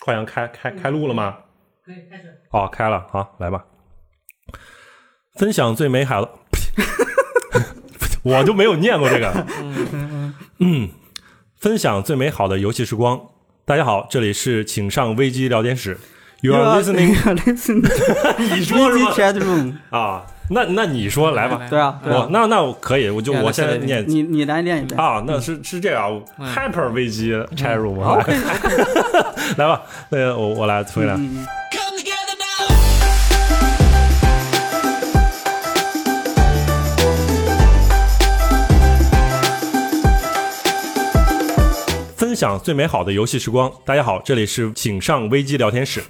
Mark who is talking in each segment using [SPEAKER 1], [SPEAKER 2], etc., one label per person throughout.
[SPEAKER 1] 川阳开开开录了吗？
[SPEAKER 2] 可以开始。
[SPEAKER 1] 哦，开了，好，来吧。分享最美好的， 我就没有念过这个。嗯，分享最美好的游戏时光。大家好，这里是请上危机聊天室。You are listening
[SPEAKER 3] You're listening.
[SPEAKER 1] 你说是吗
[SPEAKER 3] Chat room。
[SPEAKER 1] 啊？那那你说来吧。
[SPEAKER 3] 对啊，对
[SPEAKER 1] 我
[SPEAKER 3] 啊。
[SPEAKER 1] 那那我可以，我就
[SPEAKER 4] 来
[SPEAKER 1] 我现在
[SPEAKER 4] 来来
[SPEAKER 1] 念
[SPEAKER 3] 你你来练一遍。
[SPEAKER 1] 啊，那是是这样啊
[SPEAKER 4] 嗯
[SPEAKER 1] ，Hyper 危机 Chat Room 啊， 来吧，那个我我来回来。
[SPEAKER 3] 嗯，
[SPEAKER 5] Come together now.
[SPEAKER 1] 分享最美好的游戏时光。大家好，这里是请上危机聊天室。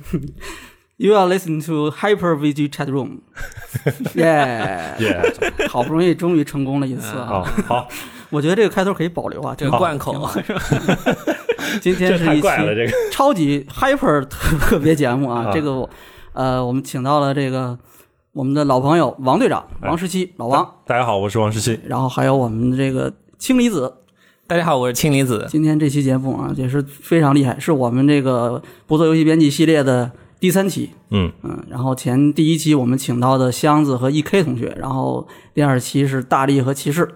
[SPEAKER 3] You are listening to Hyper VG Chat Room。耶，
[SPEAKER 1] 耶、
[SPEAKER 3] 好不容易终于成功了一 次
[SPEAKER 1] 啊，
[SPEAKER 3] 啊！
[SPEAKER 1] 好，
[SPEAKER 3] 我觉得这个开头可以保留啊。
[SPEAKER 4] 这
[SPEAKER 3] 这
[SPEAKER 4] 个贯口，
[SPEAKER 1] 这
[SPEAKER 3] 今天是
[SPEAKER 1] 太
[SPEAKER 3] 一期
[SPEAKER 1] 怪了，这个
[SPEAKER 3] 超级 Hyper 特特别节目啊
[SPEAKER 1] 啊！
[SPEAKER 3] 这个我呃，我们请到了这个我们的老朋友王队长
[SPEAKER 1] 哎
[SPEAKER 3] 王十七老王，。
[SPEAKER 1] 大家好，我是王石鑫。
[SPEAKER 3] 然后还有我们这个氢离子
[SPEAKER 4] 大家好，我是氢离子，
[SPEAKER 3] 今天这期节目啊，也是非常厉害，是我们这个不做游戏编辑系列的第三期。
[SPEAKER 1] 嗯，
[SPEAKER 3] 嗯，然后前第一期我们请到的箱子和 E.K 同学，然后第二期是大力和骑士。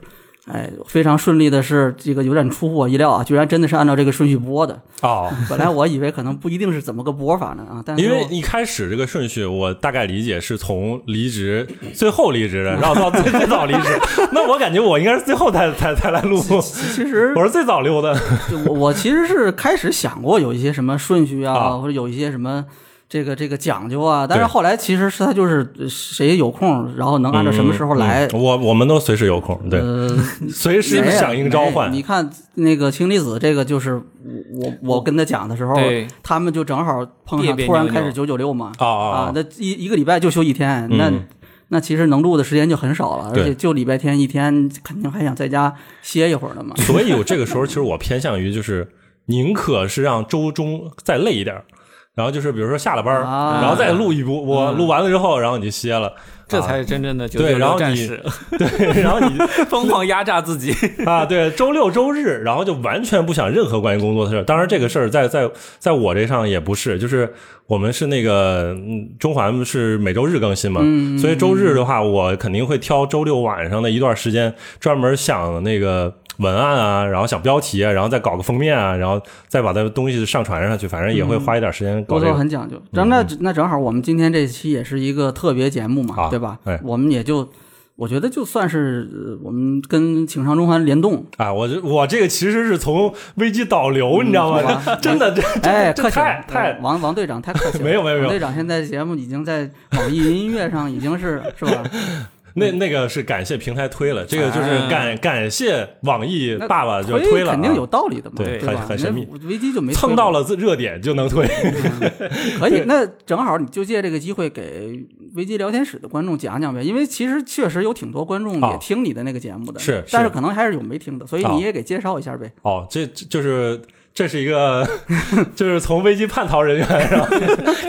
[SPEAKER 3] 哎，非常顺利的是，这个有点出乎我意料啊，居然真的是按照这个顺序播的。
[SPEAKER 1] 哦，
[SPEAKER 3] 本来我以为可能不一定是怎么个播法呢啊，但是
[SPEAKER 1] 因为
[SPEAKER 3] 我
[SPEAKER 1] 一开始这个顺序，我大概理解是从离职最后离职的，然后到最最早离 职。那我感觉我应该是最后才才才来录，
[SPEAKER 3] 其实
[SPEAKER 1] 我是最早溜的。
[SPEAKER 3] 就我我其实是开始想过有一些什么顺序啊，
[SPEAKER 1] 啊
[SPEAKER 3] 或者有一些什么这个这个讲究啊，但是
[SPEAKER 1] 对
[SPEAKER 3] 后来其实是他就是呃谁有空，然后能按照什么时候来。
[SPEAKER 1] 嗯我我们都随时有空，对，
[SPEAKER 3] 呃，
[SPEAKER 1] 随时
[SPEAKER 3] 没
[SPEAKER 1] 响应召唤
[SPEAKER 3] 没你。看那个氢离子，这个就是我我我跟他讲的时候
[SPEAKER 4] 对，
[SPEAKER 3] 他们就正好碰上，
[SPEAKER 4] 别别
[SPEAKER 3] 突
[SPEAKER 4] 扭扭
[SPEAKER 3] 然开始九九六嘛，
[SPEAKER 1] 啊啊
[SPEAKER 3] 啊
[SPEAKER 1] 啊，
[SPEAKER 3] 那一一个礼拜就休一天，那
[SPEAKER 1] 嗯
[SPEAKER 3] 那其实能录的时间就很少了，而
[SPEAKER 1] 对
[SPEAKER 3] 且就礼拜天一天，肯定还想在家歇一会儿的嘛。
[SPEAKER 1] 所以我这个时候其实我偏向于就是宁可是让周中再累一点儿，然后就是比如说下了班儿，
[SPEAKER 3] 啊
[SPEAKER 1] 然后再录一波，我录完了之后，然后你就歇了，
[SPEAKER 4] 这
[SPEAKER 1] 啊
[SPEAKER 4] 才是真正的九
[SPEAKER 1] 对
[SPEAKER 4] 九
[SPEAKER 1] 然后
[SPEAKER 4] 六
[SPEAKER 1] 你
[SPEAKER 4] 战士，
[SPEAKER 1] 对，然后你
[SPEAKER 4] 疯狂压榨自己。
[SPEAKER 1] 啊对，周六周日，然后就完全不想任何关于工作的事儿。当然这个事儿在在在我这上也不是，就是我们是那个嗯中环是每周日更新嘛，
[SPEAKER 3] 嗯
[SPEAKER 1] 所以周日的话，我肯定会挑周六晚上的一段时间，专门想那个文案啊，然后想标题啊，然后再搞个封面啊，然后再把它的东西上传上去，反正也会花一点时间搞
[SPEAKER 3] 嗯工
[SPEAKER 1] 这
[SPEAKER 3] 作
[SPEAKER 1] 个。嗯
[SPEAKER 3] 很讲究。然后那那正好，我们今天这期也是一个特别节目嘛，
[SPEAKER 1] 啊
[SPEAKER 3] 对吧
[SPEAKER 1] 哎？
[SPEAKER 3] 我们也就我觉得就算是呃我们跟请上中环联动，
[SPEAKER 1] 啊，我这我这个其实是从危机导流，你知道
[SPEAKER 3] 嗯
[SPEAKER 1] 吗
[SPEAKER 3] 好吧？
[SPEAKER 1] 真的，这
[SPEAKER 3] 哎，
[SPEAKER 1] 这
[SPEAKER 3] 客气了
[SPEAKER 1] 太太
[SPEAKER 3] 呃王王队长太客气 了，
[SPEAKER 1] 没有没有没有
[SPEAKER 3] 王队长现在节目已经在网易云音乐上已经是是 吧？
[SPEAKER 1] 那那个是感谢平台推了，这个就是
[SPEAKER 4] 啊
[SPEAKER 1] 感感谢网易
[SPEAKER 3] 那
[SPEAKER 1] 爸爸就
[SPEAKER 3] 推
[SPEAKER 1] 了啊，
[SPEAKER 3] 肯定有道理的嘛，
[SPEAKER 1] 对
[SPEAKER 3] 对
[SPEAKER 1] 很
[SPEAKER 3] 吧？
[SPEAKER 1] 很神秘
[SPEAKER 3] 那危机就没推
[SPEAKER 1] 蹭到了自热点就能推。
[SPEAKER 3] 可以，那正好你就借这个机会给危机聊天室的观众讲讲呗，因为其实确实有挺多观众
[SPEAKER 1] 啊
[SPEAKER 3] 也听你的那个节目的，
[SPEAKER 1] 是
[SPEAKER 3] 但
[SPEAKER 1] 是
[SPEAKER 3] 是可能还是有没听的，所以
[SPEAKER 1] 啊
[SPEAKER 3] 你也给介绍一下呗。
[SPEAKER 1] 哦，这这就是这是一个， 就是从危机叛逃人员然后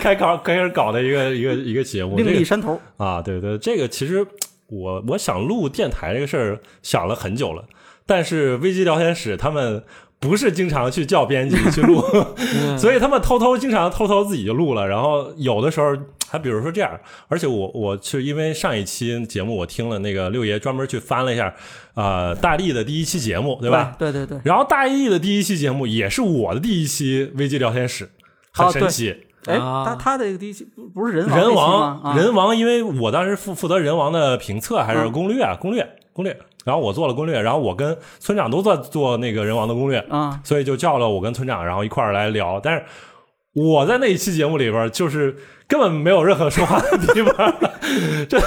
[SPEAKER 1] 开搞开始搞的一个一个一个节目。
[SPEAKER 3] 另
[SPEAKER 1] 这
[SPEAKER 3] 立
[SPEAKER 1] 个
[SPEAKER 3] 山头，
[SPEAKER 1] 啊，对对，这个其实我我想录电台这个事儿想了很久了，但是危机聊天室他们。不是经常去叫编辑去 录，所以他们偷偷经常偷偷自己就录了，然后有的时候还比如说这样，而且我我是因为上一期节目我听了那个六爷专门去翻了一下，呃，大力的第一期节目，对吧？
[SPEAKER 3] 对对对，
[SPEAKER 1] 然后大义的第一期节目也是我的第一期危机聊天室，很
[SPEAKER 3] 哦
[SPEAKER 1] 神奇。
[SPEAKER 3] 哎，
[SPEAKER 4] 啊
[SPEAKER 3] 他他的第一期不不是人王
[SPEAKER 1] 人
[SPEAKER 3] 那期吗
[SPEAKER 1] 王，
[SPEAKER 3] 啊
[SPEAKER 1] 人王，因为我当时负负责人王的评测还是攻略
[SPEAKER 3] 嗯
[SPEAKER 1] 啊，攻略，攻略。然后我做了攻略，然后我跟村长都在做那个人王的攻略，
[SPEAKER 3] 啊，
[SPEAKER 1] 所以就叫了我跟村长，然后一块儿来聊。但是我在那一期节目里边儿，就是根本没有任何说话的地 方，这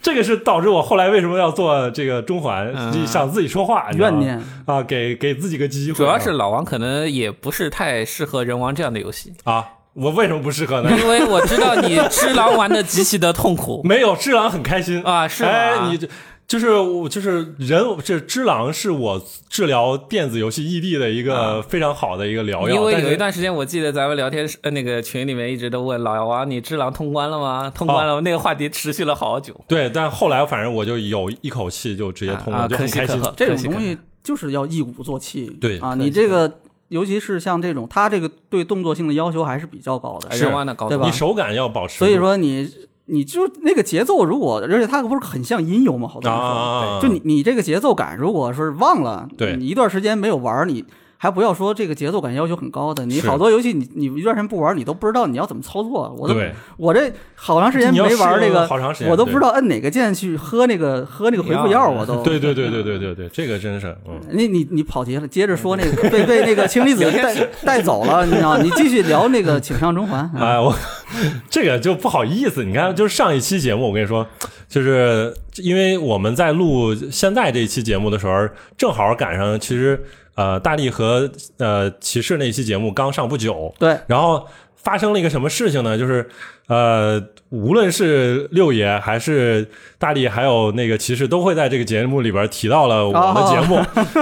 [SPEAKER 1] 这个是导致我后来为什么要做这个中环，
[SPEAKER 4] 嗯
[SPEAKER 1] 想自己说话，你知道吗
[SPEAKER 3] 怨念
[SPEAKER 1] 啊，给给自己个机会啊，
[SPEAKER 4] 主要是老王可能也不是太适合人王这样的游戏，
[SPEAKER 1] 啊，我为什么不适 合呢？
[SPEAKER 4] 因为我知道你只狼玩的极其的 痛苦。
[SPEAKER 1] 没有，只狼很开心
[SPEAKER 4] 啊是吗
[SPEAKER 1] 哎，你这就是我就是人，这只狼是我治疗电子游戏异地的一
[SPEAKER 4] 啊
[SPEAKER 1] 个非常好的一个疗药。
[SPEAKER 4] 因为
[SPEAKER 1] 但是
[SPEAKER 4] 有一段时间，我记得咱们聊天室呃那个群里面一直都问老王，你只狼通关了吗？通关了吗，那个话题持续了好久。
[SPEAKER 1] 对，但后来反正我就有一口气就直接通了，
[SPEAKER 4] 啊
[SPEAKER 1] 就
[SPEAKER 4] 可
[SPEAKER 1] 很
[SPEAKER 4] 喜
[SPEAKER 1] 开心
[SPEAKER 4] 可贺
[SPEAKER 3] 这
[SPEAKER 4] 可
[SPEAKER 3] 种
[SPEAKER 4] 喜
[SPEAKER 3] 东
[SPEAKER 4] 可
[SPEAKER 3] 西就是要一鼓作气。
[SPEAKER 1] 对
[SPEAKER 3] 啊，
[SPEAKER 4] 可喜
[SPEAKER 3] 你这个尤其是像这种，它这个对动作性的要求还是比较高的，
[SPEAKER 1] 是
[SPEAKER 4] 人弯的高
[SPEAKER 3] 对
[SPEAKER 4] 度
[SPEAKER 3] 吧
[SPEAKER 1] 你手感要保持住，
[SPEAKER 3] 所以说你你就那个节奏，如果而且它不是很像音游吗？好多人说，
[SPEAKER 1] 啊，
[SPEAKER 3] 就你你这个节奏感，如果是忘了，
[SPEAKER 1] 对
[SPEAKER 3] 你一段时间没有玩儿，你还不要说这个节奏感要求很高的，你
[SPEAKER 1] 是
[SPEAKER 3] 好多游戏你你一段时间不玩儿，你都不知道你要怎么操作。我都
[SPEAKER 1] 对
[SPEAKER 3] 我这好长时间
[SPEAKER 1] 你要
[SPEAKER 3] 没玩儿
[SPEAKER 1] 适应
[SPEAKER 3] 这个，
[SPEAKER 1] 好长时间
[SPEAKER 3] 我都
[SPEAKER 1] 对
[SPEAKER 3] 不知道摁哪个键去喝那个喝那个回复药，
[SPEAKER 4] 药
[SPEAKER 3] 我都
[SPEAKER 1] 对 对对对对对对，这个真是，嗯，
[SPEAKER 3] 你你你跑题了，接着说那个被被那个氢离子带带走了，你知道？你继续聊那个《请上中环》啊，
[SPEAKER 1] 哎，我这个就不好意思，你看，就是上一期节目，我跟你说，就是因为我们在录现在这一期节目的时候，正好赶上，其实呃，大力和呃骑士那一期节目刚上不久，
[SPEAKER 3] 对，
[SPEAKER 1] 然后发生了一个什么事情呢？就是呃，无论是六爷还是大力，还有那个骑士，都会在这个节目里边提到了我的节目。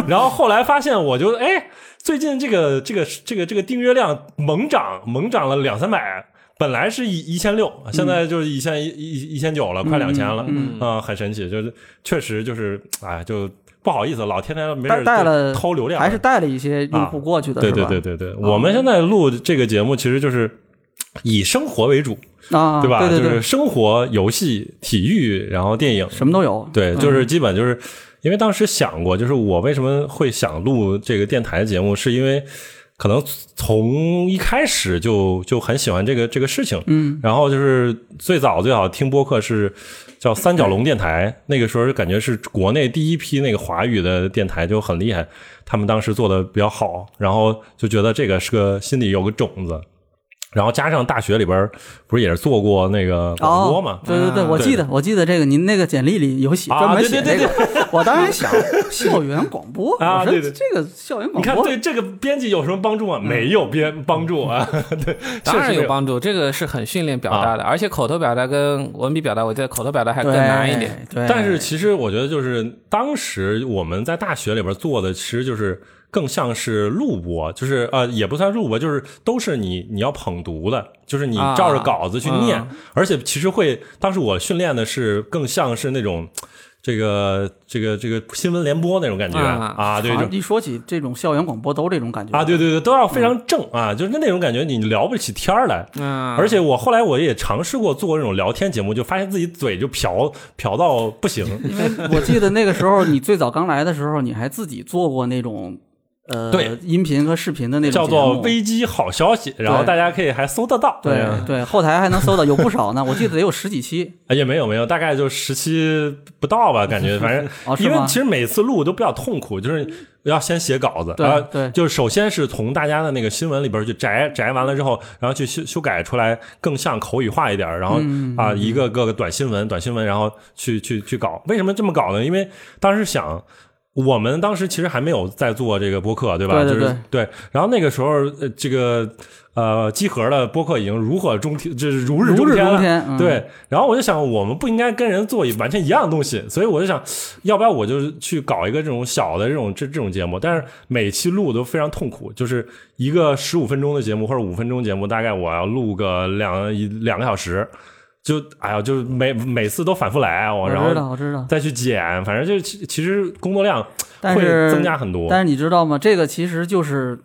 [SPEAKER 1] 然后后来发现，我就哎，最近这个这个这个这个订阅量猛涨，猛涨了两三百。本来是一一千六，现在就是一千一一一千九了，快两千了，
[SPEAKER 4] 嗯嗯
[SPEAKER 1] 啊很神奇，就是确实就是，哎，就不好意思，老天天没事
[SPEAKER 3] 带
[SPEAKER 1] 儿
[SPEAKER 3] 带了
[SPEAKER 1] 偷流量，
[SPEAKER 3] 还是带了一些用户过去的，
[SPEAKER 1] 对
[SPEAKER 3] 是吧？
[SPEAKER 1] 啊
[SPEAKER 3] 嗯
[SPEAKER 1] 对对对对，我们现在录这个节目其实就是以生活为主，
[SPEAKER 3] 啊，
[SPEAKER 1] 对吧？
[SPEAKER 3] 对
[SPEAKER 1] 就是
[SPEAKER 3] 对，
[SPEAKER 1] 生活、游戏、体育，然后电影，
[SPEAKER 3] 什么都有，
[SPEAKER 1] 对，
[SPEAKER 3] 嗯
[SPEAKER 1] 就是基本就是因为当时想过，就是我为什么会想录这个电台节目，是因为可能从一开始就就很喜欢这个这个事情，
[SPEAKER 3] 嗯，
[SPEAKER 1] 然后就是最早最早听播客是叫三角龙电台，那个时候感觉是国内第一批那个华语的电台就很厉害，他们当时做的比较好，然后就觉得这个是个心里有个种子。然后加上大学里边儿不是也是做过那个广播嘛
[SPEAKER 3] 哦？，对对对，
[SPEAKER 4] 嗯
[SPEAKER 3] 我记得我记得这个，您那个简历里有写
[SPEAKER 1] 啊
[SPEAKER 3] 专门写
[SPEAKER 1] 对
[SPEAKER 3] 这
[SPEAKER 1] 对
[SPEAKER 3] 个， 我当时想校园广播
[SPEAKER 1] 啊
[SPEAKER 3] 我说
[SPEAKER 1] 对对
[SPEAKER 3] 这个校
[SPEAKER 4] 哦
[SPEAKER 3] 园
[SPEAKER 1] 你
[SPEAKER 3] 广
[SPEAKER 1] 看
[SPEAKER 3] 播
[SPEAKER 1] 对这个编辑有什么帮助吗？没有编帮助啊， 对，
[SPEAKER 4] 嗯当
[SPEAKER 1] 确
[SPEAKER 4] 然
[SPEAKER 1] 实啊没
[SPEAKER 4] 有帮助，这个是很训练表达的，而且口头表达跟文笔表达，我觉得口头表达还更
[SPEAKER 3] 对
[SPEAKER 4] 难一点。，
[SPEAKER 3] 对，
[SPEAKER 1] 但是其实我觉得，就是当时我们在大学里边做的，其实就是更像是录播，就是呃，也不算录播，就是都是你你要捧读的，就是你
[SPEAKER 4] 啊
[SPEAKER 1] 照着稿子去
[SPEAKER 4] 嗯
[SPEAKER 1] 念，而且其实会，当时我训练的是更像是那种。这个这个这个新闻联播那种感觉
[SPEAKER 4] 啊
[SPEAKER 1] 啊，对，就
[SPEAKER 3] 好像一说起这种校园广播都这种感觉
[SPEAKER 1] 啊，对对对，都要非常正啊，就是那种感觉，你聊不起天儿来。
[SPEAKER 4] 嗯，
[SPEAKER 1] 而且我后来我也尝试过做这种聊天节目，就发现自己嘴就瓢瓢到不行。
[SPEAKER 3] 我记得那个时候，你最早刚来的时候，你还自己做过那种呃，
[SPEAKER 1] 对，
[SPEAKER 3] 音频和视频的那种
[SPEAKER 1] 叫
[SPEAKER 3] 节
[SPEAKER 1] 做
[SPEAKER 3] 目
[SPEAKER 1] “危机好消息”，然后大家可以还搜得到。
[SPEAKER 3] 对
[SPEAKER 1] 嗯
[SPEAKER 3] 对，后台还能搜到有不少呢，我记得得有十 几期
[SPEAKER 1] 哎也没有没有，大概就十期不到吧，感觉反正
[SPEAKER 3] 哦，是
[SPEAKER 1] 因为
[SPEAKER 3] 吗
[SPEAKER 1] 其？实每次录都比较痛苦，就是要先写稿子，啊
[SPEAKER 3] 对
[SPEAKER 1] 然后
[SPEAKER 3] 对
[SPEAKER 1] 就是首先是从大家的那个新闻里边去摘摘完了之后，然后去修修改出来更像口语化一点儿，然后、啊一个个短新闻短新闻，然后去去去搞。为什么这么搞呢？因为当时想。我们当时其实还没有在做这个播客，对吧？
[SPEAKER 3] 对对
[SPEAKER 1] 就是对。然后那个时候，呃这个呃，集合的播客已经如火中天，就是如日
[SPEAKER 3] 如
[SPEAKER 1] 中
[SPEAKER 3] 日
[SPEAKER 1] 天了。
[SPEAKER 3] 中天嗯
[SPEAKER 1] 对，然后我就想，我们不应该跟人做一完全一样的东西，所以我就想，要不要我就去搞一个这种小的这种这这种节目？但是每期录都非常痛苦，就是一个十五分钟的节目或者五分钟节目，大概我要录个两一两个小时，就哎呀，就是每每次都反复来，我
[SPEAKER 3] 我
[SPEAKER 1] 然
[SPEAKER 3] 知道
[SPEAKER 1] 后
[SPEAKER 3] 我知道，
[SPEAKER 1] 再去剪，反正就其其实工作量
[SPEAKER 3] 但
[SPEAKER 1] 会
[SPEAKER 3] 是
[SPEAKER 1] 增加很多
[SPEAKER 3] 但是你知道吗？这个其实就是，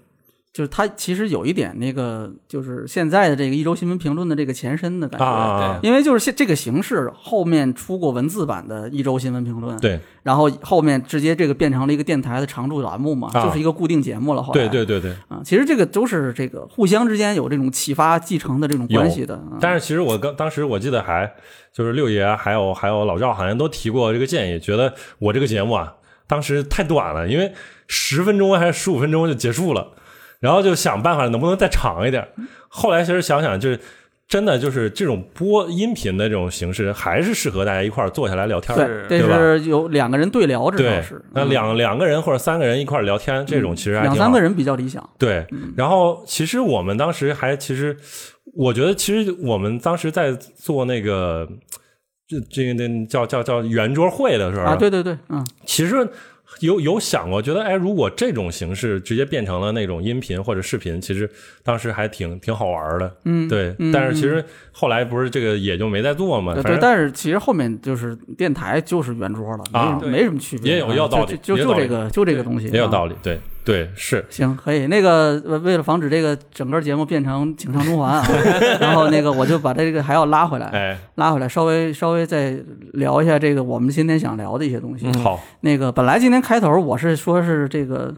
[SPEAKER 3] 就是它其实有一点那个，就是现在的这个一周新闻评论的这个前身的感
[SPEAKER 1] 啊
[SPEAKER 3] 觉，
[SPEAKER 1] 啊，啊
[SPEAKER 3] 因为就是现这个形式后面出过文字版的一周新闻评论，，
[SPEAKER 1] 对
[SPEAKER 3] 然后后面直接这个变成了一个电台的常驻栏目嘛，
[SPEAKER 1] 啊
[SPEAKER 3] 就是一个固定节目了。后来
[SPEAKER 1] 对对对对。
[SPEAKER 3] 啊，其实这个都是这个互相之间有这种启发继承的这种关系的。啊
[SPEAKER 1] 但是其实我刚当时我记得还就是六爷还有还有老赵好像都提过这个建议，觉得我这个节目啊当时太短了，因为十分钟还是十五分钟就结束了，然后就想办法能不能再长一点。后来其实想想就是。真的就是这种播音频的这种形式，还是适合大家一块儿坐下来聊天儿，
[SPEAKER 3] 对，这
[SPEAKER 1] 对吧
[SPEAKER 3] 是有两个人对聊，至少
[SPEAKER 1] 对
[SPEAKER 3] 是，嗯
[SPEAKER 1] 那两两个人或者三个人一块儿聊天，这种其实还挺
[SPEAKER 3] 两
[SPEAKER 1] 好
[SPEAKER 3] 三个人比较理想。
[SPEAKER 1] 对，
[SPEAKER 3] 嗯
[SPEAKER 1] 然后其实我们当时还其实，我觉得其实我们当时在做那个这这个那叫叫叫圆桌会的时候，
[SPEAKER 3] 啊，对对对，嗯，
[SPEAKER 1] 其实有有想过，觉得哎，如果这种形式直接变成了那种音频或者视频，其实当时还挺挺好玩的，
[SPEAKER 3] 嗯
[SPEAKER 1] 对。
[SPEAKER 3] 嗯
[SPEAKER 1] 但是其实后来不是这个也就没再做嘛，
[SPEAKER 3] 对
[SPEAKER 1] 反
[SPEAKER 3] 对
[SPEAKER 1] 正，
[SPEAKER 3] 但是其实后面就是电台就是圆桌了，没
[SPEAKER 1] 啊
[SPEAKER 3] 什么没什么区别，嗯
[SPEAKER 1] 也有要道理
[SPEAKER 3] 就就
[SPEAKER 1] 也有
[SPEAKER 3] 就
[SPEAKER 1] 道理
[SPEAKER 3] 这个就这个东西
[SPEAKER 1] 也有道
[SPEAKER 3] 理。
[SPEAKER 1] 理，对。对，是
[SPEAKER 3] 行，可以。那个呃为了防止这个整个节目变成井上中环啊， 然后那个我就把这个还要拉回来，
[SPEAKER 1] 哎，
[SPEAKER 3] 拉回来，稍微稍微再聊一下这个我们今天想聊的一些东西。
[SPEAKER 1] 嗯好，
[SPEAKER 3] 那个本来今天开头我是说是这个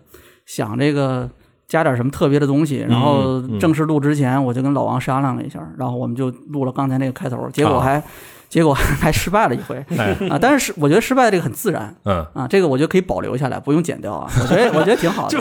[SPEAKER 3] 想这个加点什么特别的东西，然后
[SPEAKER 1] 嗯
[SPEAKER 3] 正式录之前我就跟老王商量了一下，然后我们就录了刚才那个开头，结果还、结果还 失败了一回
[SPEAKER 1] 哎，
[SPEAKER 3] 啊！但是我觉得失败这个很自然。
[SPEAKER 1] 嗯，
[SPEAKER 3] 啊，这个我觉得可以保留下来，不用剪掉啊。我觉得我觉得挺 好的，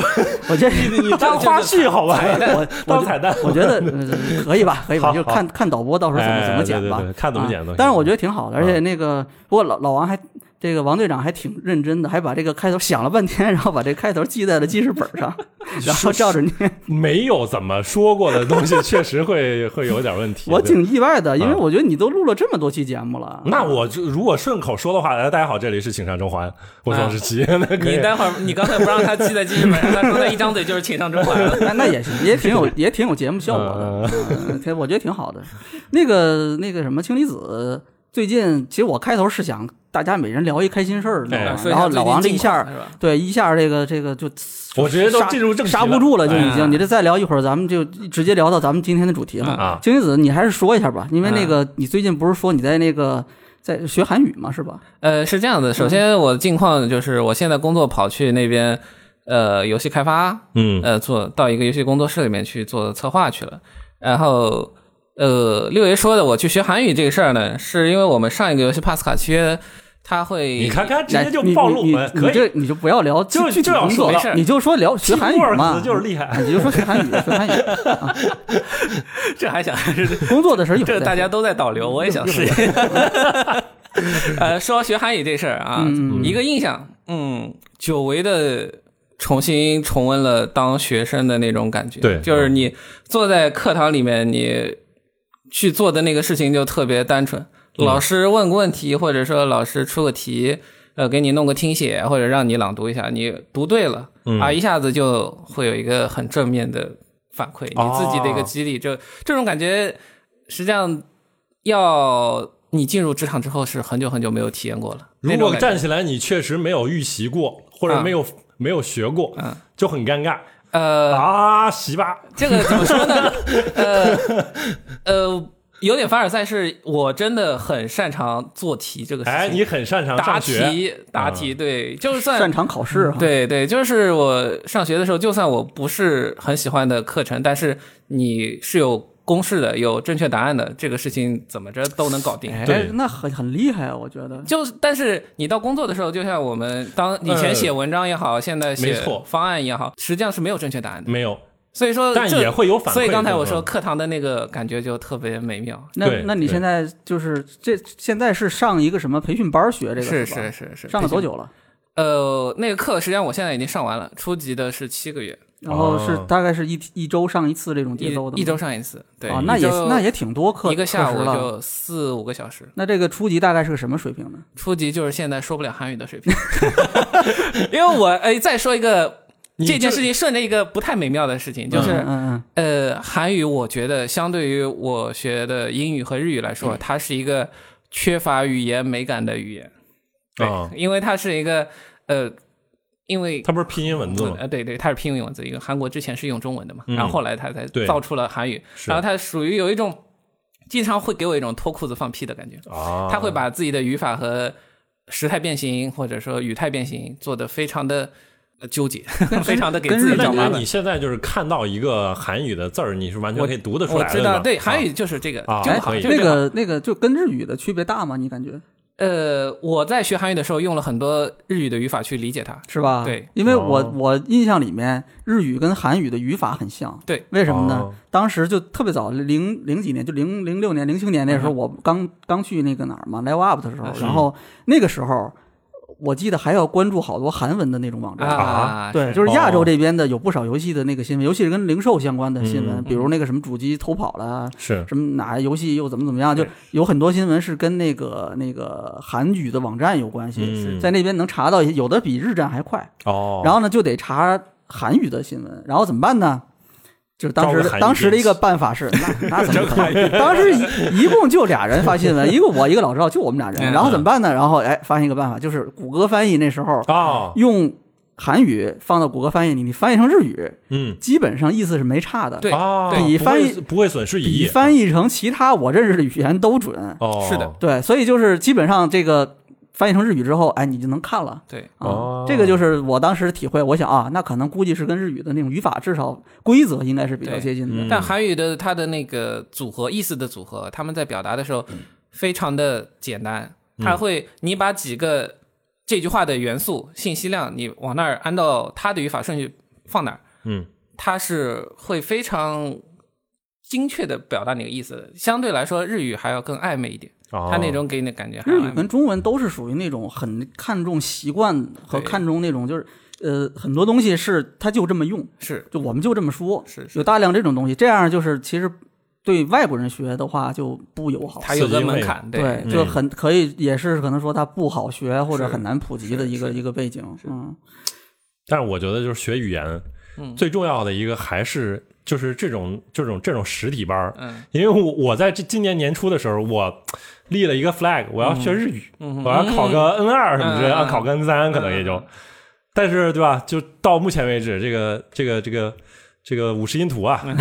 [SPEAKER 3] 我觉得
[SPEAKER 1] 你当花絮好吧，
[SPEAKER 3] 哎我我
[SPEAKER 1] 当彩蛋，
[SPEAKER 3] 我觉得呃可以吧，可以吧，
[SPEAKER 1] 好
[SPEAKER 3] 就
[SPEAKER 1] 好
[SPEAKER 3] 看看导播到时候怎么
[SPEAKER 1] 哎
[SPEAKER 3] 怎么剪吧
[SPEAKER 1] 对对对，看怎么剪
[SPEAKER 3] 啊
[SPEAKER 1] 都行啊
[SPEAKER 3] 但是我觉得挺好的，而且那个不过老老王还这个王队长还挺认真的，还把这个开头想了半天，然后把这开头记在了记事本上， 然后照着念。
[SPEAKER 1] 没有怎么说过的 东西，确实会会有点问题。
[SPEAKER 3] 我
[SPEAKER 1] 对
[SPEAKER 3] 挺意外的，因
[SPEAKER 1] 啊
[SPEAKER 3] 为我觉得你都录了这么多期节目 了，
[SPEAKER 1] 那我就如果顺口说的话，来大家好，这里是请上中环，我是 王志奇。那可以
[SPEAKER 4] 啊你待会儿，你刚才不让他记在记事本上，他说他一张嘴就是请上中环 了。
[SPEAKER 3] 那那也行，也挺有也挺有节目效
[SPEAKER 1] 啊
[SPEAKER 3] 果的，嗯挺我觉得挺好的。那个那个什么氢离子，最近其实我开头是想大家每人聊一开心事儿，你知道
[SPEAKER 1] 哎
[SPEAKER 3] 吗
[SPEAKER 4] 说一
[SPEAKER 3] 然
[SPEAKER 4] 下
[SPEAKER 3] 后
[SPEAKER 4] 最
[SPEAKER 3] 老
[SPEAKER 4] 近
[SPEAKER 3] 王这
[SPEAKER 4] 近
[SPEAKER 3] 一下
[SPEAKER 4] 况是吧？
[SPEAKER 3] 对一下这个这个就
[SPEAKER 1] 我直接都
[SPEAKER 3] 刹
[SPEAKER 1] 进入正题
[SPEAKER 3] 刹不住了，就已
[SPEAKER 4] 哎
[SPEAKER 3] 经。你这再聊一会儿，咱们就直接聊到咱们今天的主题了。
[SPEAKER 1] 啊哎
[SPEAKER 3] 氢离子，你还是说一下吧，因为那个你最近不是说你在那个在学韩语嘛，是吧？
[SPEAKER 4] 呃，是这样的，
[SPEAKER 1] 嗯
[SPEAKER 4] 首先我的近况就是我现在工作跑去那边，呃，游戏开发，
[SPEAKER 1] 嗯
[SPEAKER 4] 呃，做到一个游戏工作室里面去做策划去了。然后，呃，六爷说的我去学韩语这个事儿呢，是因为我们上一个游戏《帕斯卡契约》，他会
[SPEAKER 1] 你看看，直
[SPEAKER 3] 来
[SPEAKER 1] 接就
[SPEAKER 3] 你
[SPEAKER 1] 暴露
[SPEAKER 3] 你
[SPEAKER 1] 门，
[SPEAKER 3] 哎你
[SPEAKER 1] 可以
[SPEAKER 3] 这你就不要聊具
[SPEAKER 1] 就
[SPEAKER 3] 具体
[SPEAKER 1] 就要
[SPEAKER 3] 工
[SPEAKER 1] 说
[SPEAKER 3] 作
[SPEAKER 1] 没
[SPEAKER 4] 事儿
[SPEAKER 3] 你就说聊学韩语嘛，
[SPEAKER 4] 啊
[SPEAKER 3] 哎
[SPEAKER 1] Teamwork 就是厉害
[SPEAKER 3] 你就说学韩语，学 韩语啊。
[SPEAKER 4] 这还想是
[SPEAKER 3] 工作的时候一会
[SPEAKER 4] 这
[SPEAKER 3] 儿再
[SPEAKER 4] 大家
[SPEAKER 3] 说
[SPEAKER 4] 都在导流，我也想试。呃，说学韩语这事儿啊，一个印象，嗯，久违的重新重温了当学生的那种感觉。
[SPEAKER 1] 对
[SPEAKER 4] 就是你坐在课堂里面，你去做的那个事情就特别单纯。老师问个问题，或者说老师出个题，呃，给你弄个听写，或者让你朗读一下，你读对了、
[SPEAKER 1] 嗯
[SPEAKER 4] 啊，一下子就会有一个很正面的反馈，你自己的一个
[SPEAKER 1] 哦
[SPEAKER 4] 激励，就这种感觉，实际上要你进入职场之后是很久很久没有体验过了。
[SPEAKER 1] 如
[SPEAKER 4] 那种
[SPEAKER 1] 果
[SPEAKER 4] 感觉
[SPEAKER 1] 站起来，你确实没有预习过，或者
[SPEAKER 4] 啊
[SPEAKER 1] 没有没有学过
[SPEAKER 4] 嗯，
[SPEAKER 1] 就很尴尬
[SPEAKER 4] 呃，
[SPEAKER 1] 啊，洗吧，
[SPEAKER 4] 这个怎么说呢？ 呃呃，有点凡尔赛，是我真的很擅长做题这个事情。
[SPEAKER 1] 哎，你很擅长
[SPEAKER 4] 呃答
[SPEAKER 1] 上学，嗯
[SPEAKER 4] 题答题，对，就算
[SPEAKER 3] 擅长考试啊哈。
[SPEAKER 4] 对对，就是我上学的时候，就算我不是很喜欢的课程，但是你是有公式的，有正确答案的，这个事情怎么着都能搞定。
[SPEAKER 3] 哎
[SPEAKER 1] 对
[SPEAKER 3] 那很很厉害啊，我觉得。
[SPEAKER 4] 就但是你到工作的时候，就像我们当以前写文章也好，现在
[SPEAKER 1] 没
[SPEAKER 4] 写
[SPEAKER 1] 错
[SPEAKER 4] 方案也好，实际上是没有正确答案的。
[SPEAKER 1] 没有，
[SPEAKER 4] 所以说这，
[SPEAKER 1] 嗯但也会有反馈。
[SPEAKER 4] 呃所以刚才我说
[SPEAKER 1] 嗯，
[SPEAKER 4] 课堂的那个感觉就特别美妙。
[SPEAKER 3] 那
[SPEAKER 1] 对
[SPEAKER 3] 那你
[SPEAKER 1] 对
[SPEAKER 3] 现在就是这现在是上一个什么培训班学这个
[SPEAKER 4] 是
[SPEAKER 3] 吧
[SPEAKER 4] 是？是是，
[SPEAKER 3] 上了多？久了？
[SPEAKER 4] 呃，那个课实际上我现在已经上完了，初级的是七个月，
[SPEAKER 3] 然后是
[SPEAKER 1] 哦
[SPEAKER 3] 大概是一一周上一次这种节奏的吗。
[SPEAKER 4] 一一周上一次。对，
[SPEAKER 3] 啊，那也
[SPEAKER 4] 一周
[SPEAKER 3] 那也挺多课
[SPEAKER 4] 一个下
[SPEAKER 3] 课
[SPEAKER 4] 午
[SPEAKER 3] 时了。
[SPEAKER 4] 就四五个小时。
[SPEAKER 3] 那这个初级大概是个什么水平呢？
[SPEAKER 4] 初级就是现在说不了韩语的水平， 因为我哎再说一个
[SPEAKER 1] 你
[SPEAKER 4] 这件
[SPEAKER 1] 这
[SPEAKER 4] 事情，顺着一个不太美妙的事情，就是。
[SPEAKER 3] 嗯嗯
[SPEAKER 4] 呃，韩语我觉得相对于我学的英语和日语来
[SPEAKER 1] 嗯
[SPEAKER 4] 说，它是一个缺乏语言美感的语言。对，
[SPEAKER 1] 啊
[SPEAKER 4] 因为它是一个呃，因为
[SPEAKER 1] 他不是拼音文字吗？
[SPEAKER 4] 呃，对对，它是拼音文字。一个韩国之前是用中文的嘛，
[SPEAKER 1] 嗯
[SPEAKER 4] 然后后来它才
[SPEAKER 1] 对
[SPEAKER 4] 造出了韩语，
[SPEAKER 1] 是
[SPEAKER 4] 然后它属于有一种经常会给我一种脱裤子放屁的感觉。
[SPEAKER 1] 啊，
[SPEAKER 4] 嗯他会把自己的语法和时态变形或者说语态变形做得非常的纠结，非常的给
[SPEAKER 3] 跟
[SPEAKER 4] 自己
[SPEAKER 3] 日
[SPEAKER 4] 找
[SPEAKER 1] 那
[SPEAKER 3] 本
[SPEAKER 4] 麻
[SPEAKER 1] 那
[SPEAKER 4] 烦
[SPEAKER 1] 你。现在就是看到一个韩语的字儿，你是完全可以读得出
[SPEAKER 4] 我
[SPEAKER 1] 来的。
[SPEAKER 4] 知道，
[SPEAKER 1] 是吧
[SPEAKER 4] 对韩
[SPEAKER 1] 啊
[SPEAKER 4] 语就是这个，
[SPEAKER 1] 啊
[SPEAKER 4] 就
[SPEAKER 1] 哎
[SPEAKER 4] 好，
[SPEAKER 1] 可以
[SPEAKER 4] 就
[SPEAKER 3] 那
[SPEAKER 4] 是这好
[SPEAKER 3] 个那个就跟日语的区别大吗？你感觉
[SPEAKER 4] 呃，我在学韩语的时候用了很多日语的语法去理解它。
[SPEAKER 3] 是吧？
[SPEAKER 4] 对，
[SPEAKER 3] 因为我
[SPEAKER 1] 哦
[SPEAKER 3] 我印象里面日语跟韩语的语法很像。
[SPEAKER 4] 对，
[SPEAKER 3] 为什么呢？
[SPEAKER 1] 哦
[SPEAKER 3] 当时就特别早，零零几年，就零零六年、零七年那
[SPEAKER 4] 嗯
[SPEAKER 3] 时候，我刚刚去那个哪儿嘛，Live Up 的时候，然
[SPEAKER 1] 嗯
[SPEAKER 3] 后那个时候，我记得还要关注好多韩文的那种网站。
[SPEAKER 4] 啊，
[SPEAKER 3] 对，就是亚
[SPEAKER 1] 哦
[SPEAKER 3] 洲这边的有不少游戏的那个新闻，尤其是跟零售相关的新
[SPEAKER 1] 嗯
[SPEAKER 3] 闻，比如那个什么主机偷跑
[SPEAKER 4] 嗯
[SPEAKER 3] 了，
[SPEAKER 1] 是
[SPEAKER 3] 什么哪游戏又怎么怎么样，就有很多新闻是跟那个那个韩语的网站有关系，
[SPEAKER 1] 嗯
[SPEAKER 3] 在那边能查到一些，有的比日站还快。
[SPEAKER 1] 哦，
[SPEAKER 3] 然后呢，就得查韩语的新闻，然后怎么办呢？就是当
[SPEAKER 1] 招个韩
[SPEAKER 3] 时
[SPEAKER 1] 语
[SPEAKER 3] 当时的一
[SPEAKER 1] 编
[SPEAKER 3] 个
[SPEAKER 1] 辑
[SPEAKER 3] 办法是，那那 怎么可能？当时一一共就俩人发新闻，一个我，一个老赵，就我们俩人。
[SPEAKER 4] 嗯
[SPEAKER 3] 然后怎么办呢？然后哎，发现一个办法，就是谷歌翻译那时候
[SPEAKER 1] 哦
[SPEAKER 3] 用韩语放到谷歌翻译里，你翻译成日语，
[SPEAKER 1] 嗯，
[SPEAKER 3] 基本上意思是没差的。
[SPEAKER 4] 对
[SPEAKER 1] 啊，
[SPEAKER 3] 比
[SPEAKER 1] 不
[SPEAKER 3] 翻
[SPEAKER 1] 会
[SPEAKER 3] 译
[SPEAKER 1] 不会损失一
[SPEAKER 3] 比
[SPEAKER 1] 亿，
[SPEAKER 3] 翻译成其他我认识的语言都准。
[SPEAKER 1] 哦，
[SPEAKER 4] 是的，
[SPEAKER 3] 对，所以就是基本上这个翻译成日语之后，哎，你就能看了。
[SPEAKER 4] 对，
[SPEAKER 3] 啊、
[SPEAKER 1] 哦
[SPEAKER 3] 这个就是我当时体会，我想啊，那可能估计是跟日语的那种语法，至少规则应该是比较
[SPEAKER 4] 对嗯
[SPEAKER 3] 接近的。
[SPEAKER 4] 但韩语的它的那个组合意思的组合，他们在表达的时候
[SPEAKER 1] 嗯
[SPEAKER 4] 非常的简单，它会你把几个这句话的元素信息量，你往那儿按照它的语法顺序放哪儿，
[SPEAKER 1] 嗯，
[SPEAKER 4] 它是会非常精确的表达你的意思的。相对来说，日语还要更暧昧一点，
[SPEAKER 1] 哦
[SPEAKER 4] 它那种给你的感觉还要
[SPEAKER 3] 日
[SPEAKER 4] 暧
[SPEAKER 3] 语
[SPEAKER 4] 昧。
[SPEAKER 3] 跟中文都是属于那种很看重习惯和
[SPEAKER 4] 对
[SPEAKER 3] 看重那种就是呃很多东西是它就这么用，
[SPEAKER 4] 是
[SPEAKER 3] 就我们就这么说，
[SPEAKER 4] 是是
[SPEAKER 3] 有大量这种东西，这样就是其实对外国人学的话就不友好。
[SPEAKER 4] 它有
[SPEAKER 1] 刺
[SPEAKER 4] 个
[SPEAKER 1] 激
[SPEAKER 4] 门
[SPEAKER 1] 位
[SPEAKER 4] 槛，
[SPEAKER 3] 对，
[SPEAKER 1] 嗯
[SPEAKER 3] 就很可以，也是可能说它不好学或者
[SPEAKER 4] 是
[SPEAKER 3] 很难普及的一个一个背景。嗯，
[SPEAKER 1] 但是我觉得就是学语言，
[SPEAKER 4] 嗯
[SPEAKER 1] 最重要的一个还是就是这种这种这种实体班儿，
[SPEAKER 4] 嗯，
[SPEAKER 1] 因为我我在这今年年初的时候，我立了一个 flag，我要学日语，我要考个 N 二什么之类的，
[SPEAKER 4] 嗯
[SPEAKER 1] 要考个 N 三可能也就，但是对吧？就到目前为止，这个这个这个。这个五十音图啊，
[SPEAKER 4] 嗯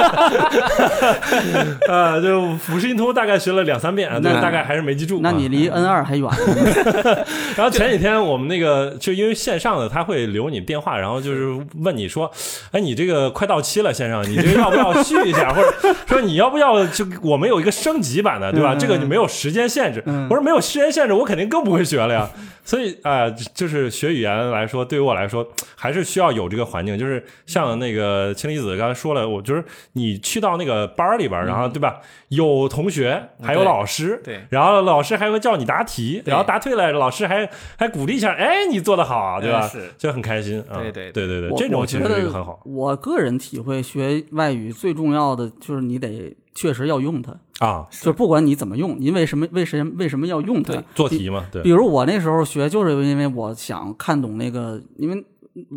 [SPEAKER 1] 呃，就五十音图大概学了两三遍，但是大概还是没记住啊。
[SPEAKER 3] 那你离 N 二还远呢。
[SPEAKER 1] 然后前几天我们那个就因为线上的他会留你电话，然后就是问你说，哎，你这个快到期了，线上你这个要不要续一下，或 者说你要不要就我们有一个升级版的，对吧？
[SPEAKER 3] 嗯
[SPEAKER 1] 这个你没有时间限制。
[SPEAKER 3] 嗯
[SPEAKER 1] 我说没有时间限制，我肯定更不会学了呀。所以啊、呃就是学语言来说，对于我来说还是需要有这个环境，就是像那个氢离子刚才说了，我就是你去到那个班儿里边儿，
[SPEAKER 3] 嗯
[SPEAKER 1] 然后对吧？有同学，还有
[SPEAKER 4] 对
[SPEAKER 1] 老师，
[SPEAKER 4] 对
[SPEAKER 1] 然后老师还会叫你答题，
[SPEAKER 4] 对
[SPEAKER 1] 然后答对了，老师还还鼓励一下，哎，你做的好啊，对吧？
[SPEAKER 4] 嗯是
[SPEAKER 1] 就很开心啊。
[SPEAKER 4] 对
[SPEAKER 1] 对
[SPEAKER 4] 对
[SPEAKER 1] 对对
[SPEAKER 3] 我
[SPEAKER 1] 这种
[SPEAKER 3] 我
[SPEAKER 1] 其
[SPEAKER 3] 觉
[SPEAKER 1] 实
[SPEAKER 3] 得
[SPEAKER 1] 这个很好
[SPEAKER 3] 我个人体会，学外语最重要的就是你得确实要用它，
[SPEAKER 1] 啊，
[SPEAKER 3] 就是不管你怎么用，因为什么，为什么，为什么要用它
[SPEAKER 4] 对？
[SPEAKER 1] 做题嘛，对
[SPEAKER 3] 比，如我那时候学，就是因为我想看懂那个，因为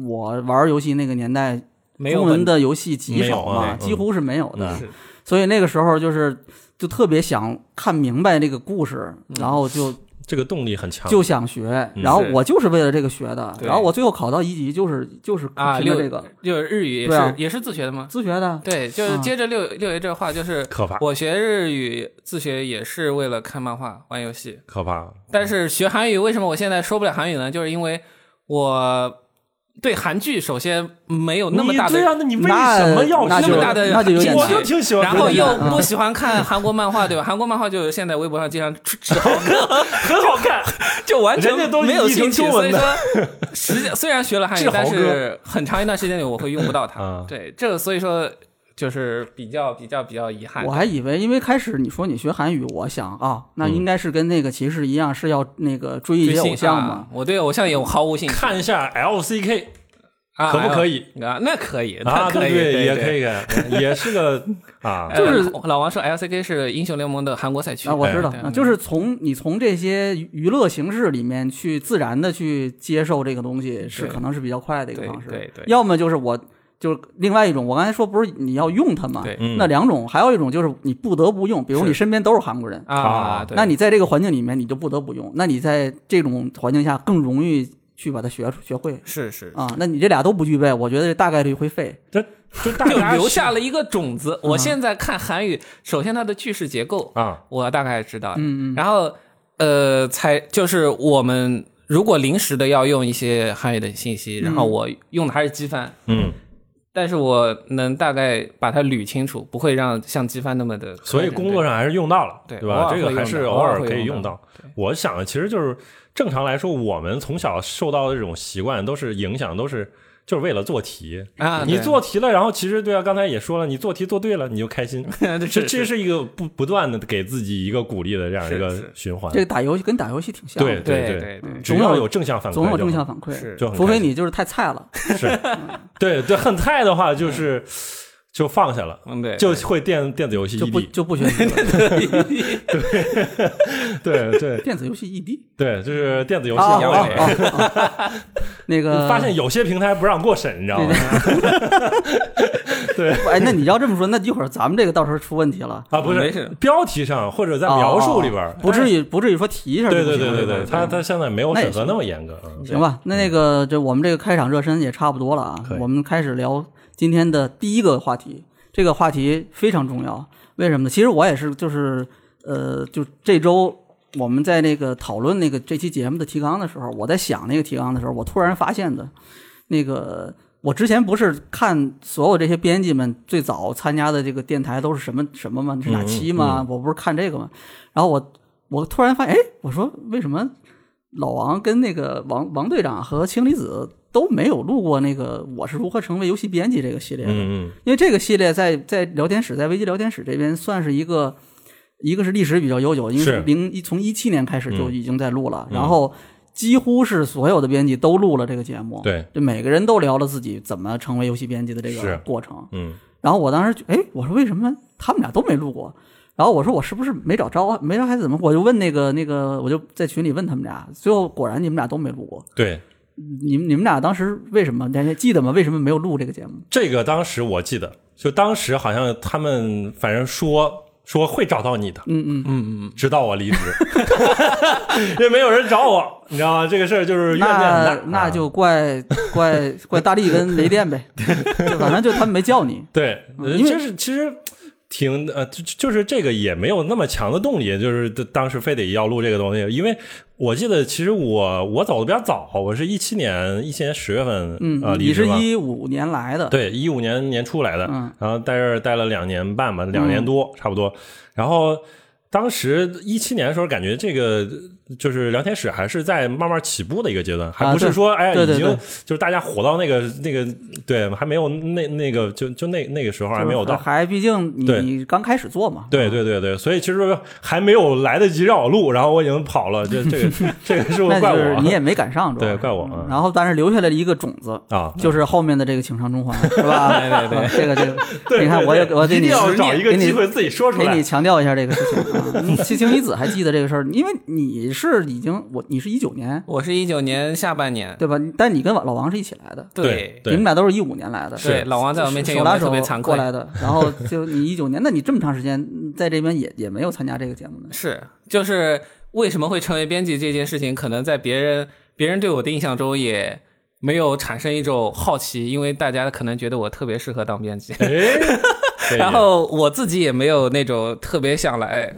[SPEAKER 3] 我玩游戏那个年代，
[SPEAKER 4] 没有
[SPEAKER 3] 中文的游戏极少
[SPEAKER 1] 没有
[SPEAKER 3] 嘛，
[SPEAKER 1] 啊
[SPEAKER 3] 几乎是没有的
[SPEAKER 1] 嗯，
[SPEAKER 4] 是
[SPEAKER 3] 所以那个时候就是就特别想看明白这个故事，
[SPEAKER 1] 嗯
[SPEAKER 3] 然后就
[SPEAKER 1] 这个动力很强。
[SPEAKER 3] 就想学，
[SPEAKER 1] 嗯
[SPEAKER 3] 然后
[SPEAKER 4] 是
[SPEAKER 3] 我就是为了这个学的，
[SPEAKER 4] 对
[SPEAKER 3] 然后我最后考到一级，就是就是
[SPEAKER 4] 啊，
[SPEAKER 3] 凭着
[SPEAKER 4] 六
[SPEAKER 3] 这个
[SPEAKER 4] 就是日语也
[SPEAKER 3] 对啊
[SPEAKER 4] 是也是自学的吗？
[SPEAKER 3] 自学的，
[SPEAKER 4] 对，就是接着六、六爷这话，就是
[SPEAKER 1] 可怕
[SPEAKER 4] 我学日语自学也是为了看漫画、玩游戏，
[SPEAKER 1] 可怕，
[SPEAKER 4] 但是学韩语为什么我现在说不了韩语呢？就是因为我对韩剧首先没有那么大
[SPEAKER 1] 你对
[SPEAKER 4] 的。
[SPEAKER 1] 啊，那你为
[SPEAKER 3] 那
[SPEAKER 1] 什么要
[SPEAKER 3] 那
[SPEAKER 4] 那
[SPEAKER 1] 这
[SPEAKER 3] 就
[SPEAKER 4] 么
[SPEAKER 1] 么
[SPEAKER 4] 大的
[SPEAKER 3] 那就有点
[SPEAKER 1] 我
[SPEAKER 4] 兴趣
[SPEAKER 1] 就挺喜欢
[SPEAKER 4] 然
[SPEAKER 1] 看
[SPEAKER 4] 后
[SPEAKER 1] 这
[SPEAKER 4] 又
[SPEAKER 1] 个的，啊
[SPEAKER 4] 不喜欢看韩国漫画，对吧？ 韩国漫画就是现在微博上经常吃 吃好看，
[SPEAKER 1] 很好看，
[SPEAKER 4] 就完全
[SPEAKER 1] 人家都
[SPEAKER 4] 没有
[SPEAKER 1] 译成
[SPEAKER 4] 兴趣。
[SPEAKER 1] 中
[SPEAKER 4] 所
[SPEAKER 1] 文
[SPEAKER 4] 以
[SPEAKER 1] 的
[SPEAKER 4] 说，实际虽然学了汉语
[SPEAKER 1] 志，豪
[SPEAKER 4] 但
[SPEAKER 1] 哥
[SPEAKER 4] 是很长一段时间里我会用不到 它
[SPEAKER 1] 嗯。
[SPEAKER 4] 对，这个所以说就是比较比较比较遗憾
[SPEAKER 3] 我。还以为，因为开始你说你学韩语，我想啊，那
[SPEAKER 4] 嗯
[SPEAKER 3] 应该是跟那个骑士一样，是要那个追一
[SPEAKER 4] 追
[SPEAKER 3] 些
[SPEAKER 4] 星
[SPEAKER 3] 偶像
[SPEAKER 4] 啊
[SPEAKER 3] 嘛。
[SPEAKER 4] 我对偶像也毫无兴趣。
[SPEAKER 1] 看一下 LCK
[SPEAKER 4] 啊
[SPEAKER 1] 可不可以
[SPEAKER 4] 啊？那可以，
[SPEAKER 1] 啊，
[SPEAKER 4] 那可
[SPEAKER 1] 对
[SPEAKER 4] 以，
[SPEAKER 1] 也可
[SPEAKER 4] 可以。
[SPEAKER 1] 以看，也是个 啊，
[SPEAKER 3] 就是
[SPEAKER 4] 呃老王说，LCK 是英雄联盟的韩国赛区
[SPEAKER 3] 啊，我知道，
[SPEAKER 4] 对
[SPEAKER 3] 啊就是从你从这些娱乐形式里面去自然的去接受这个东西，是
[SPEAKER 4] 对
[SPEAKER 3] 可能是比较快的一个
[SPEAKER 4] 对
[SPEAKER 3] 方式。
[SPEAKER 4] 对对
[SPEAKER 3] 要么就是我就是另外一种，我刚才说不是你要用它嘛
[SPEAKER 4] 对，
[SPEAKER 1] 嗯
[SPEAKER 3] 那两种，还有一种就是你不得不用，比如
[SPEAKER 4] 是
[SPEAKER 3] 你身边都是韩国人，
[SPEAKER 1] 啊
[SPEAKER 4] 啊，对
[SPEAKER 3] 那你在这个环境里面你就不得不用，那你在这种环境下更容易去把它学学会。
[SPEAKER 4] 是是，
[SPEAKER 3] 啊，那你这俩都不具备，我觉得这大概率会废。
[SPEAKER 1] 这就大
[SPEAKER 4] 就
[SPEAKER 1] 家嗯
[SPEAKER 4] 留下了一个种子。我现在看韩语，首先它的句式结构，
[SPEAKER 1] 啊，
[SPEAKER 4] 我大概知道，嗯嗯，然后呃，才就是我们如果临时的要用一些汉语的信息，然后
[SPEAKER 3] 嗯
[SPEAKER 4] 我用的还是机翻，
[SPEAKER 1] 嗯，
[SPEAKER 4] 但是我能大概把它捋清楚，不会让像机翻那么的。
[SPEAKER 1] 所以工作上还是用到了，
[SPEAKER 4] 对偶
[SPEAKER 1] 吧？
[SPEAKER 4] 尔
[SPEAKER 1] 这个
[SPEAKER 4] 会
[SPEAKER 1] 还
[SPEAKER 4] 用
[SPEAKER 1] 是
[SPEAKER 4] 到
[SPEAKER 1] 偶
[SPEAKER 4] 偶尔
[SPEAKER 1] 尔
[SPEAKER 4] 会
[SPEAKER 1] 可以
[SPEAKER 4] 用
[SPEAKER 1] 用
[SPEAKER 4] 到
[SPEAKER 1] 到。我想的其实就是正常来说，我们从小受到的这种习惯都是影响，都是就是为了做题。
[SPEAKER 4] 啊，
[SPEAKER 1] 你
[SPEAKER 4] 对
[SPEAKER 1] 做题了，然后其实对啊，刚才也说了，你做题做对了，你就开 心。
[SPEAKER 4] 是
[SPEAKER 1] 这
[SPEAKER 4] 是
[SPEAKER 1] 这是一个不不断的给自己一个鼓励的这样一个循环
[SPEAKER 3] 这。个打游戏跟打游戏挺像的，
[SPEAKER 1] 对
[SPEAKER 4] 对
[SPEAKER 1] 对
[SPEAKER 4] 对，
[SPEAKER 1] 只要有正向反馈就
[SPEAKER 3] 总
[SPEAKER 1] 好，
[SPEAKER 3] 有正向反馈，
[SPEAKER 4] 是
[SPEAKER 1] 就很开心
[SPEAKER 3] 除非你就是太菜了。
[SPEAKER 1] 是，对对，很菜的话就是就放下了，
[SPEAKER 4] 嗯嗯对，
[SPEAKER 1] 就会电电子游戏
[SPEAKER 3] 就
[SPEAKER 1] 异
[SPEAKER 3] 不
[SPEAKER 1] 地。
[SPEAKER 3] 就不学习了
[SPEAKER 1] 对对
[SPEAKER 3] 电子游戏异 E 地
[SPEAKER 1] 对，就是电子
[SPEAKER 4] 哦
[SPEAKER 1] 游戏
[SPEAKER 3] 啊
[SPEAKER 1] 也
[SPEAKER 3] 啊
[SPEAKER 1] 会。
[SPEAKER 3] 啊！啊那个
[SPEAKER 1] 发现有些平台不让过审，你知道吗？对
[SPEAKER 3] 哎，那你要这么说，那一会儿咱们这个到时候出问题了，
[SPEAKER 1] 啊，不
[SPEAKER 4] 没
[SPEAKER 1] 是
[SPEAKER 4] 事
[SPEAKER 1] 标题上或者在描述里边儿
[SPEAKER 3] 哦，不至于不至于说提一下就
[SPEAKER 1] 对
[SPEAKER 3] 不
[SPEAKER 1] 对
[SPEAKER 3] 行。
[SPEAKER 1] 对对
[SPEAKER 3] 是
[SPEAKER 1] 对，
[SPEAKER 3] 吧
[SPEAKER 1] 他他现在没有审核那么严格，嗯
[SPEAKER 3] 行吧，那那个就我们这个开场热身也差不多了啊
[SPEAKER 1] 可以，
[SPEAKER 3] 我们开始聊今天的第一个话题。这个话题非常重要，为什么呢？其实我也是，就是呃，就这周我们在那个讨论那个这期节目的提纲的时候，我在想那个提纲的时候，我突然发现的，那个我之前不是看所有这些编辑们最早参加的这个电台都是什么什么吗？是
[SPEAKER 1] 嗯
[SPEAKER 3] 哪期吗？我不是看这个吗？然后我我突然发现，哎，我说为什么老王跟那个王王队长和氢离子都没有录过那个《我是如何成为游戏编辑》这个系列的？
[SPEAKER 1] 嗯
[SPEAKER 3] 因为这个系列在在聊天室，在危机聊天室这边算是一个，一个是历史比较悠久，因为
[SPEAKER 1] 是嗯
[SPEAKER 3] 是零一从一七年开始就已经在录了，然后几乎是所有的编辑都录了这个节目，
[SPEAKER 1] 对，
[SPEAKER 3] 就每个人都聊了自己怎么成为游戏编辑的这
[SPEAKER 1] 是
[SPEAKER 3] 个过程。
[SPEAKER 1] 嗯
[SPEAKER 3] 然后我当时就，哎，我说为什么他们俩都没录过？然后我说我是不是没找着，啊没着还是怎么？我就问那个那个，我就在群里问他们俩，最后果然你们俩都没录过。
[SPEAKER 1] 嗯，对，
[SPEAKER 3] 你们你们俩当时为什么？大家记得吗？为什么没有录这个节目？
[SPEAKER 1] 这个当时我记得，就当时好像他们反正说说会找到你的，嗯嗯嗯嗯，直到我离职， 也没有人找我，你知道吗？这个事儿就是怨念很
[SPEAKER 3] 那
[SPEAKER 1] 大，
[SPEAKER 3] 那
[SPEAKER 1] 啊
[SPEAKER 3] 就怪 怪怪大力跟雷电呗，就反正就他们没叫 你。
[SPEAKER 1] 对，呃
[SPEAKER 3] 因为
[SPEAKER 1] 就是其实挺呃，就就是这个也没有那么强的动力，就是当时非得要录这个东西，因为我记得其实我我走的比较早，我是一七年一七年十月份
[SPEAKER 3] 嗯，
[SPEAKER 1] 呃
[SPEAKER 3] 你
[SPEAKER 1] 离职
[SPEAKER 3] 是
[SPEAKER 1] 嘛。
[SPEAKER 3] 一五年来的，
[SPEAKER 1] 对，一五年年初来的，
[SPEAKER 3] 嗯
[SPEAKER 1] 然后在这儿待了两年半吧，两年多、差不多。然后当时一七年的时候，感觉这个就是聊天室还是在慢慢起步的一个阶段，还
[SPEAKER 3] 啊
[SPEAKER 1] 不是
[SPEAKER 3] 对
[SPEAKER 1] 说、哎呀
[SPEAKER 3] 对对
[SPEAKER 1] 已
[SPEAKER 3] 对
[SPEAKER 1] 经就是大家火到那个那个对，还没有那那个就就那那个时候还没有
[SPEAKER 3] 就是
[SPEAKER 1] 到。
[SPEAKER 3] 还毕竟你
[SPEAKER 1] 对
[SPEAKER 3] 你刚开始做嘛。
[SPEAKER 1] 对对对对，所以其实还没有来得及让我录，然后我已经跑了，这这 个这个是不是
[SPEAKER 3] 那
[SPEAKER 1] 怪
[SPEAKER 3] 就是
[SPEAKER 1] 我？啊
[SPEAKER 3] 你也没赶上，主 要
[SPEAKER 1] 对
[SPEAKER 3] 是
[SPEAKER 1] 怪我啊
[SPEAKER 3] 然后，但是留下来了一个种子，
[SPEAKER 1] 啊，
[SPEAKER 3] 就是后面的这个请上中环，是吧？对对对，这个这个，
[SPEAKER 1] 对
[SPEAKER 3] 你看
[SPEAKER 1] 对
[SPEAKER 3] 我也
[SPEAKER 1] 对
[SPEAKER 3] 我给
[SPEAKER 1] 一
[SPEAKER 3] 你
[SPEAKER 1] 定要找一个
[SPEAKER 3] 给你
[SPEAKER 1] 机会自己说出
[SPEAKER 3] 给
[SPEAKER 1] 来
[SPEAKER 3] 你。强调一下这个事情啊。嗯七青一子还记得这个事儿，因为你是已经我你是一九年
[SPEAKER 4] 我是一九年下半年，
[SPEAKER 3] 对吧？但你跟老王是一起来的，
[SPEAKER 1] 对
[SPEAKER 3] 你们俩都是一五年来的，
[SPEAKER 4] 对，老王在我面前
[SPEAKER 3] 手
[SPEAKER 4] 有没
[SPEAKER 3] 拉
[SPEAKER 4] 有特
[SPEAKER 3] 手
[SPEAKER 4] 别惭
[SPEAKER 3] 过
[SPEAKER 4] 愧？
[SPEAKER 3] 来的，然后就你一九年，那你这么长时间嗯在这边也也没有参加这个节目呢？
[SPEAKER 4] 是，就是为什么会成为编辑这件事情，可能在别人别人对我的印象中也没有产生一种好奇，因为大家可能觉得我特别适合当编辑，
[SPEAKER 1] 哎，可以
[SPEAKER 4] 然后我自己也没有那种特别想来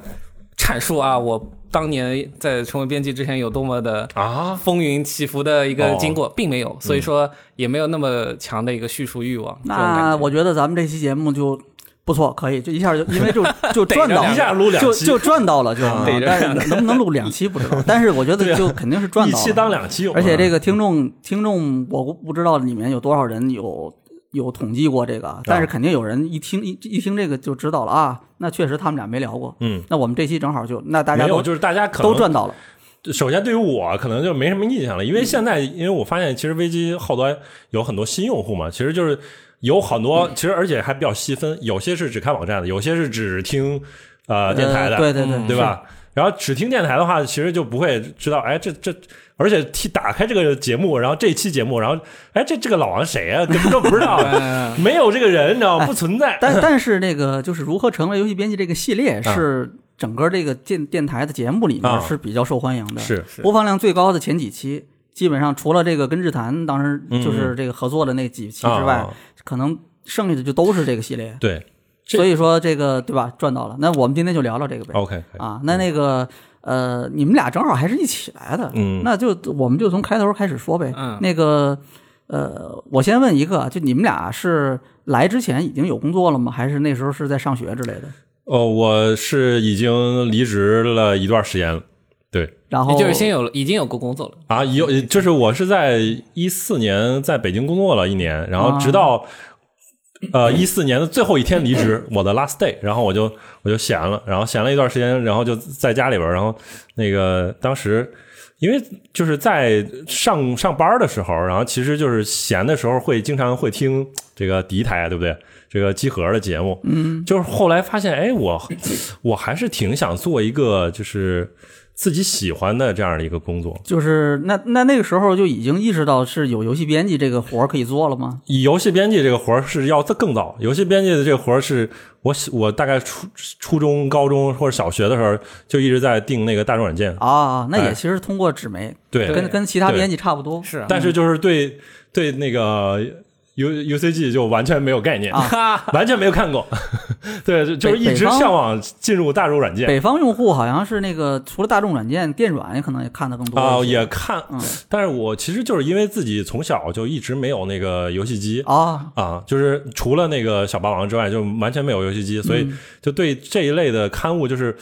[SPEAKER 4] 阐述啊，我当年在成为编辑之前有多么的
[SPEAKER 1] 啊，
[SPEAKER 4] 风云起伏的一
[SPEAKER 3] 哦
[SPEAKER 4] 个经过，并没有，
[SPEAKER 3] 嗯
[SPEAKER 4] 所以说也没有那么强的一个叙述欲望。这种感
[SPEAKER 3] 那
[SPEAKER 4] 觉
[SPEAKER 3] 我觉得咱们这期节目就不错，可以就一下就因 为就就赚到了，
[SPEAKER 1] 一下撸两
[SPEAKER 3] 就
[SPEAKER 1] 期
[SPEAKER 3] 就赚到了就，
[SPEAKER 1] 啊
[SPEAKER 4] 逮着
[SPEAKER 3] 但是能能不能录两期不知 道，但是我觉
[SPEAKER 1] 对
[SPEAKER 3] 得
[SPEAKER 1] 啊
[SPEAKER 3] 就肯定是赚
[SPEAKER 1] 一
[SPEAKER 3] 到
[SPEAKER 1] 期
[SPEAKER 3] 了。
[SPEAKER 1] 当两期用啊，
[SPEAKER 3] 而且这个听众听众，我不不知道里面有多少人有有统计过这个，
[SPEAKER 1] 啊
[SPEAKER 3] 但是肯定有人一听一一听这个就知道了啊，那确实他们俩没聊过。
[SPEAKER 1] 嗯，
[SPEAKER 3] 那我们这期正好就那大家
[SPEAKER 1] 没有，
[SPEAKER 3] 都
[SPEAKER 1] 就是大家可能
[SPEAKER 3] 都赚到嗯了。
[SPEAKER 1] 首先对于我可能就没什么印象了，因为现在因为我发现其实危机后端有很多新用户嘛，其实就是有很多，
[SPEAKER 3] 嗯
[SPEAKER 1] 其实而且还比较细分，有些是只看网站的，有些是只听呃电台的，
[SPEAKER 3] 呃对对对
[SPEAKER 1] 对吧？然后只听电台的话，其实就不会知道，哎，这这，而且替打开这个节目，然后这期节目，然后，哎，这这个老王谁啊？根本就不知道，
[SPEAKER 4] 嗯
[SPEAKER 1] 没有这个人，你知道吗？不存在。
[SPEAKER 3] 但但是那个就是如何成为游戏编辑这个系列是整个这个电电台的节目里
[SPEAKER 1] 啊
[SPEAKER 3] 面是比较受欢迎的，
[SPEAKER 1] 是
[SPEAKER 3] 播放量最高的前几期。基本上除了这个跟日坛当时就是这个合作的那几期之外
[SPEAKER 1] 嗯啊，
[SPEAKER 3] 可能剩下的就都是这个系列。
[SPEAKER 1] 对这
[SPEAKER 3] 所以说这个对吧，赚到了。那我们今天就聊聊这个呗。
[SPEAKER 1] ，OK，
[SPEAKER 3] 啊，那那个呃，你们俩正好还是一起来的，
[SPEAKER 1] 嗯
[SPEAKER 3] 那就我们就从开头开始说呗。
[SPEAKER 4] 嗯
[SPEAKER 3] 那个呃，我先问一个，就你们俩是来之前已经有工作了吗？还是那时候是在上学之类的？
[SPEAKER 1] 哦，我是已经离职了一段时间了，对。
[SPEAKER 3] 然后
[SPEAKER 4] 也就是先有了，已经有过工作了。
[SPEAKER 1] 啊，有就是我是在一四年在北京工作了一年，然后直到、呃一四年的最后一天离职，我的 last day，然后我就我就闲了，然后闲了一段时间，然后就在家里边儿，然后那个当时。因为就是在上上班的时候，然后其实就是闲的时候会经常会听这个敌台，对不对？这个集合的节目，嗯，就是后来发现，哎，我我还是挺想做一个就是自己喜欢的这样的一个工作。
[SPEAKER 3] 就是那那那个时候就已经意识到是有游戏编辑这个活儿可以做了吗？
[SPEAKER 1] 以游戏编辑这个活儿是要再更早，游戏编辑的这个活儿是我喜我大概初初中、高中或者小学的时候就一直在定那个大众软件，
[SPEAKER 3] 啊，那
[SPEAKER 1] 哎
[SPEAKER 3] 也其实通过纸媒，
[SPEAKER 1] 对，
[SPEAKER 4] 对
[SPEAKER 3] 跟跟其他
[SPEAKER 1] 对
[SPEAKER 3] 编辑差不多。
[SPEAKER 4] 是啊
[SPEAKER 1] 但是就是对对那个 U U C G 就完全没有概念，完全没有 看过，对，就就是一直
[SPEAKER 3] 啊北方
[SPEAKER 1] 向往进入大众软件。
[SPEAKER 3] 北方用户好像是那个除了大众软件，电软也可能也看的更多
[SPEAKER 1] 啊、
[SPEAKER 3] 一些
[SPEAKER 1] 也看，
[SPEAKER 3] 嗯
[SPEAKER 1] 但是我其实就是因为自己从小就一直没有那个游戏机
[SPEAKER 3] 啊，
[SPEAKER 1] 啊，就是除了那个小霸王之外，就完全没有游戏机，所以就对这一类的刊物就是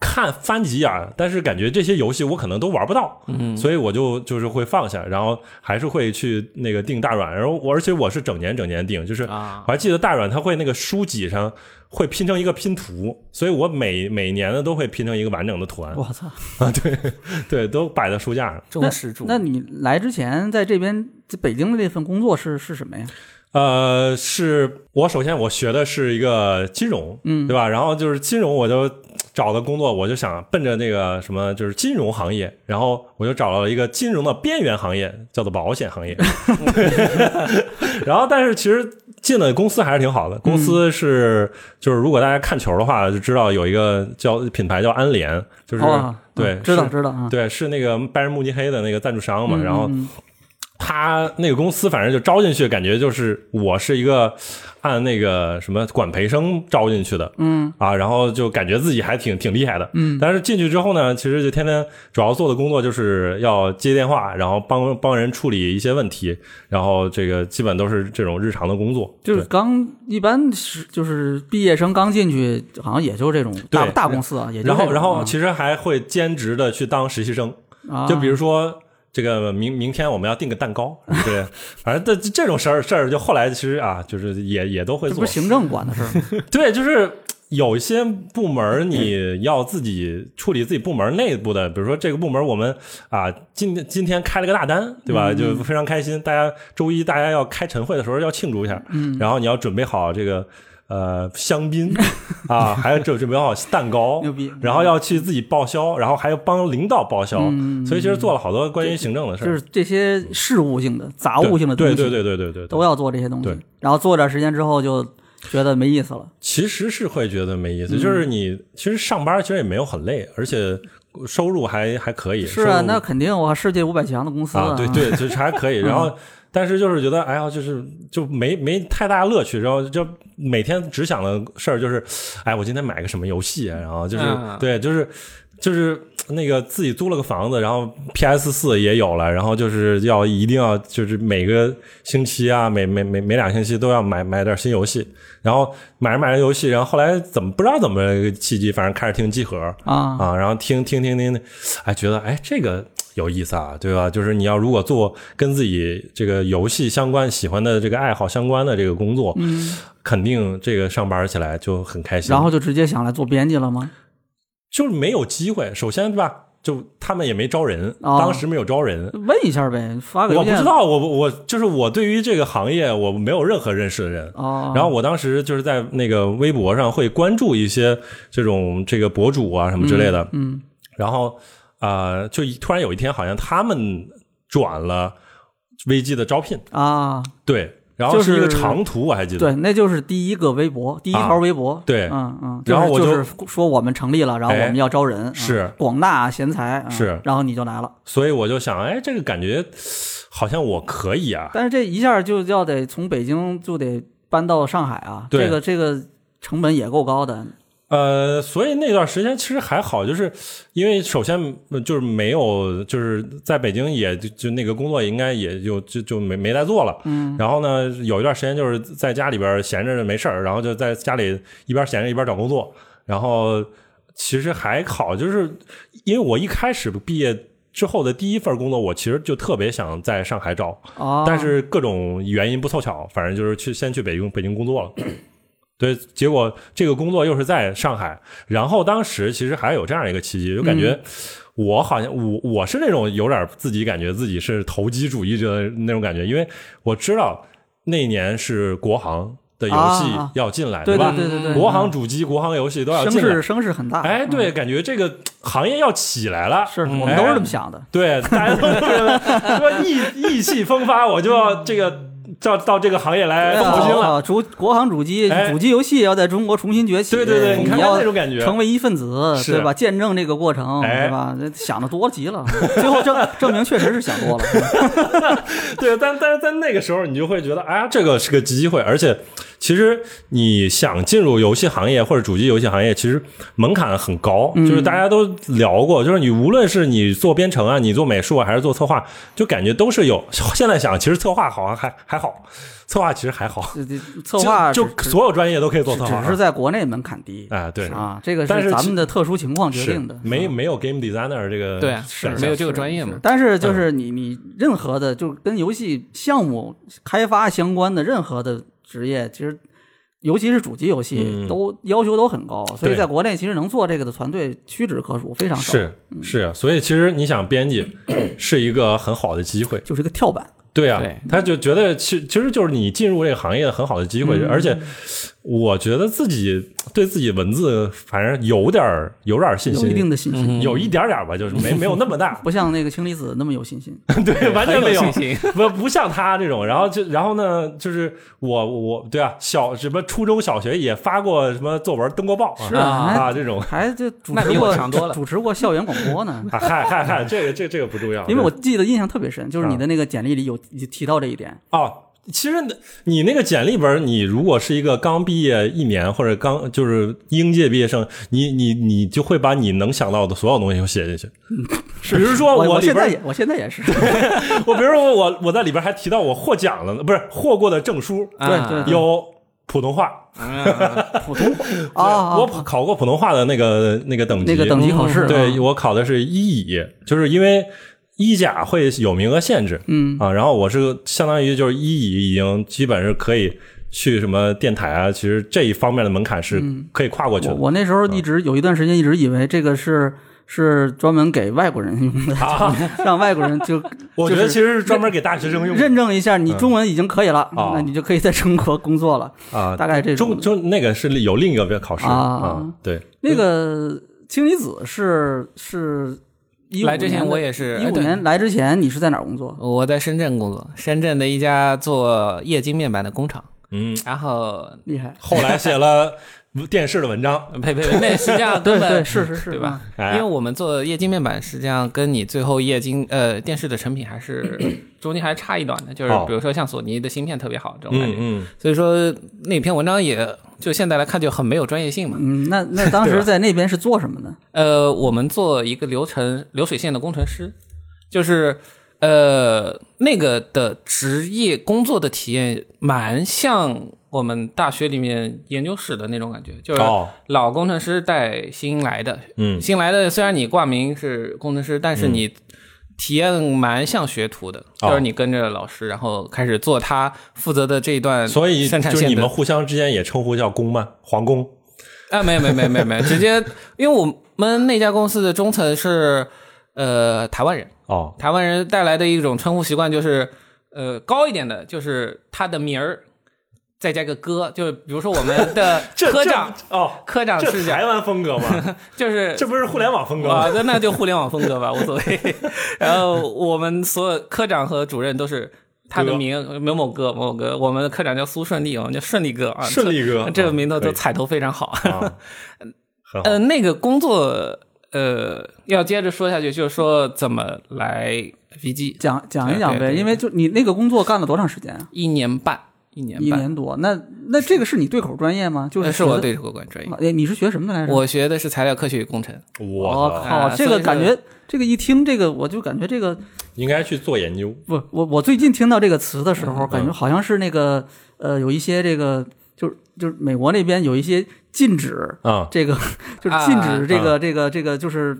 [SPEAKER 1] 看翻几眼，但是感觉这些游戏我可能都玩不到，嗯，所以我就就是会放下，然后还是会去那个订大软，然后我而且我是整年整年订，就是
[SPEAKER 4] 啊
[SPEAKER 1] 我还记得大软它会那个书籍上会拼成一个拼图，所以我每每年呢都会拼成一个完整的图案
[SPEAKER 3] 我操！
[SPEAKER 1] 啊，对对，都摆在书架上。
[SPEAKER 4] 重视住
[SPEAKER 3] 那你来之前在这边在北京的这份工作是是什么呀？
[SPEAKER 1] 呃，是我首先我学的是一个金融，嗯，对吧？然后就是金融，我就找的工作，我就想奔着那个什么，就是金融行业，然后我就找了一个金融的边缘行业，叫做保险行 业。 然后，但是其实进了公司还是挺好的。公
[SPEAKER 3] 嗯
[SPEAKER 1] 司是、就是，如果大家看球的话，就知道有一个叫品牌叫安联，就是、
[SPEAKER 3] 哦，
[SPEAKER 1] 对、
[SPEAKER 3] 嗯知道
[SPEAKER 1] 是
[SPEAKER 3] 知道啊。
[SPEAKER 1] 对，是那个拜仁慕尼黑的那个赞助商嘛，
[SPEAKER 3] 嗯
[SPEAKER 1] 然后
[SPEAKER 3] 嗯
[SPEAKER 1] 他那个公司反正就招进去，感觉就是我是一个按那个什么管培生招进去的，嗯啊，然后就感觉自己还挺挺厉害的，嗯，但是进去之后呢，其实就天天主要做的工作就是要接电话，然后帮帮人处理一些问题，然后这个基本都是这种日常的工作，
[SPEAKER 3] 就是
[SPEAKER 1] 对
[SPEAKER 3] 刚一般是就是毕业生刚进去，好像也就这种大
[SPEAKER 1] 对
[SPEAKER 3] 大公司啊，也就
[SPEAKER 1] 然
[SPEAKER 3] 这
[SPEAKER 1] 后
[SPEAKER 3] 种
[SPEAKER 1] 然后
[SPEAKER 3] 啊
[SPEAKER 1] 其实还会兼职的去当实习生，
[SPEAKER 3] 啊
[SPEAKER 1] 就比如说这个明明天我们要订个蛋 糕，对，反正这这种事儿事儿就后来其实啊，就是也也都会
[SPEAKER 3] 这
[SPEAKER 1] 做
[SPEAKER 3] 不是，行政管的 事儿吗？
[SPEAKER 1] 对，就是。有一些部门你要自己处理自己部门内部的，比如说这个部门我们啊今今天开了个大单，对
[SPEAKER 3] 嗯
[SPEAKER 1] 吧？就非常开心。大家周一大家要开晨会的时候要庆祝一下，
[SPEAKER 3] 嗯
[SPEAKER 1] 然后你要准备好这个呃香 槟啊，还要准准备好蛋糕，
[SPEAKER 3] 牛逼
[SPEAKER 1] 然后要去自己报销，然后还要帮领导报销，所以其实做了好多关于行政的事
[SPEAKER 3] 嗯就
[SPEAKER 1] 儿，
[SPEAKER 3] 是这些事务性的杂物性的东
[SPEAKER 1] 对
[SPEAKER 3] 西，
[SPEAKER 1] 对对对对对
[SPEAKER 3] 都
[SPEAKER 1] 要。
[SPEAKER 3] 要做这些东西
[SPEAKER 1] 对。
[SPEAKER 3] 然后做点时间之后就觉得没意思了。
[SPEAKER 1] 其实是会觉得没意思，就是你其实上班其实也没有很累，而且收入还还可以。
[SPEAKER 3] 是
[SPEAKER 1] 收
[SPEAKER 3] 啊，
[SPEAKER 1] 入
[SPEAKER 3] 那肯定我世界五百强的公司
[SPEAKER 1] 啊，对
[SPEAKER 3] 啊
[SPEAKER 1] 对，就是还可以。然后，但是就是觉得，哎呀，就是就没没太大乐趣，然后就每天只想的事儿就是，哎，我今天买个什么游戏啊，然后就是、
[SPEAKER 4] 嗯
[SPEAKER 1] 对，就是就是那个自己租了个房子，然后 PS 四也有了，然后就是要一定要就是每个星期啊，每每每每两星期都要买买点新游戏，然后买着买着游戏，然后后来怎么不知道怎么个契机，反正开始听集合，
[SPEAKER 3] 啊，
[SPEAKER 1] 啊，然后听听听听，哎，觉得哎这个有意思啊，对吧？就是你要如果做跟自己这个游戏相关、喜欢的这个爱好相关的这个工作，嗯，肯定这个上班起来就很开心。
[SPEAKER 3] 然后就直接想来做编辑了吗？
[SPEAKER 1] 就是没有机会，首先对吧？就他们也没招人，
[SPEAKER 3] 哦
[SPEAKER 1] 当时没有招人。
[SPEAKER 3] 问一下呗，发
[SPEAKER 1] 我
[SPEAKER 3] 个邮
[SPEAKER 1] 不
[SPEAKER 3] 件
[SPEAKER 1] 知道，我我就是我对于这个行业我没有任何认识的人，
[SPEAKER 3] 哦。
[SPEAKER 1] 然后我当时就是在那个微博上会关注一些这种这个博主啊什么之类的，嗯，然后呃，就一突然有一天好像他们转了危机的招聘，
[SPEAKER 3] 啊，
[SPEAKER 1] 对，然后
[SPEAKER 3] 就是
[SPEAKER 1] 一个长图，我还记得，
[SPEAKER 3] 对，那就是第一个微博，第一条微博。
[SPEAKER 1] 啊对
[SPEAKER 3] 嗯嗯。
[SPEAKER 1] 然后我
[SPEAKER 3] 就
[SPEAKER 1] 就是
[SPEAKER 3] 就是说我们成立了，然后我
[SPEAKER 1] 哎
[SPEAKER 3] 们要招人，嗯
[SPEAKER 1] 是
[SPEAKER 3] 广纳贤才，嗯
[SPEAKER 1] 是
[SPEAKER 3] 然后你就来了。
[SPEAKER 1] 所以我就想，哎，这个感觉好像我可以啊，
[SPEAKER 3] 但是这一下就要得从北京就得搬到上海啊，
[SPEAKER 1] 对
[SPEAKER 3] 这个这个成本也够高的。
[SPEAKER 1] 呃，所以那段时间其实还好，就是因为首先呃就是没有，就是在北京也就就那个工作应该也就就就没没再做了。嗯。然后呢，有一段时间就是在家里边闲着没事儿，然后就在家里一边闲着一边找工作，然后其实还好，就是因为我一开始毕业。之后的第一份工作，我其实就特别想在上海找，
[SPEAKER 3] 哦，
[SPEAKER 1] 但是各种原因不凑巧，反正就是去先去北京北京工作了。 对，结果这个工作又是在上海，然后当时其实还有这样一个契机，就感觉
[SPEAKER 3] 嗯
[SPEAKER 1] 我好像我我是那种有点自己感觉自己是投机主义者的那种感觉，因为我知道那一年是国航的游戏
[SPEAKER 3] 啊
[SPEAKER 1] 要进来，
[SPEAKER 3] 对
[SPEAKER 1] 吧？
[SPEAKER 3] 对对对对，
[SPEAKER 1] 国行主机、国行游戏都要
[SPEAKER 3] 声
[SPEAKER 1] 进
[SPEAKER 3] 势
[SPEAKER 1] 来。
[SPEAKER 3] 声势很大。
[SPEAKER 1] 哎，
[SPEAKER 3] 嗯，
[SPEAKER 1] 对，感觉这个行业要起来了，
[SPEAKER 3] 是
[SPEAKER 1] 嗯
[SPEAKER 3] 我们都是
[SPEAKER 1] 哎
[SPEAKER 3] 这么想的。
[SPEAKER 1] 对，大家都觉得说意意气风发，我就要这个到到这个行业来
[SPEAKER 3] 对啊
[SPEAKER 1] 投
[SPEAKER 3] 我
[SPEAKER 1] 心了。
[SPEAKER 3] 靠主国行主机
[SPEAKER 1] 哎
[SPEAKER 3] 主机游戏要在中国重新崛起，
[SPEAKER 1] 对对对，你看
[SPEAKER 3] 要
[SPEAKER 1] 那种感觉，
[SPEAKER 3] 成为一份子，
[SPEAKER 1] 是
[SPEAKER 3] 对吧？见证这个过程，
[SPEAKER 1] 哎
[SPEAKER 3] 对吧？这想的多极了， 最后证证明确实是想多了。
[SPEAKER 1] 对，但但是在那个时候，你就会觉得，哎呀，这个是个机会，而且其实你想进入游戏行业或者主机游戏行业，其实门槛很高，
[SPEAKER 3] 嗯
[SPEAKER 1] 就是大家都聊过，就是你无论是你做编程啊，你做美术啊，还是做策划，就感觉都是有。现在想，其实策划好像还还好，策划其实还好，
[SPEAKER 3] 这这策划
[SPEAKER 1] 就
[SPEAKER 3] 只
[SPEAKER 1] 就
[SPEAKER 3] 只
[SPEAKER 1] 所有专业都可以做策划
[SPEAKER 3] 只，是在国内门槛低
[SPEAKER 1] 哎，对，
[SPEAKER 3] 啊，这个
[SPEAKER 1] 但是
[SPEAKER 3] 咱
[SPEAKER 1] 其
[SPEAKER 3] 们的特殊情况决
[SPEAKER 1] 是
[SPEAKER 3] 定的。
[SPEAKER 1] 没没有 game designer 这个
[SPEAKER 4] 对啊，
[SPEAKER 1] 选项
[SPEAKER 4] 没有这个专业嘛。
[SPEAKER 3] 但是
[SPEAKER 1] 嗯
[SPEAKER 3] 就是你你任何的就跟游戏项目开发相关的任何的职业，其实尤其是主机游戏
[SPEAKER 1] 嗯，
[SPEAKER 3] 都要求都很高，所以
[SPEAKER 1] 对
[SPEAKER 3] 在国内其实能做这个的团队屈指可数，非常少，
[SPEAKER 1] 是是，啊所以其实你想编 辑是一个很好的机会。
[SPEAKER 3] 就是一个跳板。
[SPEAKER 1] 对啊，
[SPEAKER 4] 对
[SPEAKER 1] 他就觉得其其实就是你进入这个行业很好的机会，而且我觉得自己对自己文字反正有点儿有点儿信
[SPEAKER 3] 有
[SPEAKER 1] 心，
[SPEAKER 3] 一定的信心，
[SPEAKER 1] 有一点点儿吧，就是没没有那么大，
[SPEAKER 3] 不像那个氢离子那么有信 心。
[SPEAKER 1] 对，完全
[SPEAKER 4] 很
[SPEAKER 1] 没有
[SPEAKER 4] 有信，心。
[SPEAKER 1] 不不像他这种。然后就然后呢，就是我我对啊，小什么初中小学也发过什么作文登过报啊
[SPEAKER 3] 是啊
[SPEAKER 1] 啊这种，
[SPEAKER 3] 还就主
[SPEAKER 4] 那
[SPEAKER 3] 持
[SPEAKER 4] 比我
[SPEAKER 3] 过
[SPEAKER 4] 强多了
[SPEAKER 3] 主持过校园广播
[SPEAKER 1] 。
[SPEAKER 3] 呢
[SPEAKER 1] 啊嗨嗨嗨，这个这这个不重要，
[SPEAKER 3] 因为我
[SPEAKER 1] 对
[SPEAKER 3] 记得印象特别深，就是你的那个简历里有提到这一点，
[SPEAKER 1] 哦。其实你那个简历本儿，你如果是一个刚毕业一年或者刚就是应届毕业生，你你你就会把你能想到的所有东西都写进去。 比如说
[SPEAKER 3] 嗯我我
[SPEAKER 1] 哦里
[SPEAKER 3] 现
[SPEAKER 1] 边
[SPEAKER 3] 在
[SPEAKER 1] 儿，
[SPEAKER 3] 也我现在 也是，
[SPEAKER 1] 我比如说我我在里边儿还提到我获奖了呢，不是获过的证书
[SPEAKER 4] 啊
[SPEAKER 3] 对对对
[SPEAKER 1] 有普通话，嗯
[SPEAKER 3] 普通话啊，
[SPEAKER 1] 我
[SPEAKER 3] 啊
[SPEAKER 1] 考过普通话的那个那个等级，
[SPEAKER 3] 那个等级考试，
[SPEAKER 1] 对
[SPEAKER 3] 啊
[SPEAKER 1] 我考的是一乙，就是因为一甲会有名额限制，
[SPEAKER 3] 嗯
[SPEAKER 1] 啊，然后我是相当于就是一乙已经基本是可以去什么电台啊，其实这一方面的门槛是
[SPEAKER 4] 嗯
[SPEAKER 1] 可以跨过去
[SPEAKER 3] 我
[SPEAKER 1] 的。
[SPEAKER 3] 我那时候一直有一段时间一直以为这个是是专门给外国人用的， 让外国人就
[SPEAKER 1] 啊 我觉得
[SPEAKER 3] 就是
[SPEAKER 1] 其实是专门给大学生用的
[SPEAKER 3] 认证一下你中文已经可以了，
[SPEAKER 1] 哦
[SPEAKER 3] 那你就可以在中国工作了，
[SPEAKER 1] 啊，
[SPEAKER 3] 大概这种
[SPEAKER 1] 中中那个是有另一个考试
[SPEAKER 3] 啊
[SPEAKER 1] 啊，对，
[SPEAKER 3] 那个氢离子是是一
[SPEAKER 4] 来之前我也是
[SPEAKER 3] 一
[SPEAKER 4] 哎
[SPEAKER 3] 五
[SPEAKER 4] 对
[SPEAKER 3] 年来之前你是在哪儿工作？
[SPEAKER 4] 我在深圳工作，深圳的一家做液晶面板的工厂，
[SPEAKER 1] 嗯，
[SPEAKER 4] 然后
[SPEAKER 3] 厉害，
[SPEAKER 1] 后来写了电视的文章，
[SPEAKER 4] 呸呸呸，那实际上
[SPEAKER 3] 对
[SPEAKER 4] 根本
[SPEAKER 3] 对是是是，
[SPEAKER 4] 对吧？因为
[SPEAKER 1] 哎，
[SPEAKER 4] 我们做液晶面板，实际上跟你最后液晶呃电视的成品 还是中间还差一段的，就是
[SPEAKER 1] 哦
[SPEAKER 4] 比如说像索尼的芯片特别好这种感
[SPEAKER 1] 嗯
[SPEAKER 4] 觉，
[SPEAKER 1] 嗯，
[SPEAKER 4] 所以说那篇文章也就现在来看就很没有专业性嘛。
[SPEAKER 3] 嗯，那那当
[SPEAKER 1] 对吧
[SPEAKER 3] 时在那边是做什 么的？
[SPEAKER 4] 呃，我们做一个流程流水线的工程师，就是呃那个的职业工作的体验蛮像我们大学里面研究室的那种感觉，就是
[SPEAKER 1] 哦
[SPEAKER 4] 老工程师带新来的，
[SPEAKER 1] 嗯
[SPEAKER 4] 新来的虽然你挂名是工程师，但是你体验蛮像学徒的，
[SPEAKER 1] 哦
[SPEAKER 4] 就是你跟着老师，然后开始做他负责的这一段
[SPEAKER 1] 所以
[SPEAKER 4] 生
[SPEAKER 1] 就
[SPEAKER 4] 产
[SPEAKER 1] 是
[SPEAKER 4] 线
[SPEAKER 1] 你们
[SPEAKER 4] 的。
[SPEAKER 1] 互相之间也称呼叫公吗？皇宫。
[SPEAKER 4] 啊，没有没有没有没有没有，直接因为我们那家公司的中层是呃台湾人，
[SPEAKER 1] 哦，
[SPEAKER 4] 台湾人带来的一种称呼习惯就是，呃，高一点的就是他的名儿。再加个哥，就是比如说我们的
[SPEAKER 1] 这
[SPEAKER 4] 科长，
[SPEAKER 1] 这哦，
[SPEAKER 4] 科长
[SPEAKER 1] 这
[SPEAKER 4] 视角
[SPEAKER 1] 台湾风格 吗？
[SPEAKER 4] 就是
[SPEAKER 1] 这不是互联网风格吗？
[SPEAKER 4] 啊，那那就互联网风格吧，无所 谓。然后我们所有科长和主任都是他的
[SPEAKER 1] 哥
[SPEAKER 4] 名某某哥某某哥，我们的科长叫苏顺利，我们叫顺利哥啊，
[SPEAKER 1] 顺利哥
[SPEAKER 4] 这这个名字
[SPEAKER 1] 啊可以
[SPEAKER 4] 都彩头非常好。
[SPEAKER 1] 啊，很好
[SPEAKER 4] 呃，那个工作呃，要接着说下去，就是说怎么来 VG
[SPEAKER 3] 讲讲一讲
[SPEAKER 4] 对对
[SPEAKER 3] 呗，
[SPEAKER 4] 对
[SPEAKER 3] 因为就你那个工作干了多长时间啊？
[SPEAKER 4] 一年半，一年
[SPEAKER 3] 一
[SPEAKER 4] 半，
[SPEAKER 3] 年多，那那这个是你对口专业吗？就
[SPEAKER 4] 呃
[SPEAKER 3] 是
[SPEAKER 4] 是我
[SPEAKER 3] 学的
[SPEAKER 4] 对这个关专业。
[SPEAKER 3] 哎，你是学什么的来着？
[SPEAKER 4] 我学的是材料科学与工程，
[SPEAKER 1] 我靠，
[SPEAKER 3] 靠，
[SPEAKER 4] 啊
[SPEAKER 3] 这
[SPEAKER 4] 所
[SPEAKER 3] 个
[SPEAKER 4] 以
[SPEAKER 3] 感
[SPEAKER 4] 是
[SPEAKER 3] 觉，这个一听这个，我就感觉这个
[SPEAKER 1] 应该去做研究。
[SPEAKER 3] 不，我我最近听到这个词的时候，感觉好像是那个呃，有一些这个就是就是美国那边有一些禁止。
[SPEAKER 1] 啊，
[SPEAKER 3] 这个就是禁止这个、这个这个就是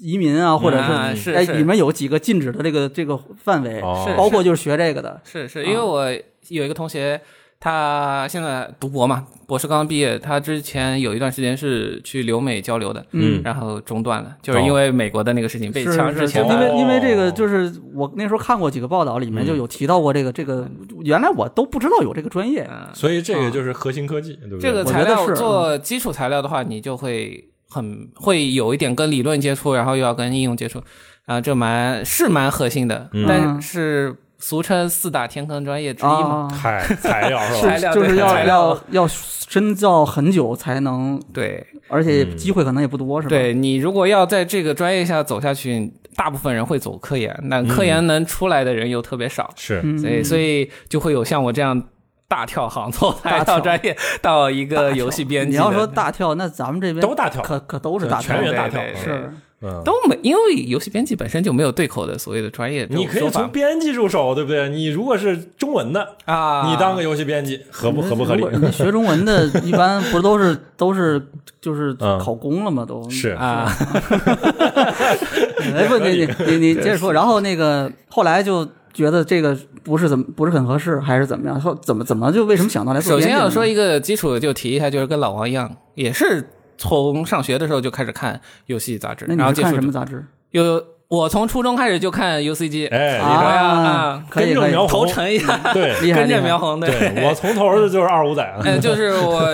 [SPEAKER 3] 移民啊，或者
[SPEAKER 4] 啊
[SPEAKER 3] 是
[SPEAKER 4] 是
[SPEAKER 3] 哎，
[SPEAKER 4] 是
[SPEAKER 3] 里面有几个禁止的这个这个范围，
[SPEAKER 1] 哦
[SPEAKER 4] 是啊
[SPEAKER 3] 包括就是学这个的，
[SPEAKER 4] 是是因为我有一个同学，他现在读博嘛，博士刚刚毕业，他之前有一段时间是去留美交流的，
[SPEAKER 1] 嗯
[SPEAKER 4] 然后中断了，就是因为美国的那个事情被强制
[SPEAKER 3] 是是，
[SPEAKER 4] 遣
[SPEAKER 1] 吧
[SPEAKER 3] 因
[SPEAKER 4] 返。
[SPEAKER 3] 为因为这
[SPEAKER 1] 哦
[SPEAKER 3] 个就是我那时候看过几个报道，里面就有提到过这个这个，原来我都不知道有这个专业，啊
[SPEAKER 4] 嗯，
[SPEAKER 1] 啊所以这个就是核心科技，对不对？
[SPEAKER 4] 这个
[SPEAKER 3] 我觉
[SPEAKER 4] 材
[SPEAKER 3] 得
[SPEAKER 4] 料
[SPEAKER 3] 是嗯
[SPEAKER 4] 做基础材料的话，你就会很会有一点跟理论接触，然后又要跟应用接触，啊、这蛮是蛮核心的，
[SPEAKER 1] 嗯
[SPEAKER 4] 但是俗称四大天坑专业之一嘛。
[SPEAKER 3] 啊，
[SPEAKER 1] 嗨，材料是吧
[SPEAKER 4] 材？料
[SPEAKER 3] 就是
[SPEAKER 4] 对材
[SPEAKER 3] 要
[SPEAKER 4] 料啊
[SPEAKER 3] 要要深造很久才能，
[SPEAKER 4] 对，
[SPEAKER 3] 而且
[SPEAKER 1] 嗯
[SPEAKER 3] 机会可能也不多，是吧？，
[SPEAKER 4] 对你如果要在这个专业下走下去，大部分人会走科研，
[SPEAKER 1] 嗯
[SPEAKER 4] 那科研能出来的人又特别少，
[SPEAKER 1] 是，
[SPEAKER 3] 嗯，
[SPEAKER 4] 所以所以就会有像我这样大跳行从材
[SPEAKER 3] 大
[SPEAKER 4] 料
[SPEAKER 3] 跳
[SPEAKER 4] 专业到一
[SPEAKER 3] 大
[SPEAKER 4] 个
[SPEAKER 3] 跳
[SPEAKER 4] 游戏编辑
[SPEAKER 3] 你
[SPEAKER 4] 的。
[SPEAKER 3] 要说大跳，那咱们这边
[SPEAKER 1] 都大跳
[SPEAKER 3] 可可都是大跳，
[SPEAKER 1] 全员大
[SPEAKER 4] 对
[SPEAKER 1] 跳
[SPEAKER 4] 对，对
[SPEAKER 3] 是
[SPEAKER 1] 嗯，
[SPEAKER 4] 都没，因为游戏编辑本身就没有对口的所谓的专业这种
[SPEAKER 1] 你可以
[SPEAKER 4] 说
[SPEAKER 1] 从
[SPEAKER 4] 法
[SPEAKER 1] 编辑入手，对不对？你如果是中文的，
[SPEAKER 4] 啊，嗯
[SPEAKER 1] 你当个游戏编辑，合不合不合理
[SPEAKER 3] 如？果人家学中文的，一般不都是都是就是
[SPEAKER 1] 嗯
[SPEAKER 3] 考公了吗？都
[SPEAKER 1] 是，
[SPEAKER 4] 啊，
[SPEAKER 3] 哎不，你你你你接着说。然后那个后来就觉得这个不是怎么不是很合适，还是怎么样？后怎么怎么就为什么想到来做
[SPEAKER 4] 首
[SPEAKER 3] 编
[SPEAKER 4] 先
[SPEAKER 3] 辑呢？
[SPEAKER 4] 要说一个基础，就提一下，就是跟老王一样，也是从上学的时候就开始看游戏杂志，
[SPEAKER 3] 那
[SPEAKER 4] 然后
[SPEAKER 3] 你是
[SPEAKER 4] 接
[SPEAKER 3] 看
[SPEAKER 4] 触
[SPEAKER 3] 什么杂志？
[SPEAKER 4] 有我从初中开始就看 UCG，
[SPEAKER 1] 哎
[SPEAKER 4] 怎
[SPEAKER 1] 厉害
[SPEAKER 4] 么样
[SPEAKER 3] 啊
[SPEAKER 4] 啊，，
[SPEAKER 3] 可
[SPEAKER 1] 跟
[SPEAKER 3] 以
[SPEAKER 1] 着
[SPEAKER 3] 可以
[SPEAKER 1] 描，
[SPEAKER 4] 头沉一下，
[SPEAKER 1] 对
[SPEAKER 3] 厉害
[SPEAKER 4] 跟
[SPEAKER 3] 厉
[SPEAKER 4] 着
[SPEAKER 3] 害
[SPEAKER 4] 苗。红
[SPEAKER 1] 对，我从头儿就是二五仔啊，
[SPEAKER 4] 嗯，就是我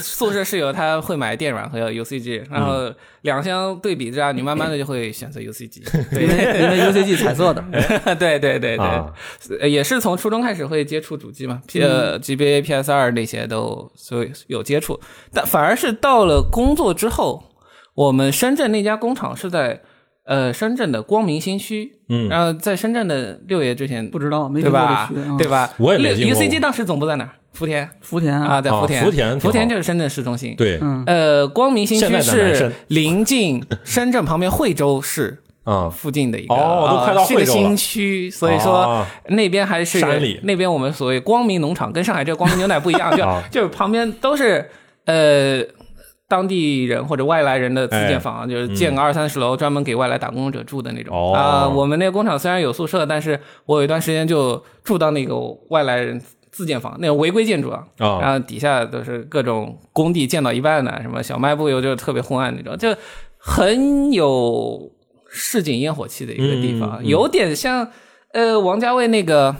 [SPEAKER 4] 宿舍室友他会买电软和 UCG，然
[SPEAKER 1] 嗯
[SPEAKER 4] 后两相对比之下，你慢慢的就会选择 UCG。
[SPEAKER 3] 因为因为 UCG 彩色的，
[SPEAKER 4] 对对对对，
[SPEAKER 1] 啊
[SPEAKER 4] 呃也是从初中开始会接触主机嘛，P 呃
[SPEAKER 1] 嗯
[SPEAKER 4] GBA、PS 二那些都所以有接触，但反而是到了工作之后，我们深圳那家工厂是在呃深圳的光明新区，
[SPEAKER 1] 嗯
[SPEAKER 4] 然后在深圳的六爷之前
[SPEAKER 3] 不知道没听
[SPEAKER 4] 对
[SPEAKER 3] 过
[SPEAKER 4] 吧
[SPEAKER 3] 这区啊？
[SPEAKER 4] 对吧？
[SPEAKER 1] 我也没
[SPEAKER 4] 六
[SPEAKER 1] 进过
[SPEAKER 4] UCG 当时总部在哪儿？福田
[SPEAKER 3] 福田
[SPEAKER 4] 啊，，在
[SPEAKER 1] 啊
[SPEAKER 4] 福田，
[SPEAKER 1] 福田挺
[SPEAKER 4] 福田
[SPEAKER 1] 好
[SPEAKER 4] 就是深圳市中心。
[SPEAKER 1] 对
[SPEAKER 3] 嗯，
[SPEAKER 4] 呃，光明新
[SPEAKER 1] 现在
[SPEAKER 4] 区
[SPEAKER 1] 的南
[SPEAKER 4] 是
[SPEAKER 1] 深
[SPEAKER 4] 临近深圳旁边惠州市，
[SPEAKER 1] 啊，
[SPEAKER 4] 附近的一个
[SPEAKER 1] 哦都
[SPEAKER 4] 呃
[SPEAKER 1] 快到
[SPEAKER 4] 是个
[SPEAKER 1] 惠州了
[SPEAKER 4] 新区，所以说
[SPEAKER 1] 啊
[SPEAKER 4] 那边还是
[SPEAKER 1] 山里
[SPEAKER 4] 那边我们所谓光明农场跟上海这个光明牛奶不一样， 就
[SPEAKER 1] 啊
[SPEAKER 4] 就是旁边都是呃当地人或者外来人的自建房，就是建个二三十楼专门给外来打工者住的那种
[SPEAKER 1] 哎哦
[SPEAKER 4] 啊。我们那个工厂虽然有宿舍，但是我有一段时间就住到那个外来人。自建房那种违规建筑啊，
[SPEAKER 1] 啊
[SPEAKER 4] 然后底下都是各种工地建到一半的，什么小卖部又就是特别昏暗那种，就很有市井烟火气的一个地
[SPEAKER 1] 嗯
[SPEAKER 4] 方，
[SPEAKER 1] 嗯嗯
[SPEAKER 4] 有点像呃王家卫那个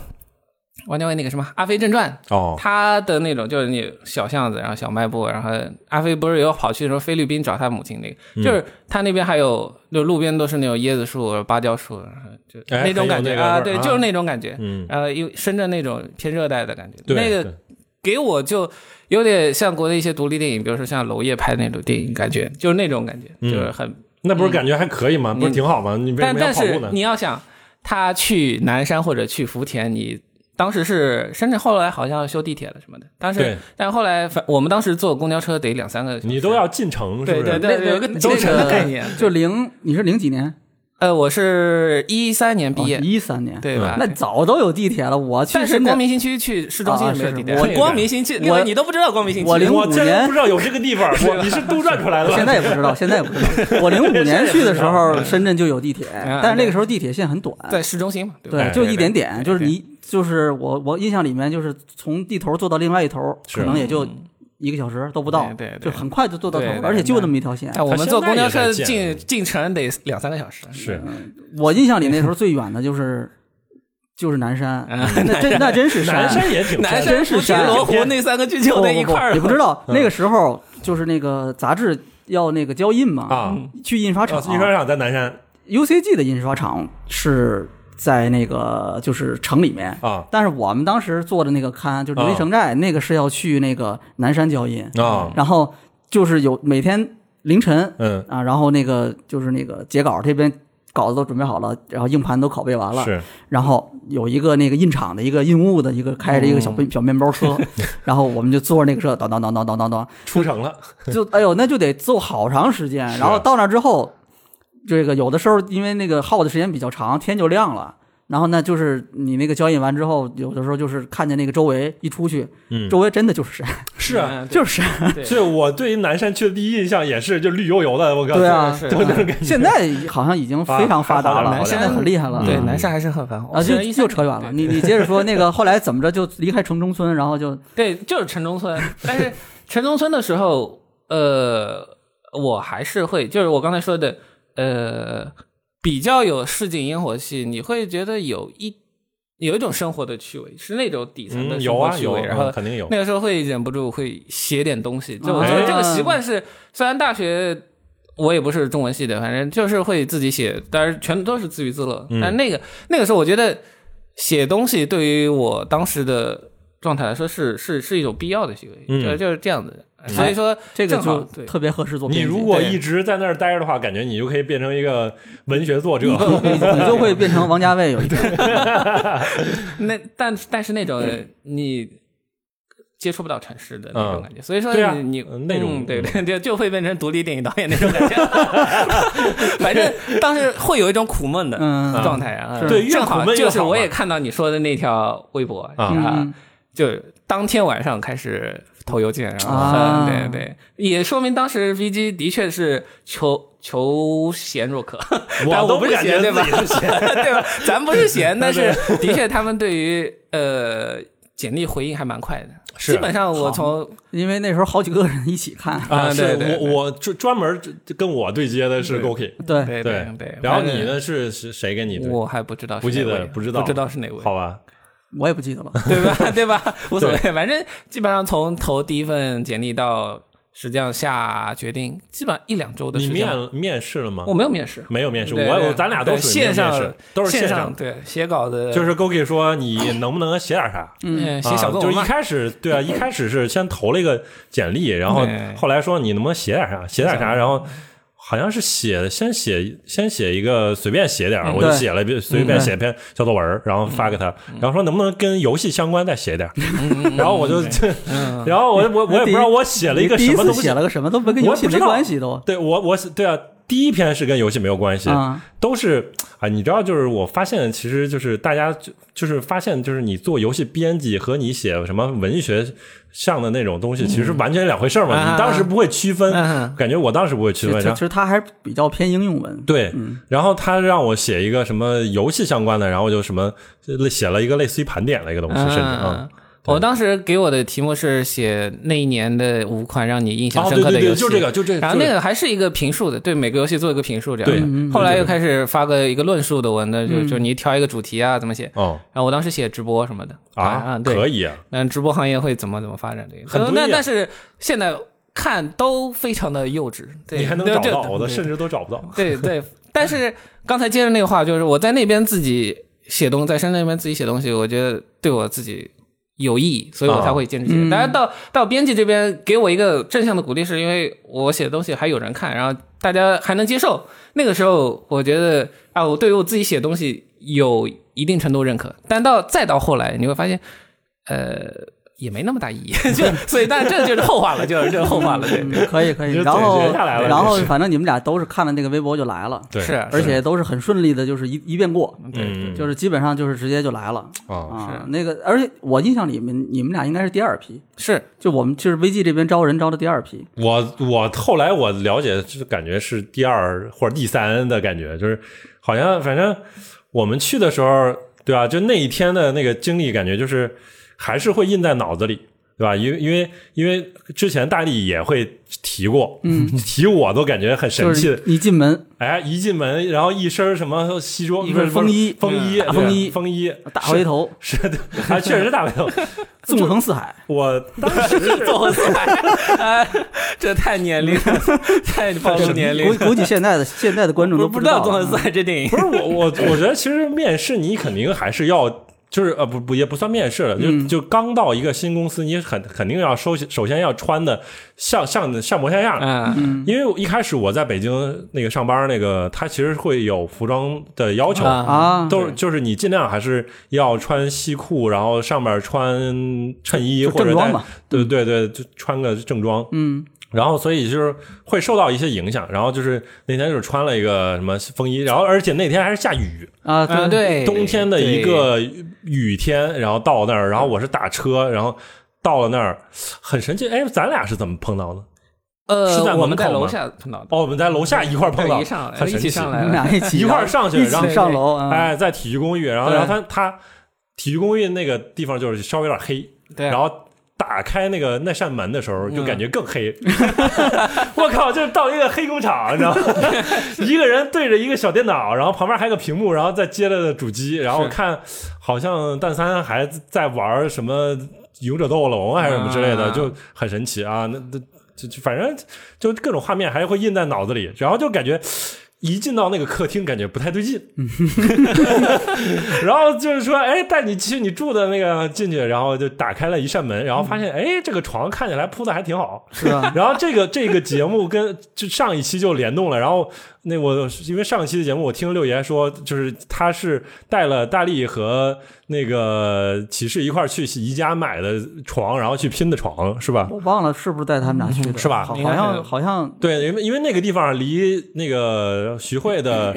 [SPEAKER 4] 王家卫那个什么《阿飞正传》
[SPEAKER 1] 哦，
[SPEAKER 4] 他的那种就是你小巷子，然后小卖部，然后阿飞不是有跑去说菲律宾找他母亲那
[SPEAKER 1] 嗯
[SPEAKER 4] 个，就是他那边还有就路边都是那种椰子树、芭蕉树，然后就
[SPEAKER 1] 哎
[SPEAKER 4] 那种感觉
[SPEAKER 1] 还有那个味儿
[SPEAKER 4] 啊，对，
[SPEAKER 1] 啊
[SPEAKER 4] 就是那种感觉，
[SPEAKER 1] 嗯，
[SPEAKER 4] 呃，因为深圳那种偏热带的感觉，
[SPEAKER 1] 对，
[SPEAKER 4] 那个
[SPEAKER 1] 对
[SPEAKER 4] 给我就有点像国内一些独立电影，比如说像娄烨拍那种电影，感觉就是那种感觉，
[SPEAKER 1] 嗯
[SPEAKER 4] 就是很。
[SPEAKER 1] 那不是感觉还可以吗？不是挺好吗？你为什
[SPEAKER 4] 但
[SPEAKER 1] 么要
[SPEAKER 4] 但
[SPEAKER 1] 跑步
[SPEAKER 4] 是
[SPEAKER 1] 呢？
[SPEAKER 4] 你要想，他去南山或者去福田，你当时是深圳，后来好像修地铁了什么的，当
[SPEAKER 1] 对
[SPEAKER 4] 时但后来反我们当时坐公交车得两三个小时，
[SPEAKER 1] 你都要进城，是
[SPEAKER 4] 对
[SPEAKER 1] 不
[SPEAKER 4] 对
[SPEAKER 1] 是？
[SPEAKER 4] 对，
[SPEAKER 3] 那
[SPEAKER 4] 有一个
[SPEAKER 3] 那
[SPEAKER 4] 周程的
[SPEAKER 3] 个
[SPEAKER 4] 概念。
[SPEAKER 3] 就零，你是零几年哦
[SPEAKER 4] 呃，我是一三年
[SPEAKER 1] 哦
[SPEAKER 4] 毕业，
[SPEAKER 3] 一三年，
[SPEAKER 4] 对
[SPEAKER 1] 嗯
[SPEAKER 4] 吧？
[SPEAKER 3] 那早都有地铁了。我去
[SPEAKER 4] 但是
[SPEAKER 3] 深
[SPEAKER 4] 光
[SPEAKER 3] 圳，
[SPEAKER 4] 明新区去市中心
[SPEAKER 3] 啊
[SPEAKER 4] 是没有
[SPEAKER 3] 是
[SPEAKER 4] 地
[SPEAKER 3] 是
[SPEAKER 4] 铁，
[SPEAKER 3] 我
[SPEAKER 4] 光明新区，另
[SPEAKER 3] 我
[SPEAKER 4] 外你都不知道光明新区，
[SPEAKER 3] 我零
[SPEAKER 1] 我
[SPEAKER 3] 五
[SPEAKER 1] 真
[SPEAKER 3] 年
[SPEAKER 1] 不知道有这个地方，我你是杜撰出来的吧？
[SPEAKER 3] 现在也不知道，现在也不知 道。我零五年去的时候，深圳就有地铁，但是那个时候地铁线很短，
[SPEAKER 4] 在市中心嗯嘛，对吧？
[SPEAKER 1] 哎
[SPEAKER 3] 对，就一点点，
[SPEAKER 4] 对
[SPEAKER 3] 就是你，就是我，我印象里面就是从地头坐到另外一头，
[SPEAKER 1] 是
[SPEAKER 3] 可能也就一个小时都不到，
[SPEAKER 4] 嗯对对对
[SPEAKER 3] 就很快就坐到头
[SPEAKER 4] 对，对
[SPEAKER 3] 而且就那么一条线。
[SPEAKER 4] 但我们坐公交车
[SPEAKER 1] 它现在也
[SPEAKER 4] 进进城得两三个小时，
[SPEAKER 1] 是
[SPEAKER 3] 我印象里那时候最远的就是就是南山，那真那真是
[SPEAKER 1] 南山也挺
[SPEAKER 4] 嗯 南
[SPEAKER 1] 山
[SPEAKER 4] 山、
[SPEAKER 3] 真是
[SPEAKER 4] 福田、
[SPEAKER 3] 山
[SPEAKER 4] 罗湖那三个 巨就
[SPEAKER 3] 不
[SPEAKER 4] 在一块儿了，
[SPEAKER 3] 不不你不知道
[SPEAKER 1] 嗯
[SPEAKER 3] 那个时候就是那个杂志要那个交印嘛，
[SPEAKER 1] 啊，
[SPEAKER 3] 去印刷厂，
[SPEAKER 1] 印刷厂在南山
[SPEAKER 3] UCG 的印刷厂是在那个就是城里面
[SPEAKER 1] 啊，
[SPEAKER 3] 但是我们当时做的那个刊就是《琉
[SPEAKER 1] 哦
[SPEAKER 3] 璃城寨》，那个是要去那个南山交印，
[SPEAKER 1] 啊，
[SPEAKER 3] 然后就是有每天凌晨
[SPEAKER 1] 嗯，
[SPEAKER 3] 啊，然后那个就是那个截稿这边稿子都准备好了，然后硬盘都拷贝完了，
[SPEAKER 1] 是
[SPEAKER 3] 然后有一个那个印厂的一个印务的一个开着一个小面小面包 车，然后我们就坐着那个车，当当当当当当当，
[SPEAKER 1] 出城了，
[SPEAKER 3] 就哎呦，那就得坐好长时间。然后到那之后，这个有的时候因为那个耗的时间比较长，天就亮了，然后呢，就是你那个脚印完之后，有的时候就是看见那个周围一出去，
[SPEAKER 1] 嗯
[SPEAKER 3] 周围真的就是山，
[SPEAKER 1] 是啊。
[SPEAKER 4] 嗯 对
[SPEAKER 3] 就是山。
[SPEAKER 4] 对
[SPEAKER 1] 所以我对于南山去的第一印象也是就绿油油的，我告诉你，
[SPEAKER 3] 对啊
[SPEAKER 4] 是
[SPEAKER 1] 就那种感觉。
[SPEAKER 3] 现在好像已经非常发达
[SPEAKER 1] 啊
[SPEAKER 3] 了，
[SPEAKER 1] 南
[SPEAKER 3] 现
[SPEAKER 1] 山
[SPEAKER 3] 在很厉害了。
[SPEAKER 4] 对，
[SPEAKER 1] 嗯
[SPEAKER 4] 南山还是很繁华。
[SPEAKER 3] 啊，就
[SPEAKER 4] 虽然一下
[SPEAKER 3] 又扯远
[SPEAKER 4] 对
[SPEAKER 3] 了。你你接着说，那个后来怎么着就离开城中村，然后就
[SPEAKER 4] 对，就是城中村。但是城中村的时候，呃，我还是会，就是我刚才说的，呃，比较有市井烟火气，你会觉得有一有一种生活的趣味，是那种底层的
[SPEAKER 1] 嗯，
[SPEAKER 4] 生
[SPEAKER 1] 有
[SPEAKER 4] 活
[SPEAKER 1] 啊
[SPEAKER 4] 趣
[SPEAKER 1] 有
[SPEAKER 4] 味。
[SPEAKER 1] 啊，
[SPEAKER 4] 然后
[SPEAKER 1] 嗯肯定有。
[SPEAKER 4] 那个时候会忍不住会写点东西，就我
[SPEAKER 3] 哎
[SPEAKER 4] 觉得这个习惯是，虽然大学我也不是中文系的，反正就是会自己写，当然全都是自娱自乐。
[SPEAKER 1] 嗯
[SPEAKER 4] 但那个那个时候，我觉得写东西对于我当时的状态来说是是是一种必要的行为，
[SPEAKER 1] 嗯
[SPEAKER 4] 就就是这样子。所以说
[SPEAKER 3] 这个
[SPEAKER 4] 正好
[SPEAKER 3] 就
[SPEAKER 4] 对
[SPEAKER 3] 特别合适做
[SPEAKER 1] 你
[SPEAKER 3] 编辑。
[SPEAKER 1] 如果
[SPEAKER 4] 对
[SPEAKER 1] 一直在那儿待着的话，感觉你就可以变成一个文学作者。
[SPEAKER 3] 你 你就会变成王家卫有一天。
[SPEAKER 4] 那但但是那种
[SPEAKER 1] 嗯
[SPEAKER 4] 你接触不到城市的那种感觉，所以说
[SPEAKER 1] 对啊
[SPEAKER 4] 你你
[SPEAKER 1] 嗯那种
[SPEAKER 4] 嗯对对 就就会变成独立电影导演那种感觉。 反正当时会有一种苦闷的
[SPEAKER 3] 嗯
[SPEAKER 4] 状态啊，
[SPEAKER 3] 是
[SPEAKER 1] 对越
[SPEAKER 4] 正好
[SPEAKER 1] 苦闷越
[SPEAKER 4] 就是
[SPEAKER 1] 好嘛
[SPEAKER 4] 我也看到你说的那条微博
[SPEAKER 1] 啊
[SPEAKER 4] 啊
[SPEAKER 3] 嗯，
[SPEAKER 4] 就是当天晚上开始投邮件，然后
[SPEAKER 3] 啊
[SPEAKER 4] 嗯对对，也说明当时 VG 的确是求求贤若渴，但
[SPEAKER 1] 都
[SPEAKER 4] 不
[SPEAKER 1] 不感
[SPEAKER 4] 闲
[SPEAKER 1] 觉
[SPEAKER 4] 对吧？啊
[SPEAKER 1] 自己是闲。
[SPEAKER 4] 对吧？咱不是闲，但是的确他们对于呃简历回应还蛮快的，
[SPEAKER 1] 是
[SPEAKER 4] 基本上我从
[SPEAKER 3] 因为那时候好几个人一起看，
[SPEAKER 1] 啊，
[SPEAKER 4] 嗯
[SPEAKER 1] 是
[SPEAKER 4] 对对
[SPEAKER 1] 我我专专门跟我对接的是 Goki，
[SPEAKER 3] 对，
[SPEAKER 4] 对对对，
[SPEAKER 1] 然后
[SPEAKER 4] 反正
[SPEAKER 1] 你呢是是谁给你对？
[SPEAKER 4] 我还不知道是
[SPEAKER 1] 不记得
[SPEAKER 4] 哪位
[SPEAKER 1] 不知道
[SPEAKER 4] 不知道是哪位，
[SPEAKER 1] 好吧，
[SPEAKER 3] 我也不记得了。
[SPEAKER 4] 对 吧？对吧？无所谓，反正基本上从投第一份简历到实际上下决定，基本上一两周的
[SPEAKER 1] 你
[SPEAKER 4] 时
[SPEAKER 1] 面
[SPEAKER 4] 间。
[SPEAKER 1] 面试了吗
[SPEAKER 4] 我？没有面试，
[SPEAKER 1] 没有面试，
[SPEAKER 4] 对
[SPEAKER 1] 我
[SPEAKER 4] 对
[SPEAKER 1] 我咱俩都
[SPEAKER 4] 对
[SPEAKER 1] 属于没有面
[SPEAKER 4] 线上
[SPEAKER 1] 试，都是
[SPEAKER 4] 线
[SPEAKER 1] 上。
[SPEAKER 4] 对写稿的，
[SPEAKER 1] 就是 Goki 说你能不能写点啥？
[SPEAKER 4] 嗯写小
[SPEAKER 1] 啊就
[SPEAKER 4] 作
[SPEAKER 1] 是
[SPEAKER 4] 文
[SPEAKER 1] 一
[SPEAKER 4] 嘛，
[SPEAKER 1] 开始对 啊，一开始是先投了一个简历，然后
[SPEAKER 4] 对
[SPEAKER 1] 后来说你能不能写点啥，写点
[SPEAKER 4] 小
[SPEAKER 1] 啥，然后好像是写先写先写一个随便写点儿，
[SPEAKER 4] 嗯
[SPEAKER 1] 我就
[SPEAKER 3] 对
[SPEAKER 1] 写了一篇随便写篇小作文儿，然后发给他，
[SPEAKER 4] 嗯
[SPEAKER 1] 然后说能不能跟游戏相关再写点儿， 然后我就
[SPEAKER 4] 嗯
[SPEAKER 1] 然后我我我也不知道我写了一个
[SPEAKER 3] 第
[SPEAKER 1] 什
[SPEAKER 3] 一
[SPEAKER 1] 么东
[SPEAKER 3] 次
[SPEAKER 1] 西，
[SPEAKER 3] 写了个什么都没跟游戏没关系都。
[SPEAKER 1] 对我我对啊，第一篇是跟游戏没有关系，
[SPEAKER 3] 啊，
[SPEAKER 1] 都是啊，你知道，就是我发现，其实就是大家就就是发现，就是你做游戏编辑和你写什么文学上的那种东西，其实完全两回事儿嘛。
[SPEAKER 4] 嗯啊
[SPEAKER 1] 你当时不会区分，
[SPEAKER 4] 嗯
[SPEAKER 1] 感觉我当时不会
[SPEAKER 3] 其
[SPEAKER 1] 区
[SPEAKER 3] 实
[SPEAKER 1] 分。然
[SPEAKER 3] 其
[SPEAKER 1] 后
[SPEAKER 3] 实他还比较偏应用文。
[SPEAKER 1] 对，
[SPEAKER 4] 嗯
[SPEAKER 1] 然后他让我写一个什么游戏相关的，然后我就什么写了一个类似于盘点的一个东西，甚至啊
[SPEAKER 4] 嗯，我当时给我的题目是写那一年的五款让你印象深刻的
[SPEAKER 1] 哦啊对对对
[SPEAKER 4] 游戏，
[SPEAKER 1] 就这个就这个
[SPEAKER 4] 然后
[SPEAKER 1] 就
[SPEAKER 4] 那
[SPEAKER 1] 这
[SPEAKER 4] 个还是一个评述的，对每个游戏做一个评述这样的。
[SPEAKER 1] 对嗯
[SPEAKER 4] 后来又开始发个一个论述的文的，就就你挑一个主题啊，怎么写。
[SPEAKER 1] 哦
[SPEAKER 4] 然后我当时写直播什么的
[SPEAKER 1] 啊，
[SPEAKER 4] 对，
[SPEAKER 1] 可以啊，
[SPEAKER 4] 嗯，直播行业会怎么怎么发展这个？
[SPEAKER 1] 很对
[SPEAKER 4] 那
[SPEAKER 1] 呀
[SPEAKER 4] 但是现在看都非常的幼稚，对，
[SPEAKER 1] 你还能
[SPEAKER 4] 就
[SPEAKER 1] 找
[SPEAKER 4] 就
[SPEAKER 1] 到，我的
[SPEAKER 4] 对
[SPEAKER 1] 甚至都找不到。
[SPEAKER 4] 对对，但是刚才接着那个话，就是我在那边自己写东，在深圳那边自己写东西，我觉得对我自己有意义，所以我才会坚持写。
[SPEAKER 3] 嗯
[SPEAKER 4] 当然、到到编辑这边给我一个正向的鼓励，是因为我写的东西还有人看，然后大家还能接受。那个时候我觉得啊，我对于我自己写的东西有一定程度认可。但到再到后来，你会发现，呃。也没那么大意义， 就所以，但是这就是后话了，就是这是后话了，对，
[SPEAKER 3] 嗯，可以可以。
[SPEAKER 1] 你就
[SPEAKER 3] 然后
[SPEAKER 1] 总结下来了
[SPEAKER 3] 然后
[SPEAKER 1] 这是
[SPEAKER 3] 反正你们俩都是看了那个微博就来了，
[SPEAKER 1] 对，
[SPEAKER 4] 是 啊
[SPEAKER 3] 而且都是很顺利的，就是一一遍过，
[SPEAKER 1] 嗯，
[SPEAKER 3] 就是基本上就是直接就来了
[SPEAKER 1] 啊，
[SPEAKER 3] 啊。那个，而且我印象里面你们俩应该是第二批，
[SPEAKER 4] 是
[SPEAKER 3] 就我们就是 VG 这边招人招的第二批。
[SPEAKER 1] 我我后来我了解，就是感觉是第二或者第三的感觉，就是好像反正我们去的时候，对吧？就那一天的那个经历，感觉就是还是会印在脑子里，对吧？因为因为因为之前大力也会提过，嗯，提我都感觉很神
[SPEAKER 3] 就
[SPEAKER 1] 气的
[SPEAKER 3] 是。一进门，
[SPEAKER 1] 哎，一进门，然后一身什么西装，
[SPEAKER 3] 一
[SPEAKER 1] 不是
[SPEAKER 3] 身风衣
[SPEAKER 1] 不是风衣，
[SPEAKER 3] 嗯大
[SPEAKER 1] 对
[SPEAKER 3] 风衣
[SPEAKER 1] 风衣，
[SPEAKER 3] 大回头，
[SPEAKER 1] 是的，啊，确实是大背头。
[SPEAKER 3] 纵横四海。
[SPEAKER 1] 我当时 是
[SPEAKER 4] 走起来，哎这太年龄了， 太暴露年龄
[SPEAKER 3] 估。估计现在的现在的观众
[SPEAKER 4] 我
[SPEAKER 3] 都
[SPEAKER 4] 不知
[SPEAKER 3] 知
[SPEAKER 4] 道
[SPEAKER 3] 道
[SPEAKER 4] 《纵横四
[SPEAKER 3] 啊
[SPEAKER 4] 海》这电 影
[SPEAKER 1] 不是我我我觉得其实面试你肯定还是要。就是呃不不也不算面试了，就、
[SPEAKER 3] 嗯
[SPEAKER 1] 就刚到一个新公司，你很肯定要首先首先要穿的像像像模像样，
[SPEAKER 3] 嗯
[SPEAKER 4] 啊，
[SPEAKER 1] 因为我一开始我在北京那个上班那个，他其实会有服装的要求，
[SPEAKER 4] 啊
[SPEAKER 3] 啊，
[SPEAKER 1] 都是就是你尽量还是要穿西裤，然后上面穿衬衣
[SPEAKER 3] 就
[SPEAKER 1] 或
[SPEAKER 3] 正
[SPEAKER 1] 者
[SPEAKER 3] 装嗯
[SPEAKER 1] 带
[SPEAKER 3] 吧
[SPEAKER 1] 对对对，就穿个正装，
[SPEAKER 3] 嗯，
[SPEAKER 1] 然后，所以就是会受到一些影响。然后就是那天就是穿了一个什么风衣，然后而且那天还是下雨，
[SPEAKER 3] 啊，
[SPEAKER 1] 嗯
[SPEAKER 4] 啊，对，
[SPEAKER 1] 冬天的一个雨天，然后到那儿，然后我是打车，然后到了那儿，很神奇。哎，咱俩是怎么碰到的？
[SPEAKER 4] 呃，
[SPEAKER 1] 是在
[SPEAKER 4] 我们在
[SPEAKER 1] 门口
[SPEAKER 4] 楼
[SPEAKER 1] 吗
[SPEAKER 4] 下碰到的，
[SPEAKER 1] 哦，我们在楼下一块儿碰到，
[SPEAKER 4] 对一上来
[SPEAKER 1] 很
[SPEAKER 4] 一
[SPEAKER 1] 神
[SPEAKER 4] 起
[SPEAKER 1] 奇。
[SPEAKER 4] 上
[SPEAKER 3] 你
[SPEAKER 4] 来嗯
[SPEAKER 3] 们俩一起
[SPEAKER 1] 一块儿上去
[SPEAKER 3] 一
[SPEAKER 1] 然后
[SPEAKER 3] 起上楼啊，
[SPEAKER 1] 哎，在体育公寓，然后
[SPEAKER 4] 对
[SPEAKER 1] 然后他他体育公寓那个地方就是稍微有点黑，
[SPEAKER 4] 对啊
[SPEAKER 1] 然后。打开那个那扇门的时候，就
[SPEAKER 4] 嗯
[SPEAKER 1] 感觉更黑。 我靠，就是到一个黑工厂，你 知道吗？一个人对着一个小电脑，然后旁边还有个屏幕，然后再接着主机，然后
[SPEAKER 4] 是
[SPEAKER 1] 看好像蛋三还在玩什么勇者斗恶龙还是什么之类的，
[SPEAKER 4] 啊
[SPEAKER 1] 就很神奇啊。那那就就反正就各种画面还会印在脑子里，然后就感觉一进到那个客厅，感觉不太对劲。 然后就是说，哎，带你去你住的那个进去，然后就打开了一扇门，然后发现，哎，这个床看起来铺的还挺好。
[SPEAKER 3] 是吧？
[SPEAKER 1] 然后这个这个节目跟就上一期就联动了，然后那我因为上一期的节目我听六爷说，就是他是带了大力和那个骑士一块儿去宜家买的床，然后去拼的床，是吧？
[SPEAKER 3] 我忘了是不是带他们俩去的，
[SPEAKER 1] 嗯是吧
[SPEAKER 3] 好
[SPEAKER 4] 应
[SPEAKER 3] 好
[SPEAKER 4] 该是
[SPEAKER 3] 像好像
[SPEAKER 1] 对，因为因为那个地方离那个徐汇的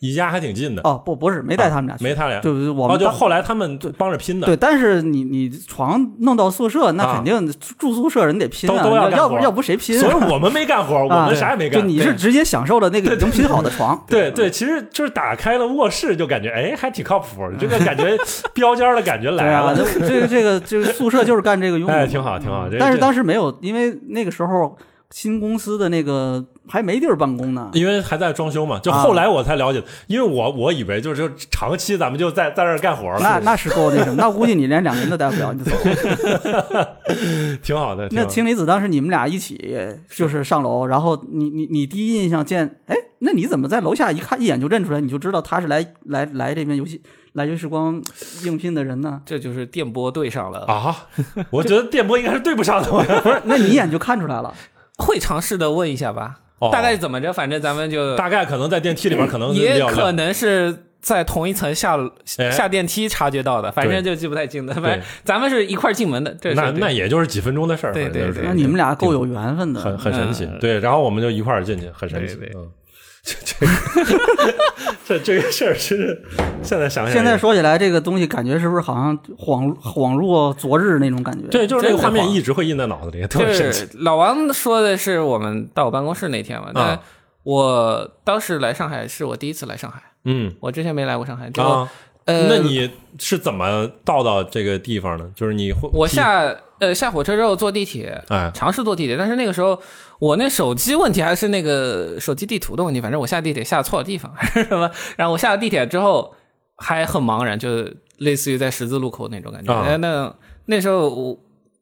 [SPEAKER 1] 宜家还挺近的，
[SPEAKER 3] 哦，不不是没带他们俩去，
[SPEAKER 1] 没他俩。
[SPEAKER 3] 对不对？我
[SPEAKER 1] 哦，
[SPEAKER 3] 们
[SPEAKER 1] 就
[SPEAKER 3] 当
[SPEAKER 1] 后来他们帮着拼的，啊
[SPEAKER 3] 对，但是你你床弄到宿舍，那肯定住宿舍人得拼啊，
[SPEAKER 1] 都都要
[SPEAKER 3] 要
[SPEAKER 1] 干
[SPEAKER 3] 要
[SPEAKER 1] 活
[SPEAKER 3] 不要不谁拼
[SPEAKER 1] 所
[SPEAKER 3] 啊？
[SPEAKER 1] 以 我们没干活，我们啥也没干。
[SPEAKER 3] 就你是直接享受了那个已经拼好的床，
[SPEAKER 1] 对对，其实就是打开了卧室，就感觉哎，还挺靠谱，这个感 觉标间儿的感觉
[SPEAKER 3] 对
[SPEAKER 1] 来
[SPEAKER 3] 啊，
[SPEAKER 1] 了，
[SPEAKER 3] 就这个这个这个宿舍就是干这个用
[SPEAKER 1] 哎，
[SPEAKER 3] 的，
[SPEAKER 1] 挺好挺好。这
[SPEAKER 3] 嗯但是
[SPEAKER 1] 这
[SPEAKER 3] 当时没有，因为那个时候新公司的那个还没地儿办公呢。
[SPEAKER 1] 因为还在装修嘛，就
[SPEAKER 3] 啊
[SPEAKER 1] 后来我才了解，因为我我以为就是就长期咱们就在在这儿干活
[SPEAKER 3] 那
[SPEAKER 1] 了，
[SPEAKER 3] 那是够那什么，那估计你连两年都待不了，你就走。
[SPEAKER 1] 挺好的。挺
[SPEAKER 3] 那
[SPEAKER 1] 好的
[SPEAKER 3] 氢离子当时你们俩一起就是上楼，然后你你你第一印象见，哎，那你怎么在楼下一看一眼就认出来，你就知道他是来来来这边游戏来游戏时光应聘的人呢？
[SPEAKER 4] 这就是电波对上了。
[SPEAKER 1] 啊，我觉得电波应该是对不上的。我
[SPEAKER 3] 不是，那你一眼就看出来了，
[SPEAKER 4] 会尝试的问一下吧，
[SPEAKER 1] 哦
[SPEAKER 4] 大概怎么着，反正咱们就
[SPEAKER 1] 大概可能在电梯里面，可能是
[SPEAKER 4] 也
[SPEAKER 1] 聊
[SPEAKER 4] 可
[SPEAKER 1] 聊
[SPEAKER 4] 能是在同一层下
[SPEAKER 1] 啊哎
[SPEAKER 4] 下电梯察觉到的，反正就记不太清的。反正咱们是一块儿进门的，这是
[SPEAKER 1] 那
[SPEAKER 4] 对
[SPEAKER 1] 那也就是几分钟的事儿。
[SPEAKER 4] 对
[SPEAKER 1] 反正就是
[SPEAKER 4] 对
[SPEAKER 3] 那你们俩够有缘分的。
[SPEAKER 1] 很很神奇
[SPEAKER 4] 嗯。
[SPEAKER 1] 对，然后我们就一块儿进去，很神奇。
[SPEAKER 4] 对对
[SPEAKER 1] 嗯， 这这这这个事儿真是现在想想也，
[SPEAKER 3] 现在说起来，这个东西感觉是不是好像恍恍若昨日那种感觉？
[SPEAKER 1] 对，就是那个
[SPEAKER 4] 真的
[SPEAKER 1] 画面
[SPEAKER 4] 晃
[SPEAKER 1] 一直会印在脑子里，特别神
[SPEAKER 4] 就
[SPEAKER 1] 奇
[SPEAKER 4] 是。老王说的是我们到我办公室那天嘛，但
[SPEAKER 1] 啊
[SPEAKER 4] 我当时来上海是我第一次来上海，
[SPEAKER 1] 嗯
[SPEAKER 4] 我之前没来过上海。就
[SPEAKER 1] 啊，
[SPEAKER 4] 呃，
[SPEAKER 1] 那你是怎么到到这个地方呢？就是你会
[SPEAKER 4] 我下呃下火车之后坐地铁，
[SPEAKER 1] 哎
[SPEAKER 4] 尝试坐地铁，但是那个时候我那手机问题还是那个手机地图的问题，反正我下地铁下错了地方 还是什么，然后我下了地铁之后还很茫然，就类似于在十字路口那种感觉。
[SPEAKER 1] 啊
[SPEAKER 4] 哎那那时候我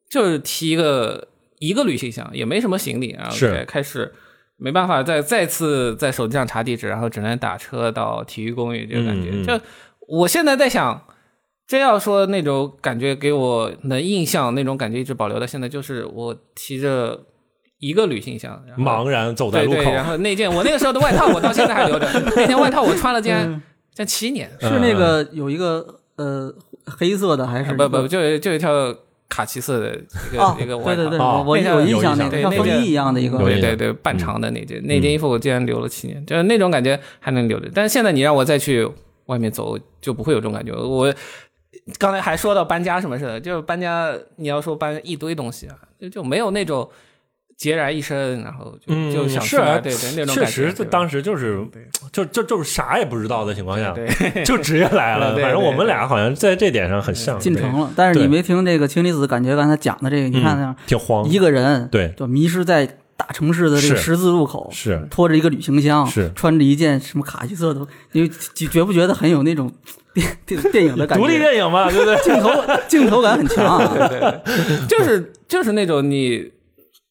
[SPEAKER 4] 就是提一个一个旅行箱，也没什么行李，然后
[SPEAKER 1] 是
[SPEAKER 4] 开开始。没办法再再次在手机上查地址，然后只能打车到体育公寓，这个感觉。
[SPEAKER 1] 嗯嗯
[SPEAKER 4] 就我现在在想，真要说那种感觉给我的印象，那种感觉一直保留到现在，就是我提着一个旅行箱，然后
[SPEAKER 1] 茫然走在
[SPEAKER 4] 对
[SPEAKER 1] 路
[SPEAKER 4] 对，
[SPEAKER 1] 口，
[SPEAKER 4] 然后那件我那个时候的外套我到现在还留着，那件外套我穿了竟
[SPEAKER 3] 嗯
[SPEAKER 4] 然将七年，
[SPEAKER 3] 是那个有一个呃黑色的还是
[SPEAKER 4] 啊不不不，就就一条卡其色的一个、
[SPEAKER 3] 哦，
[SPEAKER 4] 一个外
[SPEAKER 3] 对
[SPEAKER 4] 套，
[SPEAKER 3] 对对，
[SPEAKER 1] 哦
[SPEAKER 3] 我我
[SPEAKER 4] 那件
[SPEAKER 3] 有
[SPEAKER 1] 有
[SPEAKER 3] 印
[SPEAKER 1] 印
[SPEAKER 3] 象
[SPEAKER 1] 象
[SPEAKER 3] 那个
[SPEAKER 4] 对
[SPEAKER 3] 像
[SPEAKER 4] 那
[SPEAKER 3] 风
[SPEAKER 4] 件
[SPEAKER 3] 衣一样的一个
[SPEAKER 1] 有
[SPEAKER 4] 对
[SPEAKER 1] 印象
[SPEAKER 4] 对对，半长
[SPEAKER 3] 嗯
[SPEAKER 4] 的那件、那件衣服我竟然留了七年，就是那种感觉还能留着。但是现在你让我再去外面走，就不会有这种感觉。我刚才还说到搬家什么事的，就是搬家，你要说搬一堆东西啊，就就没有那种孑然一身，然后就、
[SPEAKER 1] 嗯
[SPEAKER 4] 就想
[SPEAKER 1] 是
[SPEAKER 4] 出
[SPEAKER 1] 啊
[SPEAKER 4] 来对对那种
[SPEAKER 1] 确
[SPEAKER 4] 感觉。
[SPEAKER 1] 实，
[SPEAKER 4] 对吧
[SPEAKER 1] 当时就是就就就是啥也不知道的情况下，
[SPEAKER 4] 对
[SPEAKER 1] 就直接来了。
[SPEAKER 4] 对对
[SPEAKER 1] 反正我
[SPEAKER 4] 对
[SPEAKER 1] 们
[SPEAKER 4] 对
[SPEAKER 1] 俩好像在这点上很像，
[SPEAKER 3] 进
[SPEAKER 1] 对
[SPEAKER 3] 城了。但是你没听这个氢离子，感觉刚才讲的这个，你看那
[SPEAKER 1] 嗯挺慌，
[SPEAKER 3] 一个人
[SPEAKER 1] 对
[SPEAKER 3] 就迷失在大城市的这
[SPEAKER 1] 是
[SPEAKER 3] 个十字路口，
[SPEAKER 1] 是
[SPEAKER 3] 拖着一个旅行箱，
[SPEAKER 1] 是
[SPEAKER 3] 穿着一件什么卡其色的，你觉觉不觉得很有那种电电电影的感觉？
[SPEAKER 1] 独立电影嘛，对不 对？
[SPEAKER 3] 镜头镜头感很强、啊。
[SPEAKER 4] 对对对， 就是就是那种你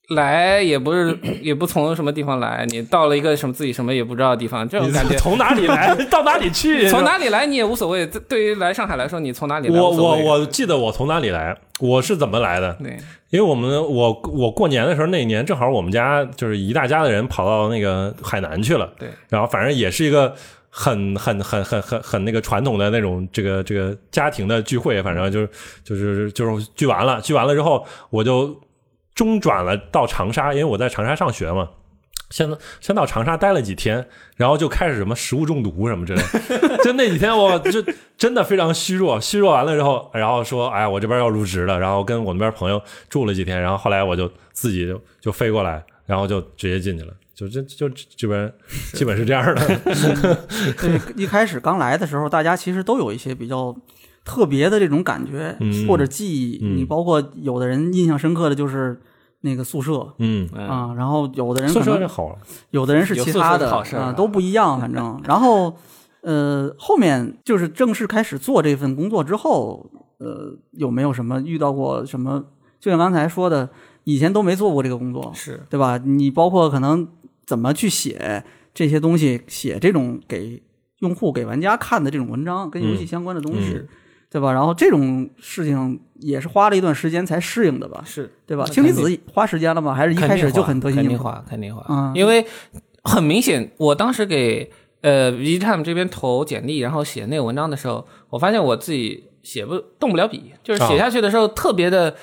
[SPEAKER 4] 来也不是也不从什么地方来，你到了一个什么自己什么也不知道的地方，这种
[SPEAKER 1] 你
[SPEAKER 4] 感觉。
[SPEAKER 1] 从哪里 来到哪里去？
[SPEAKER 4] 从哪里来你也无所谓，这对于来上海来说，你从哪里来
[SPEAKER 1] 我
[SPEAKER 4] 无所
[SPEAKER 1] 我
[SPEAKER 4] 谓
[SPEAKER 1] 我记得我从哪里来，我是怎么来的？
[SPEAKER 4] 对
[SPEAKER 1] 因为我们我我过年的时候那一年正好我们家就是一大家的人跑到那个海南去了，
[SPEAKER 4] 对，
[SPEAKER 1] 然后反正也是一个很很很很很很那个传统的那种这个这个家庭的聚会，反正就是就是就是聚完了，聚完了之后我就中转了到长沙，因为我在长沙上学嘛。先先到长沙待了几天，然后就开始什么食物中毒什么之类的。 就那几天我就真的非常虚弱，虚弱完了之后，然后说，哎，我这边要入职了，然后跟我那边朋友住了几天，然后后来我就自己就就飞过来，然后就直接进去了，就这就基本基本是这样 的。
[SPEAKER 3] 对， 一开始刚来的时候，大家其实都有一些比较特别的这种感觉、或者记忆。
[SPEAKER 1] 嗯
[SPEAKER 3] 你包括有的人印象深刻的就是那个宿舍
[SPEAKER 1] 嗯，
[SPEAKER 3] 啊、然后有的人
[SPEAKER 1] 宿
[SPEAKER 3] 可
[SPEAKER 1] 舍就
[SPEAKER 3] 能
[SPEAKER 1] 好了。
[SPEAKER 3] 有的人是
[SPEAKER 4] 有
[SPEAKER 3] 其
[SPEAKER 4] 宿舍
[SPEAKER 3] 他的
[SPEAKER 4] 考试
[SPEAKER 3] 啊、
[SPEAKER 4] 啊
[SPEAKER 3] 都不一样，反正。然后呃，后面就是正式开始做这份工作之后，呃，有没有什么遇到过什么？就像刚才说的，以前都没做过这个工作，
[SPEAKER 4] 是
[SPEAKER 3] 对吧？你包括可能怎么去写这些东西，写这种给用户、给玩家看的这种文章，跟游戏相关的东西，
[SPEAKER 1] 嗯
[SPEAKER 3] 对吧？然后这种事情也是花了一段时间才适应的吧，
[SPEAKER 4] 是，
[SPEAKER 3] 对吧？
[SPEAKER 4] 那
[SPEAKER 3] 氢离
[SPEAKER 4] 肯定
[SPEAKER 3] 子花时间了吗？还是一
[SPEAKER 4] 肯
[SPEAKER 3] 开
[SPEAKER 4] 定
[SPEAKER 3] 始就
[SPEAKER 4] 花
[SPEAKER 3] 很得心
[SPEAKER 4] 肯
[SPEAKER 3] 应
[SPEAKER 4] 定
[SPEAKER 3] 手？
[SPEAKER 4] 花，肯定花，
[SPEAKER 3] 嗯
[SPEAKER 4] 因为很明显，我当时给呃 V Time 这边投简历，然后写那个文章的时候，我发现我自己写不动不了笔，就是
[SPEAKER 1] 哦
[SPEAKER 4] 写下去的时候特别的、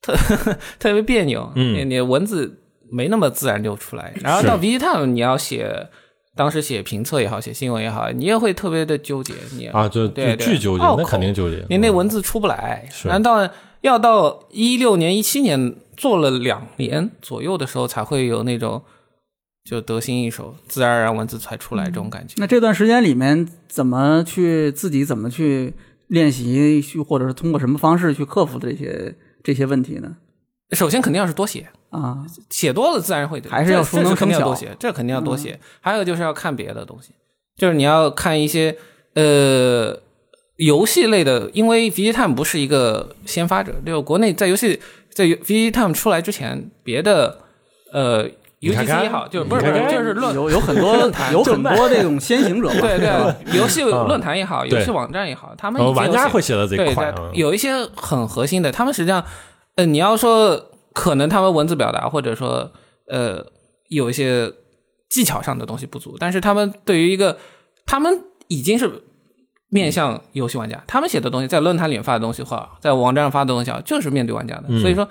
[SPEAKER 4] 特 特别别扭，
[SPEAKER 1] 嗯
[SPEAKER 4] 你你文字没那么自然就出来。然后
[SPEAKER 1] 是
[SPEAKER 4] 到 V Time 你要写。当时写评测也好，写新闻也好，你也会特别的纠结，你也
[SPEAKER 1] 啊，就就
[SPEAKER 4] 对对
[SPEAKER 1] 巨纠结
[SPEAKER 4] 拗，
[SPEAKER 1] 那
[SPEAKER 4] 口
[SPEAKER 1] 肯定纠结。嗯
[SPEAKER 4] 你那文字出不来，
[SPEAKER 1] 是
[SPEAKER 4] 难道要到一六年、一七年做了两年左右的时候，才会有那种就得心应手、自然而然文字才出来这种感觉？
[SPEAKER 3] 那这段时间里面，怎么去自己怎么去练习，去或者是通过什么方式去克服的这些这些问题呢？
[SPEAKER 4] 首先肯定要是多写，
[SPEAKER 3] 啊，
[SPEAKER 4] 写多了自然会得
[SPEAKER 3] 还是要
[SPEAKER 4] 这
[SPEAKER 3] 熟能
[SPEAKER 4] 这肯定要
[SPEAKER 3] 生巧嗯
[SPEAKER 4] 多写，这肯定要多写。还有就是要看别的东西，就是你要看一些呃游戏类的，因为 V Time 不是一个先发者，就国内在游戏在 V Time 出来之前，别的呃
[SPEAKER 1] 你
[SPEAKER 4] 游戏
[SPEAKER 1] 看
[SPEAKER 4] 机
[SPEAKER 1] 看
[SPEAKER 4] 也好，就是不是
[SPEAKER 1] 你
[SPEAKER 4] 不
[SPEAKER 1] 看
[SPEAKER 4] 是
[SPEAKER 1] 看
[SPEAKER 4] 就是论
[SPEAKER 3] 有有很多 有很多这种先行者嘛，
[SPEAKER 4] 对
[SPEAKER 3] 是吧，
[SPEAKER 4] 对，游戏论坛也好，
[SPEAKER 1] 嗯
[SPEAKER 4] 游戏
[SPEAKER 1] 对
[SPEAKER 4] 网站也好，他们
[SPEAKER 1] 呃
[SPEAKER 4] 已经
[SPEAKER 1] 玩
[SPEAKER 4] 有
[SPEAKER 1] 家
[SPEAKER 4] 写
[SPEAKER 1] 会写的贼
[SPEAKER 4] 对
[SPEAKER 1] 快
[SPEAKER 4] 在
[SPEAKER 1] 啊，
[SPEAKER 4] 有一些很核心的，他们实际上，呃，你要说可能他们文字表达或者说呃有一些技巧上的东西不足，但是他们对于一个他们已经是面向游戏玩家，他们写的东西在论坛里发的东西或在网站上发的东西啊，就是面对玩家的，所以说。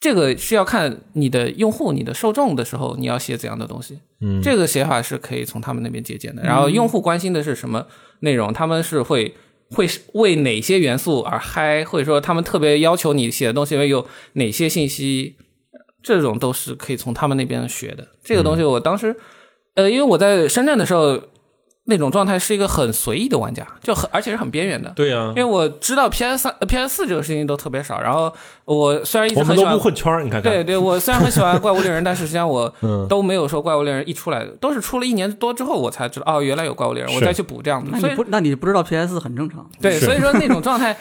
[SPEAKER 4] 这个是要看你的用户、你的受众的时候，你要写怎样的东西。
[SPEAKER 1] 嗯
[SPEAKER 4] 这个写法是可以从他们那边借鉴的。然后用户关心的是什么内容，他们是会会为哪些元素而嗨，或者说他们特别要求你写的东西里有哪些信息，这种都是可以从他们那边学的。这个
[SPEAKER 1] 嗯
[SPEAKER 4] 东西我当时，呃，因为我在深圳的时候，那种状态是一个很随意的玩家，就很而且是很边缘的。
[SPEAKER 1] 对啊呀
[SPEAKER 4] 因，为我知道 PS 三、PS 四这个事情都特别少，然后我虽然一直
[SPEAKER 1] 我们
[SPEAKER 4] 很喜
[SPEAKER 1] 都
[SPEAKER 4] 欢
[SPEAKER 1] 不混圈儿，你看看嗯
[SPEAKER 4] 对。对，我虽然很喜欢怪物猎人，但是实际 上我都没有说怪物猎人一出来，都是出了一年多之后我才知道哦，原来有怪物猎人，我
[SPEAKER 1] 是
[SPEAKER 4] 再去补这样
[SPEAKER 3] 那
[SPEAKER 4] 子。所
[SPEAKER 3] 你
[SPEAKER 4] 以
[SPEAKER 3] 不那你不知道 PS 很正常，
[SPEAKER 4] 对，
[SPEAKER 1] 是
[SPEAKER 4] 所以说那种状态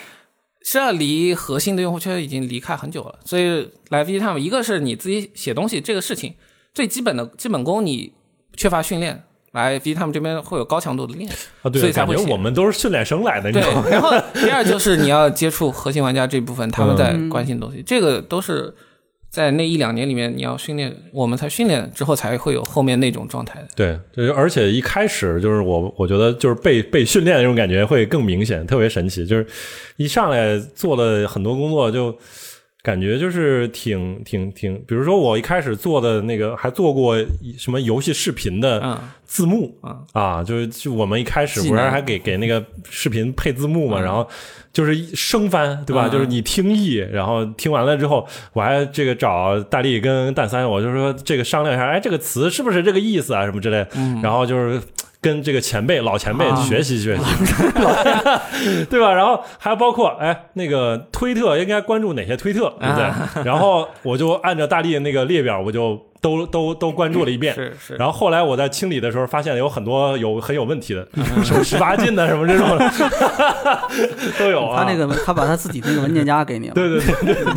[SPEAKER 4] 是要离核心的用户圈已经离开很久了。所以来 V Time，一个是你自己写东西这个事情最基本的基本功，你缺乏训练，来 V Time 这边会有高强度的练。
[SPEAKER 1] 啊，对，
[SPEAKER 4] 所以才
[SPEAKER 1] 感
[SPEAKER 4] 会
[SPEAKER 1] 觉
[SPEAKER 4] 写
[SPEAKER 1] 我们都是训练生来的，你知道吗？
[SPEAKER 4] 对，然后第二就是你要接触核心玩家这部分，他们在关心的东西，这个都是在那一两年里面你要训练，我们才训练之后才会有后面那种状态的。
[SPEAKER 1] 对，就是而且一开始就是我，我觉得就是被被训练的那种感觉会更明显，特别神奇。就是一上来做了很多工作，就感觉就是挺挺挺，比如说我一开始做的那个，还做过一什么游戏视频的
[SPEAKER 4] 嗯，
[SPEAKER 1] 字幕
[SPEAKER 4] 嗯
[SPEAKER 1] 啊，就是就我们一开始
[SPEAKER 4] 技
[SPEAKER 1] 不是
[SPEAKER 4] 能
[SPEAKER 1] 还给给那个视频配字幕嘛，然后就是一生翻，对吧？
[SPEAKER 4] 嗯
[SPEAKER 1] 就是你听译，然后听完了之后，我还这个找大力跟蛋三，我就说这个商量一下，哎，这个词是不是这个意思啊，什么之类的。
[SPEAKER 4] 嗯
[SPEAKER 1] 然后就是跟这个前辈老前辈
[SPEAKER 3] 啊
[SPEAKER 1] 学习 学习，对吧？然后还包括哎，那个推特应该关注哪些推特，对不
[SPEAKER 4] 啊
[SPEAKER 1] 对？然后我就按照大力的那个列表，我就都都都关注了一遍。
[SPEAKER 4] 是是。
[SPEAKER 1] 然后后来我在清理的时候，发现有很多有很有问题的，
[SPEAKER 3] 嗯
[SPEAKER 1] 什么十八禁的，什 么这种的都有啊。
[SPEAKER 3] 他那个他把他自己那个文件夹给你了，
[SPEAKER 1] 对对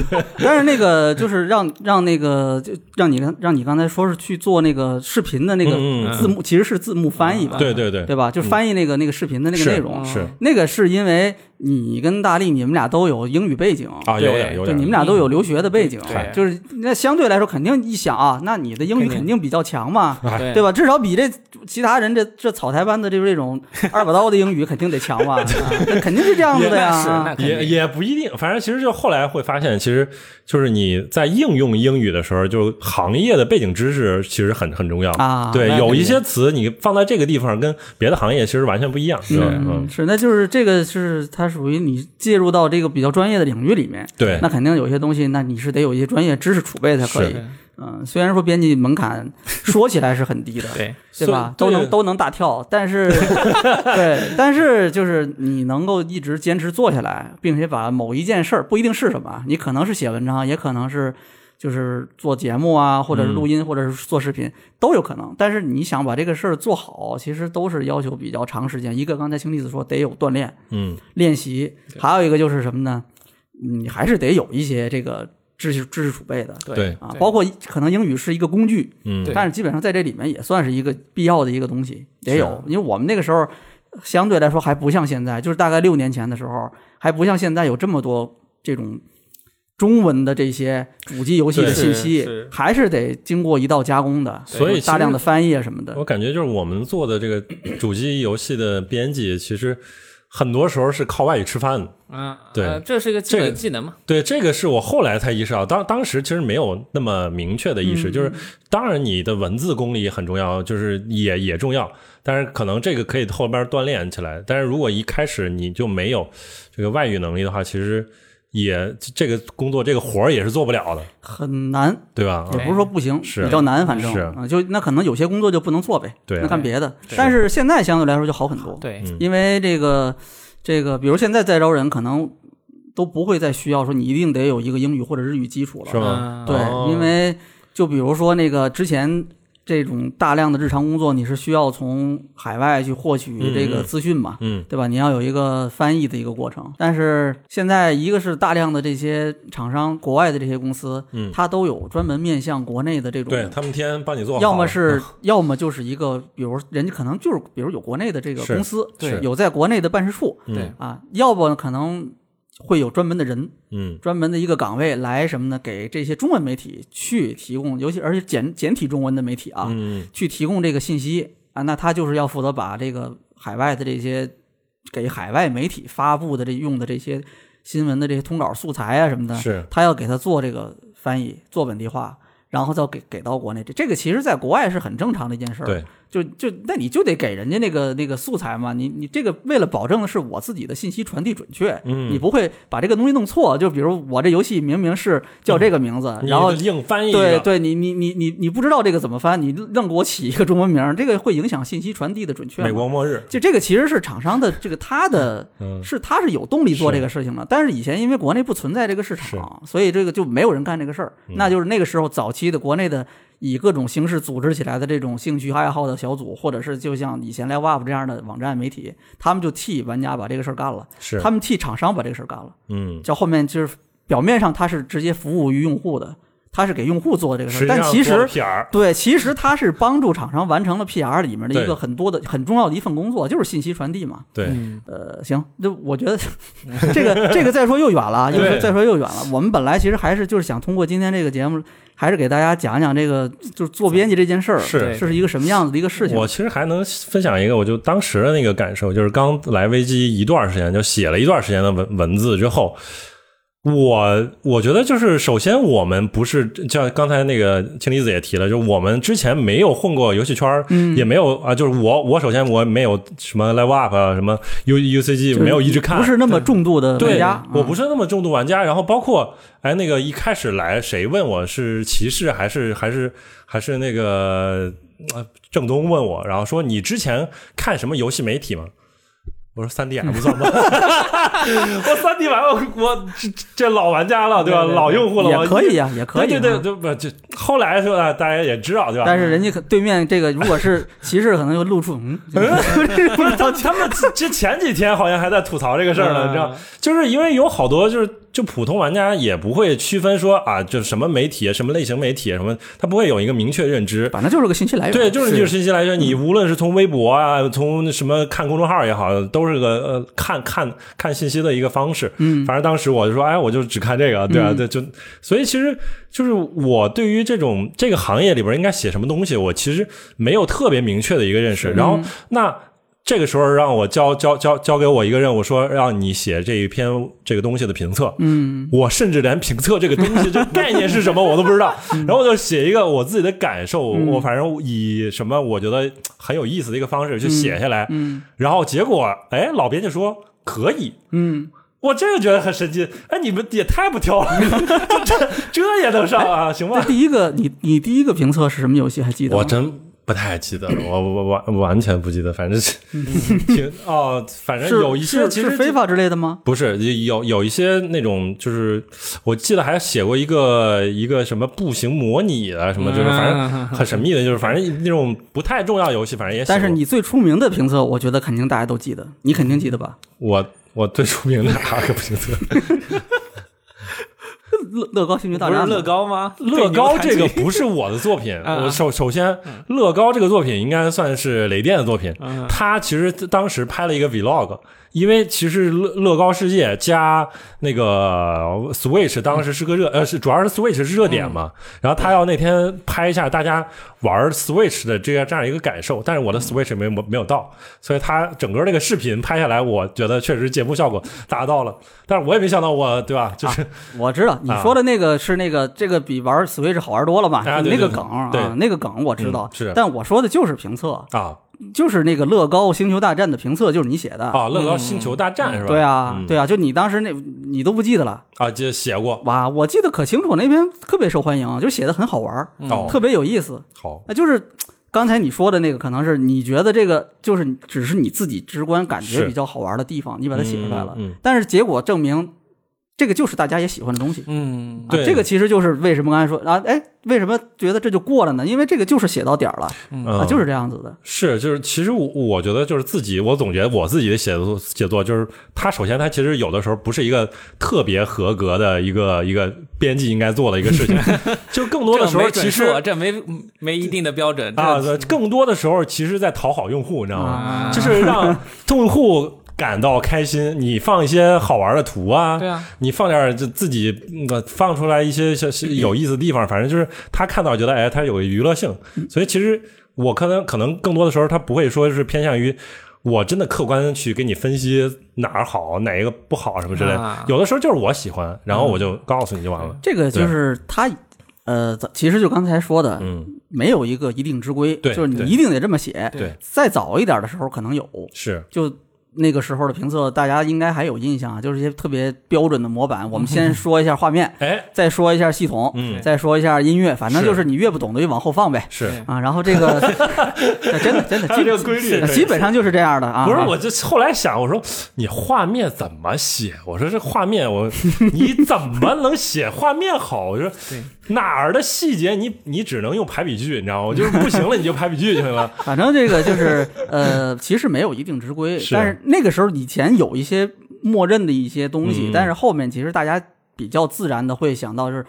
[SPEAKER 1] 对，
[SPEAKER 3] 但是那个就是让让那个就让你让你刚才说是去做那个视频的那个
[SPEAKER 1] 嗯嗯嗯啊
[SPEAKER 3] 字幕，其实是字幕翻译吧，
[SPEAKER 1] 对对对嗯
[SPEAKER 3] 对吧？就翻译那个那个视频的那个
[SPEAKER 1] 是
[SPEAKER 3] 内容，
[SPEAKER 1] 是
[SPEAKER 3] 那个是因为你跟大力，你们俩都有英语背景
[SPEAKER 1] 啊，有点有
[SPEAKER 3] 对，
[SPEAKER 1] 点，
[SPEAKER 3] 你们俩都有留学的背景，
[SPEAKER 4] 嗯对
[SPEAKER 3] 就是那相对来说，肯定一想啊，那你的英语
[SPEAKER 4] 肯定
[SPEAKER 3] 肯定比较强嘛，
[SPEAKER 4] 对
[SPEAKER 3] 对吧？至少比这其他人这这草台班子就是这 种二把刀的英语肯定得强吧？啊那肯定是这样子的呀。
[SPEAKER 4] 那是那
[SPEAKER 3] 啊
[SPEAKER 4] 肯
[SPEAKER 1] 也
[SPEAKER 4] 定
[SPEAKER 1] 也不一定，反正其实就后来会发现，其实就是你在应用英语的时候，就行业的背景知识其实很很重要
[SPEAKER 3] 啊
[SPEAKER 1] 对
[SPEAKER 4] 那，
[SPEAKER 1] 有
[SPEAKER 4] 肯
[SPEAKER 1] 一
[SPEAKER 4] 定
[SPEAKER 1] 些词你放在这个地方跟别的行业其实完全不一样，是吧？嗯
[SPEAKER 3] 嗯，，是，那就是这个是它属于你介入到这个比较专业的领域里面，
[SPEAKER 1] 对
[SPEAKER 3] 那肯定有些东西，那你是得有一些专业知识储备才可以
[SPEAKER 1] 是。
[SPEAKER 3] 嗯，虽然说编辑门槛说起来是很低的，
[SPEAKER 4] 对
[SPEAKER 3] 对吧？
[SPEAKER 1] 所以
[SPEAKER 3] 都
[SPEAKER 1] 对
[SPEAKER 3] 能都能大跳，但 是对，但是就是你能够一直坚持做下来，并且把某一件事儿不一定是什么啊，你可能是写文章，也可能是就是做节目啊，或者是录音，或者是做视频，都有可能。但是你想把这个事儿做好，其实都是要求比较长时间。一个刚才青弟子说得有锻炼
[SPEAKER 1] 嗯，
[SPEAKER 3] 练习，还有一个就是什么呢？你还是得有一些这个知识知识储备的。
[SPEAKER 1] 对，
[SPEAKER 3] 啊，包括可能英语是一个工具，
[SPEAKER 1] 嗯，
[SPEAKER 4] 对
[SPEAKER 3] 但是基本上在这里面也算是一个必要的一个东西，
[SPEAKER 1] 啊
[SPEAKER 3] 得有，因为我们那个时候相对来说还不像现在，就是大概六年前的时候，还不像现在有这么多这种中文的这些主机游戏的
[SPEAKER 1] 对
[SPEAKER 3] 信
[SPEAKER 4] 是
[SPEAKER 3] 息
[SPEAKER 4] 是，
[SPEAKER 3] 还是得经过一道加工的，
[SPEAKER 1] 所以
[SPEAKER 3] 有
[SPEAKER 1] 其实哦
[SPEAKER 3] 大量的翻译啊什么的
[SPEAKER 1] 我，感觉就是我们做的这个主机游戏的编辑，其实很多时候是靠外语吃饭的。
[SPEAKER 4] 嗯，
[SPEAKER 1] 对
[SPEAKER 4] 呃这是一个基
[SPEAKER 1] 这
[SPEAKER 4] 本
[SPEAKER 1] 个嗯
[SPEAKER 4] 技能嘛，
[SPEAKER 1] 对，这个是我后来才意识到，当当时其实没有那么明确的意识，就是当然你的文字功力很重要，就是也也重要，但是可能这个可以后边锻炼起来。但是如果一开始你就没有这个外语能力的话，其实也这个工作这个活儿也是做不了的，
[SPEAKER 3] 很难，
[SPEAKER 1] 对吧？
[SPEAKER 3] 也
[SPEAKER 1] 啊
[SPEAKER 3] 不是说不行，
[SPEAKER 1] 是
[SPEAKER 3] 比较难，反正
[SPEAKER 1] 是
[SPEAKER 3] 啊，就那可能有些工作就不能做呗，
[SPEAKER 1] 对啊
[SPEAKER 3] 那干别的。但是现在相对来说就好很多，
[SPEAKER 4] 对
[SPEAKER 1] 嗯
[SPEAKER 3] 因为这个这个，比如现在在招人，可能都不会再需要说你一定得有一个英语或者日语基础
[SPEAKER 1] 是
[SPEAKER 3] 了。
[SPEAKER 1] 吗？
[SPEAKER 3] 对，
[SPEAKER 1] 哦
[SPEAKER 3] 因为就比如说那个之前这种大量的日常工作，你是需要从海外去获取这
[SPEAKER 1] 嗯
[SPEAKER 3] 个
[SPEAKER 1] 嗯
[SPEAKER 3] 资讯嘛，
[SPEAKER 1] 嗯，
[SPEAKER 3] 对吧？你要有一个翻译的一个过程。但是现在，一个是大量的这些厂商，国外的这些公司，
[SPEAKER 1] 嗯
[SPEAKER 3] 它都有专门面向国内的这种
[SPEAKER 1] 对他们天天帮你做好了，啊
[SPEAKER 3] 要 么是，要么就是一个，比如人家可能就是，比如有国内的这个
[SPEAKER 1] 是
[SPEAKER 3] 公司，
[SPEAKER 1] 对
[SPEAKER 3] 有在国内的办事处
[SPEAKER 1] 嗯
[SPEAKER 4] 对
[SPEAKER 3] 啊，要不可能会有专门的人，
[SPEAKER 1] 嗯
[SPEAKER 3] 专门的一个岗位来什么呢？给这些中文媒体去提供，尤其而且简简体中文的媒体啊，
[SPEAKER 1] 嗯
[SPEAKER 3] 去提供这个信息啊，那他就是要负责把这个海外的这些给海外媒体发布的这用的这些新闻的这些通稿素材啊什么的，
[SPEAKER 1] 是
[SPEAKER 3] 他要给他做这个翻译，做本地化，然后再给给到国内。这这个其实在国外是很正常的一件事儿，
[SPEAKER 1] 对，
[SPEAKER 3] 就就那你就得给人家那个那个素材嘛，你你这个为了保证的是我自己的信息传递准确，
[SPEAKER 1] 嗯
[SPEAKER 3] 你不会把这个东西弄错。就比如我这游戏明明是叫这个名字，
[SPEAKER 1] 嗯你
[SPEAKER 3] 然后
[SPEAKER 1] 硬翻译一
[SPEAKER 3] 对
[SPEAKER 1] 个，
[SPEAKER 3] 对，你你你你你不知道这个怎么翻，你愣给我起一个中文名儿，这个会影响信息传递的准确嘛。
[SPEAKER 1] 美国末日，
[SPEAKER 3] 就这个其实是厂商的这个他的
[SPEAKER 1] 嗯
[SPEAKER 3] 是他是有动力做这个事情的，但是以前因为国内不存在这个市场，所以这个就没有人干这个事儿。
[SPEAKER 1] 嗯
[SPEAKER 3] 那就是那个时候早期的国内的以各种形式组织起来的这种兴趣爱好的小组，或者是就像以前 Live Up 这样的网站媒体，他们就替玩家把这个事儿干了，
[SPEAKER 1] 是
[SPEAKER 3] 他们替厂商把这个事儿干了。
[SPEAKER 1] 嗯，
[SPEAKER 3] 叫后面就是表面上他是直接服务于用户的，他是给用户做这个事
[SPEAKER 1] 实
[SPEAKER 3] 儿，
[SPEAKER 1] 际
[SPEAKER 3] 但
[SPEAKER 1] 上
[SPEAKER 3] 其
[SPEAKER 1] 做了
[SPEAKER 3] 实
[SPEAKER 1] 撇儿
[SPEAKER 3] 对，其实它是帮助厂商完成了 PR 里面的一
[SPEAKER 1] 对
[SPEAKER 3] 个很多的很重要的一份工作，就是信息传递嘛。
[SPEAKER 1] 对，
[SPEAKER 3] 呃，行，那我觉得这个这个再说又远 了，啊又说
[SPEAKER 1] 对
[SPEAKER 3] 再说又远了。我们本来其实还是就是想通过今天这个节目，还是给大家讲讲这个就是做编辑这件事儿
[SPEAKER 1] 是
[SPEAKER 3] 这是一个什么样子的一个事情。
[SPEAKER 1] 我其实还能分享一个，我就当时的那个感受，就是刚来危机一段时间，就写了一段时间的文文字之后，我我觉得就是首先我们不是像刚才那个青离子也提了，就是我们之前没有混过游戏圈儿，
[SPEAKER 3] 嗯
[SPEAKER 1] 也没有啊，就是我我首先我没有什么 Live Up 啊，什么 U U C G
[SPEAKER 3] 就是
[SPEAKER 1] 没有一直看，
[SPEAKER 3] 不是那么重度的玩
[SPEAKER 1] 对
[SPEAKER 3] 家，，
[SPEAKER 1] 我
[SPEAKER 3] 嗯
[SPEAKER 1] 不是那么重度玩家。然后包括哎，那个一开始来谁问我是骑士还是还是还是那个呃郑东问我，然后说你之前看什么游戏媒体吗？我说三 D M 算吗？ 我三 D 玩我我这这老玩家了，对吧？啊老用户了，我
[SPEAKER 3] 也可以呀，也可以
[SPEAKER 1] 对
[SPEAKER 3] 啊，
[SPEAKER 1] 对对，对不就后来是吧？大家也知道对吧？
[SPEAKER 3] 但是人家可对面这个如果是骑士，可能就露出 嗯，
[SPEAKER 1] 不是他他们之前几天好像还在吐槽这个事儿呢，
[SPEAKER 4] 嗯
[SPEAKER 1] 你知道，就是因为有好多就是就普通玩家也不会区分说啊，就什么媒体、什么类型媒体、啊什么，他不会有一个明确认知。
[SPEAKER 3] 反正就是个信息来源。
[SPEAKER 1] 对，就是嗯就是信息来源，你无论是从微博啊，从什么看公众号也好，都是个呃看看看信息的一个方式。嗯，反正当时我就说，哎，我就只看这个，对啊，对就，所以其实就是我对于这种这个行业里边应该写什么东西，我其实没有特别明确的一个认识。然后那。这个时候让我交交交交给我一个任务，说让你写这一篇这个东西的评测。嗯，我甚至连评测这个东西这个概念是什么我都不知 道，然后我就写一个我自己的感受，我反正以什么我觉得很有意思的一个方式去写下来。嗯，然后结果哎，老编就说可以。
[SPEAKER 3] 嗯，
[SPEAKER 1] 我这个觉得很神奇，哎，你们也太不挑了， 这这这也能上啊？行
[SPEAKER 3] 那
[SPEAKER 1] 吧，
[SPEAKER 3] 第一个，你你第一个评测是什么游戏？还记得 吗？
[SPEAKER 1] 我真不太记得了，我我完完全不记得，反正是 挺哦，反正
[SPEAKER 3] 是
[SPEAKER 1] 有一些
[SPEAKER 3] 是
[SPEAKER 1] 其实
[SPEAKER 3] 是非法之类的吗？
[SPEAKER 1] 不是有有一些那种，就是我记得还写过一个一个什么步行模拟的什么，
[SPEAKER 3] 嗯
[SPEAKER 1] 就是反正很神秘的，就是反正那种不太重要游戏，反正也写过。
[SPEAKER 3] 但是你最出名的评测，我觉得肯定大家都记得，你肯定记得吧？
[SPEAKER 1] 我我最出名的哪个不行？
[SPEAKER 3] 乐乐高星球大
[SPEAKER 4] 不是
[SPEAKER 3] 战
[SPEAKER 4] 乐高吗？
[SPEAKER 1] 乐高
[SPEAKER 4] 被
[SPEAKER 1] 这
[SPEAKER 4] 你
[SPEAKER 1] 个
[SPEAKER 4] 们
[SPEAKER 1] 不是我的作品。
[SPEAKER 4] 啊嗯
[SPEAKER 1] 我首首先，乐高这个作品应该算是雷电的作品。他其实当时拍了一个 vlog，因为其实乐乐高世界加那个 Switch 当时是个热，
[SPEAKER 4] 嗯
[SPEAKER 1] 呃，是主要是 Switch 是热点嘛。然后他要那天拍一下大家玩 Switch 的这样这样一个感受，但是
[SPEAKER 4] 嗯
[SPEAKER 1] 我的 Switch 没没有到，所以他整个那个视频拍下来，我觉得确实节目效果达到了，但是我也没想到我对吧，就是
[SPEAKER 3] 我知道你说的那个是那个，这个比玩 Switch 好玩多了吧？
[SPEAKER 1] 啊
[SPEAKER 3] 就
[SPEAKER 1] 对
[SPEAKER 3] 那个
[SPEAKER 1] 对
[SPEAKER 3] 梗啊
[SPEAKER 1] 对，
[SPEAKER 3] 那个梗我知道
[SPEAKER 1] 嗯。是
[SPEAKER 3] 但我说的就是评测，
[SPEAKER 1] 啊
[SPEAKER 3] 就是那个乐高星球大战的评测，就是你写的。
[SPEAKER 1] 啊，乐高星球大
[SPEAKER 4] 嗯
[SPEAKER 1] 战是吧？嗯
[SPEAKER 3] 对啊，对啊，就你当时那，你都不记得了
[SPEAKER 1] 啊，就写过。
[SPEAKER 3] 哇！我记得可清楚，那篇特别受欢迎，就写的很好玩儿，
[SPEAKER 1] 哦，
[SPEAKER 3] 特别有意思。
[SPEAKER 1] 好，
[SPEAKER 3] 那就是刚才你说的那个，可能是你觉得这个就是你只是你自己直观感觉
[SPEAKER 1] 是
[SPEAKER 3] 比较好玩的地方，你把它写出来了。
[SPEAKER 1] 嗯嗯嗯
[SPEAKER 3] 但是结果证明，这个就是大家也喜欢的东西。
[SPEAKER 4] 嗯，
[SPEAKER 1] 对
[SPEAKER 3] 啊，这个其实就是为什么刚才说啊，哎，为什么觉得这就过了呢？因为这个就是写到点儿了、啊，
[SPEAKER 1] 嗯，
[SPEAKER 3] 就是这样子的。
[SPEAKER 1] 是就是，其实我我觉得就是自己，我总觉得我自己的写作写作就是，他首先他其实有的时候不是一个特别合格的一个一个编辑应该做的一个事情，就更多的时
[SPEAKER 4] 这
[SPEAKER 1] 候
[SPEAKER 4] 没准
[SPEAKER 1] 其
[SPEAKER 4] 数
[SPEAKER 1] 实
[SPEAKER 4] 这没嗯没一定的标准
[SPEAKER 1] 啊，
[SPEAKER 4] 这
[SPEAKER 1] 对更多的时候其实在讨好用户，你知道吗？
[SPEAKER 4] 啊
[SPEAKER 1] 就是让用户感到开心。你放一些好玩的图啊，
[SPEAKER 4] 对啊，
[SPEAKER 1] 你放点儿就自己嗯放出来一些小小有意思的地方，反正就是他看到觉得哎，他有娱乐性，所以其实我可能可能更多的时候他不会说是偏向于。我真的客观去给你分析哪儿好，哪一个不好什么之类的
[SPEAKER 4] 啊。
[SPEAKER 1] 有的时候就是我喜欢，然后我就告诉你就完了。
[SPEAKER 3] 这个就是他，呃，咱其实就刚才说的，
[SPEAKER 1] 嗯，
[SPEAKER 3] 没有一个一定之规，
[SPEAKER 1] 对
[SPEAKER 3] 就是
[SPEAKER 1] 对
[SPEAKER 3] 你一定得这么写。
[SPEAKER 1] 对，
[SPEAKER 3] 再早一点的时候可能有，
[SPEAKER 1] 是
[SPEAKER 3] 就那个时候的评测，大家应该还有印象啊，就是一些特别标准的模板。我们先说一下画面，
[SPEAKER 1] 哎
[SPEAKER 3] 再说一下系统，
[SPEAKER 1] 嗯
[SPEAKER 3] 再说一下音乐，反正就是你越不懂的越往后放呗。
[SPEAKER 1] 是，
[SPEAKER 3] 啊，然后 这个哎真的真的
[SPEAKER 1] 还有这个规律
[SPEAKER 3] 基基本上就是这样的啊。
[SPEAKER 1] 不是，我就后来想，我说你画面怎么写？我说这画面我你怎么能写画面好？我说哪儿的细节你你只能用排比句，你知道吗？我就是不行了，你就排比句就行了。
[SPEAKER 3] 反正这个就是呃，其实没有一定之规，
[SPEAKER 1] 是
[SPEAKER 3] 但是那个时候以前有一些默认的一些东
[SPEAKER 1] 嗯
[SPEAKER 3] 西，但是后面其实大家比较自然的会想到，就是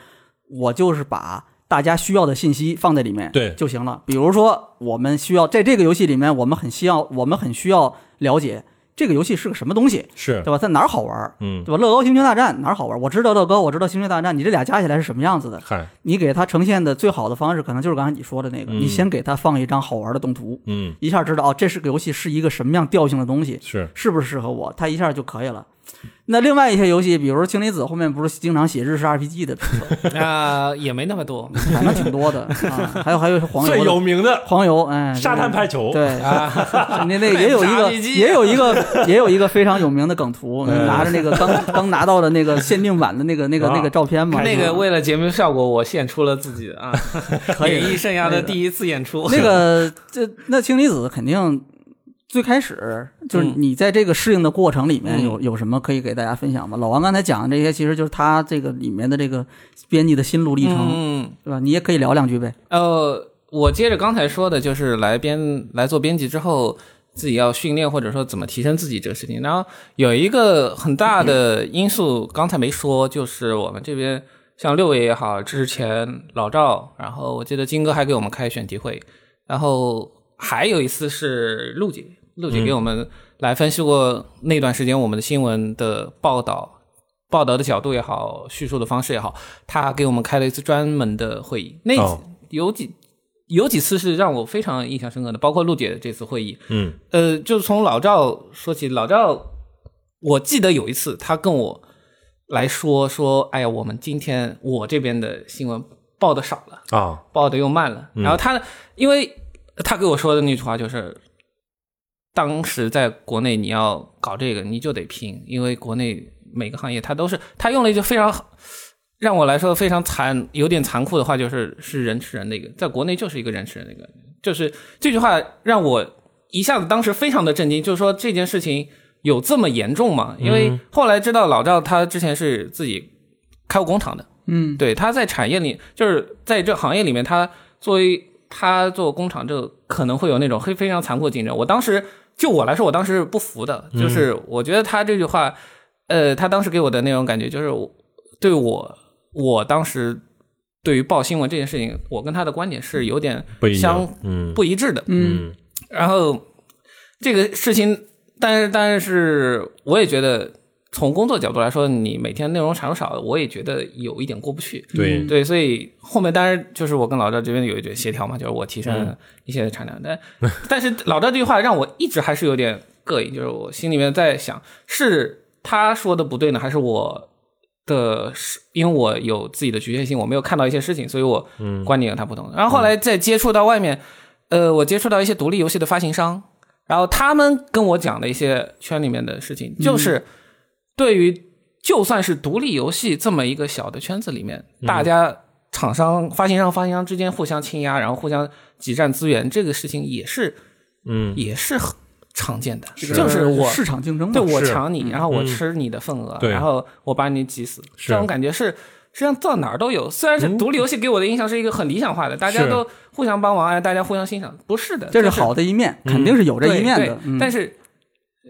[SPEAKER 3] 我就是把大家需要的信息放在里面，
[SPEAKER 1] 对
[SPEAKER 3] 就行了。比如说，我们需要在这个游戏里面，我们很需要，我们很需要了解这个游戏是个什么东西，
[SPEAKER 1] 是
[SPEAKER 3] 对，吧？在哪儿好玩？
[SPEAKER 1] 嗯，
[SPEAKER 3] 对吧？乐高星球大战哪儿好玩？我知道乐高，我知道星球大战，你这俩加起来是什么样子的？
[SPEAKER 1] 嗨，
[SPEAKER 3] 你给它呈现的最好的方式，可能就是刚才你说的那个，你先给它放一张好玩的动图，
[SPEAKER 1] 嗯，
[SPEAKER 3] 一下知道哦，这是个游戏是一个什么样调性的东西，
[SPEAKER 1] 是
[SPEAKER 3] 是不是适合我，它一下就可以了。那另外一些游戏，比如说氢离子后面不是经常写日式 RPG 的评 测，
[SPEAKER 4] 啊也没那么多
[SPEAKER 3] 反正挺多的啊，还有还有黄
[SPEAKER 1] 最
[SPEAKER 3] 油
[SPEAKER 1] 有
[SPEAKER 3] 的。
[SPEAKER 1] 名的
[SPEAKER 3] 黄油，
[SPEAKER 4] 嗯
[SPEAKER 3] 哎，
[SPEAKER 1] 沙滩排球，啊
[SPEAKER 3] 对，那那也有一
[SPEAKER 4] 奶茶
[SPEAKER 3] 个，
[SPEAKER 4] 里脊
[SPEAKER 3] 也有 一个，也有一个非常有名的梗图，
[SPEAKER 1] 嗯
[SPEAKER 3] 拿着那个刚刚拿到的那个限定版的那个那个
[SPEAKER 1] 啊
[SPEAKER 3] 那个照片嘛，
[SPEAKER 4] 那
[SPEAKER 3] 是
[SPEAKER 4] 个
[SPEAKER 3] 吧
[SPEAKER 4] 为了节目效果，我献出了自己的啊，
[SPEAKER 3] 可以
[SPEAKER 4] 演艺生涯
[SPEAKER 3] 那
[SPEAKER 4] 的
[SPEAKER 3] 个
[SPEAKER 4] 第一次演出。
[SPEAKER 3] 那 个这那氢离子肯定最开始就是你在这个适应的过程里面
[SPEAKER 4] 嗯
[SPEAKER 3] 有、有什么可以给大家分享吗？老王刚才讲的这些，其实就是他这个里面的这个编辑的心路历程，
[SPEAKER 4] 嗯，
[SPEAKER 3] 对吧？你也可以聊两句呗。
[SPEAKER 4] 呃，我接着刚才说的，就是来编来做编辑之后，自己要训练或者说怎么提升自己这个事情。然后有一个很大的因素，刚才没说，就是我们这边像六位也好，之前老赵，然后我记得金哥还给我们开选题会，然后还有一次是陆姐，陆姐给我们来分析过那段时间我们的新闻的报道。报道的角度也好，叙述的方式也好，他给我们开了一次专门的会议。那
[SPEAKER 1] 哦
[SPEAKER 4] 有几有几次是让我非常印象深刻的，包括陆姐这次会议。
[SPEAKER 1] 嗯，
[SPEAKER 4] 呃，就是从老赵说起，老赵，我记得有一次他跟我来说说，哎呀，我们今天我这边的新闻报的少了。
[SPEAKER 1] 啊，
[SPEAKER 4] 报的又慢了。然后他，因为他给我说的那句话就是，当时在国内你要搞这个，你就得拼，因为国内每个行业它都是，他用了一句非常让我来说非常残，有点残酷的话，就是是人吃人的一个，在国内就是一个人吃人的一个，就是这句话让我一下子当时非常的震惊，就是说这件事情有这么严重吗？因为后来知道老赵他之前是自己开过工厂的，
[SPEAKER 3] 嗯，
[SPEAKER 4] 对，他在产业里，就是在这行业里面，他作为他做工厂，这可能会有那种非非常残酷的竞争。我当时就我来说，我当时不服的，
[SPEAKER 1] 嗯
[SPEAKER 4] 就是我觉得他这句话，呃，他当时给我的那种感觉，就是我对我我当时对于报新闻这件事情，我跟他的观点是有点
[SPEAKER 1] 不一
[SPEAKER 4] 相
[SPEAKER 1] 样，嗯
[SPEAKER 4] 不一致的。
[SPEAKER 1] 嗯
[SPEAKER 4] 然后这个事情，但是但是我也觉得，从工作角度来说，你每天内容产出少，我也觉得有一点过不去。
[SPEAKER 1] 对
[SPEAKER 4] 对，所以后面当然就是我跟老赵这边有一点协调嘛，就是我提升一些产量，但但是老赵这句话让我一直还是有点膈应，就是我心里面在想，是他说的不对呢，还是我的是因为我有自己的局限性，我没有看到一些事情，所以我观点跟他不同。然后后来再接触到外面，呃，我接触到一些独立游戏的发行商，然后他们跟我讲的一些圈里面的事情，就是对于就算是独立游戏这么一个小的圈子里面，大家厂商、发行商、发行商之间互相倾压，然后互相挤占资源，这个事情也是
[SPEAKER 1] 嗯
[SPEAKER 4] 也是很常见的，
[SPEAKER 3] 这个
[SPEAKER 4] 就是我
[SPEAKER 3] 市场竞争嘛，
[SPEAKER 4] 对我
[SPEAKER 1] 是
[SPEAKER 4] 抢你，然后我吃你的份额，
[SPEAKER 1] 对
[SPEAKER 4] 然后我把你挤死，
[SPEAKER 1] 是
[SPEAKER 4] 这种感觉是。实际上到哪儿都有，虽然是独立游戏给我的印象是一个很理想化的，大家
[SPEAKER 1] 是
[SPEAKER 4] 都互相帮忙，哎，大家互相欣赏，不是的，
[SPEAKER 3] 这
[SPEAKER 4] 就是嗯
[SPEAKER 3] 好的一面，肯定是有这一面
[SPEAKER 4] 对
[SPEAKER 3] 的
[SPEAKER 4] 对。
[SPEAKER 3] 嗯
[SPEAKER 4] 但是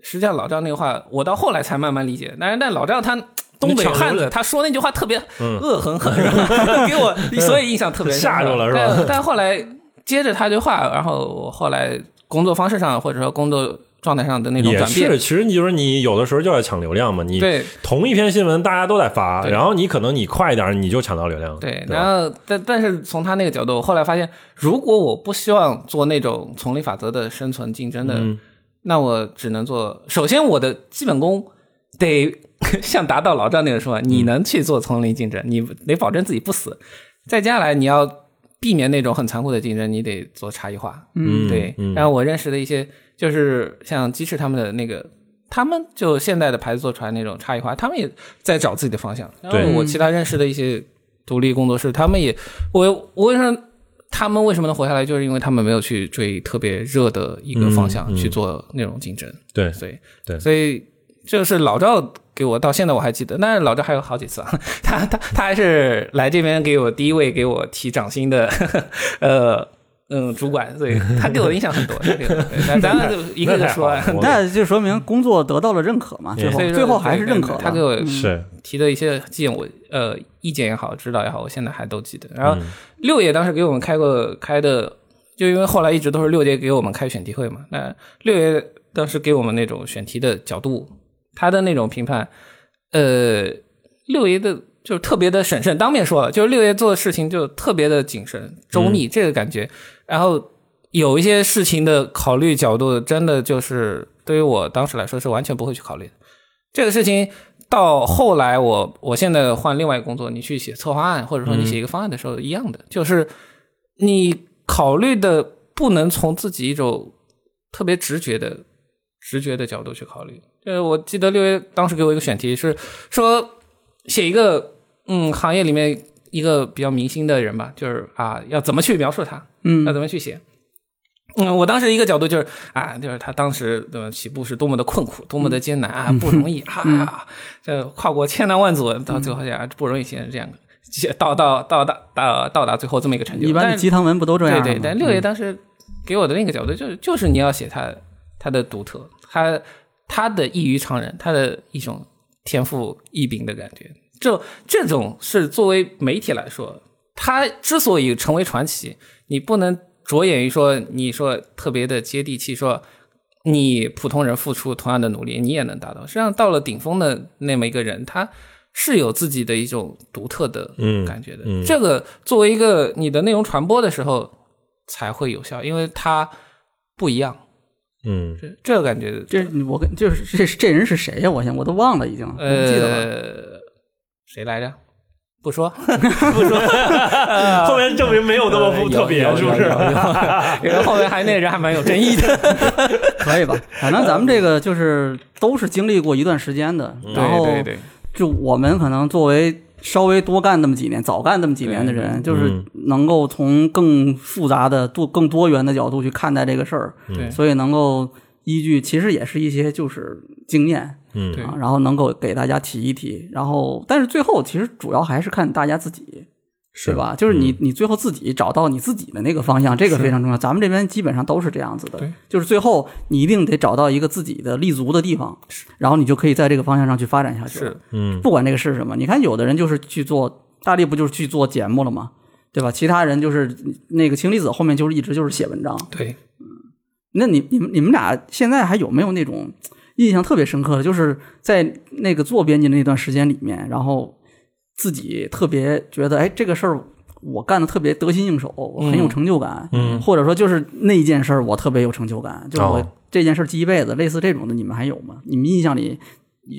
[SPEAKER 4] 实际上老赵那个话，我到后来才慢慢理解。但是但老赵他东北汉
[SPEAKER 1] 抢流
[SPEAKER 4] 子，
[SPEAKER 1] 了
[SPEAKER 4] 他说那句话特别恶狠狠，然后 给我所以印象特别深刻
[SPEAKER 1] 吓着了是吧
[SPEAKER 4] 但但后来接着他这话，然后我后来工作方式上或者说工作状态上的那种
[SPEAKER 1] 也
[SPEAKER 4] 转变
[SPEAKER 1] 是，，其实你就是你有的时候就要抢流量嘛，你
[SPEAKER 4] 对
[SPEAKER 1] 同一篇新闻大家都在发，
[SPEAKER 4] 对
[SPEAKER 1] 然后你可能你快一点你就抢到流量了，
[SPEAKER 4] 对，
[SPEAKER 1] 对
[SPEAKER 4] 然
[SPEAKER 1] 吧
[SPEAKER 4] 后但但是从他那个角度，我后来发现，如果我不希望做那种丛林法则的生存竞争的，
[SPEAKER 1] 嗯
[SPEAKER 4] 那我只能做。首先，我的基本功得 像达到老赵那个说法，
[SPEAKER 1] 嗯
[SPEAKER 4] 你能去做丛林竞争，你得保证自己不死。再接下来，你要避免那种很残酷的竞争，你得做差异化。
[SPEAKER 1] 嗯
[SPEAKER 4] 对。
[SPEAKER 1] 嗯
[SPEAKER 4] 然后我认识的一些，就是像鸡翅他们的那个。他们就现代的牌子做出来那种差异化，他们也在找自己的方向。然后
[SPEAKER 1] 对
[SPEAKER 4] 我其他认识的一些独立工作室，他们也，我我为什么他们为什么能活下来，就是因为他们没有去追特别热的一个方向、
[SPEAKER 1] 嗯嗯
[SPEAKER 4] 去做那种竞争，
[SPEAKER 1] 对
[SPEAKER 4] 所以
[SPEAKER 1] 对
[SPEAKER 4] 所以这是老赵给我到现在我还记得，但是老赵还有好几次啊， 他他他还是来这边给我第一位给我提涨薪的， 呃。嗯，主管，所以他给我的印象很多。这个对咱咱们就一个一个说啊，
[SPEAKER 1] 那太 好了
[SPEAKER 3] 那就说明工作得到了认可嘛，最后
[SPEAKER 4] 所以说
[SPEAKER 3] 最后还是认可
[SPEAKER 4] 对
[SPEAKER 3] 了。
[SPEAKER 4] 他给我
[SPEAKER 1] 是
[SPEAKER 4] 提的一些建议，我呃意见也好，指导也好，我现在还都记得。然后六爷当时给我们开过开的，就因为后来一直都是六爷给我们开选题会嘛，那六爷当时给我们那种选题的角度，他的那种评判，呃，六爷的就是特别的审慎，当面说了，就是六爷做的事情就特别的谨慎周密，这个感觉。然后有一些事情的考虑角度，真的就是对于我当时来说是完全不会去考虑的。这个事情到后来我，我现在换另外一个工作，你去写策划案，或者说你写一个方案的时候，一样的，就是你考虑的不能从自己一种特别直觉的直觉的角度去考虑。呃，我记得六月当时给我一个选题是说写一个嗯行业里面一个比较明星的人吧，就是啊要怎么去描述他，
[SPEAKER 3] 嗯
[SPEAKER 4] 要怎么去写。嗯，我当时一个角度就是啊，就是他当时的起步是多么的困苦，多么的艰难
[SPEAKER 3] 嗯
[SPEAKER 4] 啊，不容易啊，这跨过千难万阻，到最后这样不容易，现在这样到到到达到到达最后这么一个成就。
[SPEAKER 3] 一般
[SPEAKER 4] 但
[SPEAKER 3] 的
[SPEAKER 4] 是
[SPEAKER 3] 鸡汤文不都这样吗？嗯
[SPEAKER 4] 对对，但六爷当时给我的那个角度就是就是你要写他它的独特，它它的异于常人，它的一种天赋异禀的感觉。这这种是作为媒体来说，它之所以成为传奇，你不能着眼于说你说特别的接地气，说你普通人付出同样的努力，你也能达到。实际上，到了顶峰的那么一个人，他是有自己的一种独特的
[SPEAKER 1] 嗯
[SPEAKER 4] 感觉的。
[SPEAKER 1] 嗯
[SPEAKER 4] 这个作为一个你的内容传播的时候才会有效，因为它不一样。
[SPEAKER 1] 嗯，
[SPEAKER 4] 这这个感觉，
[SPEAKER 3] 这我跟就是这这人是谁呀？我先我都忘了，已经不记得了。
[SPEAKER 4] 呃，谁来着？不说，
[SPEAKER 3] 呃
[SPEAKER 1] 后面证明没有那么不特别，
[SPEAKER 4] 有
[SPEAKER 1] 是不嗯是？
[SPEAKER 4] 有有有有因为后面还那人还蛮有争议的。
[SPEAKER 3] 可以吧？反正咱们这个就是都是经历过一段时间的，
[SPEAKER 4] 嗯
[SPEAKER 3] 然后
[SPEAKER 4] 对对对，
[SPEAKER 3] 就我们可能作为稍微多干那么几年、早干那么几年的人，就是能够从更复杂的、多更多元的角度去看待这个事儿，
[SPEAKER 4] 对
[SPEAKER 3] 所以能够依据其实也是一些就是经验
[SPEAKER 1] 嗯
[SPEAKER 4] 对
[SPEAKER 3] 啊，然后能够给大家提一提，然后但是最后其实主要还是看大家自己。
[SPEAKER 1] 是
[SPEAKER 3] 对吧？就是
[SPEAKER 4] 嗯
[SPEAKER 3] 你，你最后自己找到你自己的那个方向，这个非常重要。咱们这边基本上都是这样子的
[SPEAKER 4] 对，
[SPEAKER 3] 就是最后你一定得找到一个自己的立足的地方，然后你就可以在这个方向上去发展下去了。
[SPEAKER 4] 是
[SPEAKER 1] 嗯
[SPEAKER 3] 不管这个是什么，你看有的人就是去做大力，不就是去做节目了吗？对吧？其他人就是那个氢离子后面就是一直就是写文章。
[SPEAKER 4] 对，
[SPEAKER 3] 那你你们你们俩现在还有没有那种印象特别深刻的？就是在那个做编辑的那段时间里面，然后自己特别觉得，哎，这个事儿我干的特别得心应手，我很有成就感。嗯，或者说就是那一件事儿我特别有成就感，就是我
[SPEAKER 1] 哦
[SPEAKER 3] 这件事儿记一辈子，类似这种的，你们还有吗？你们印象里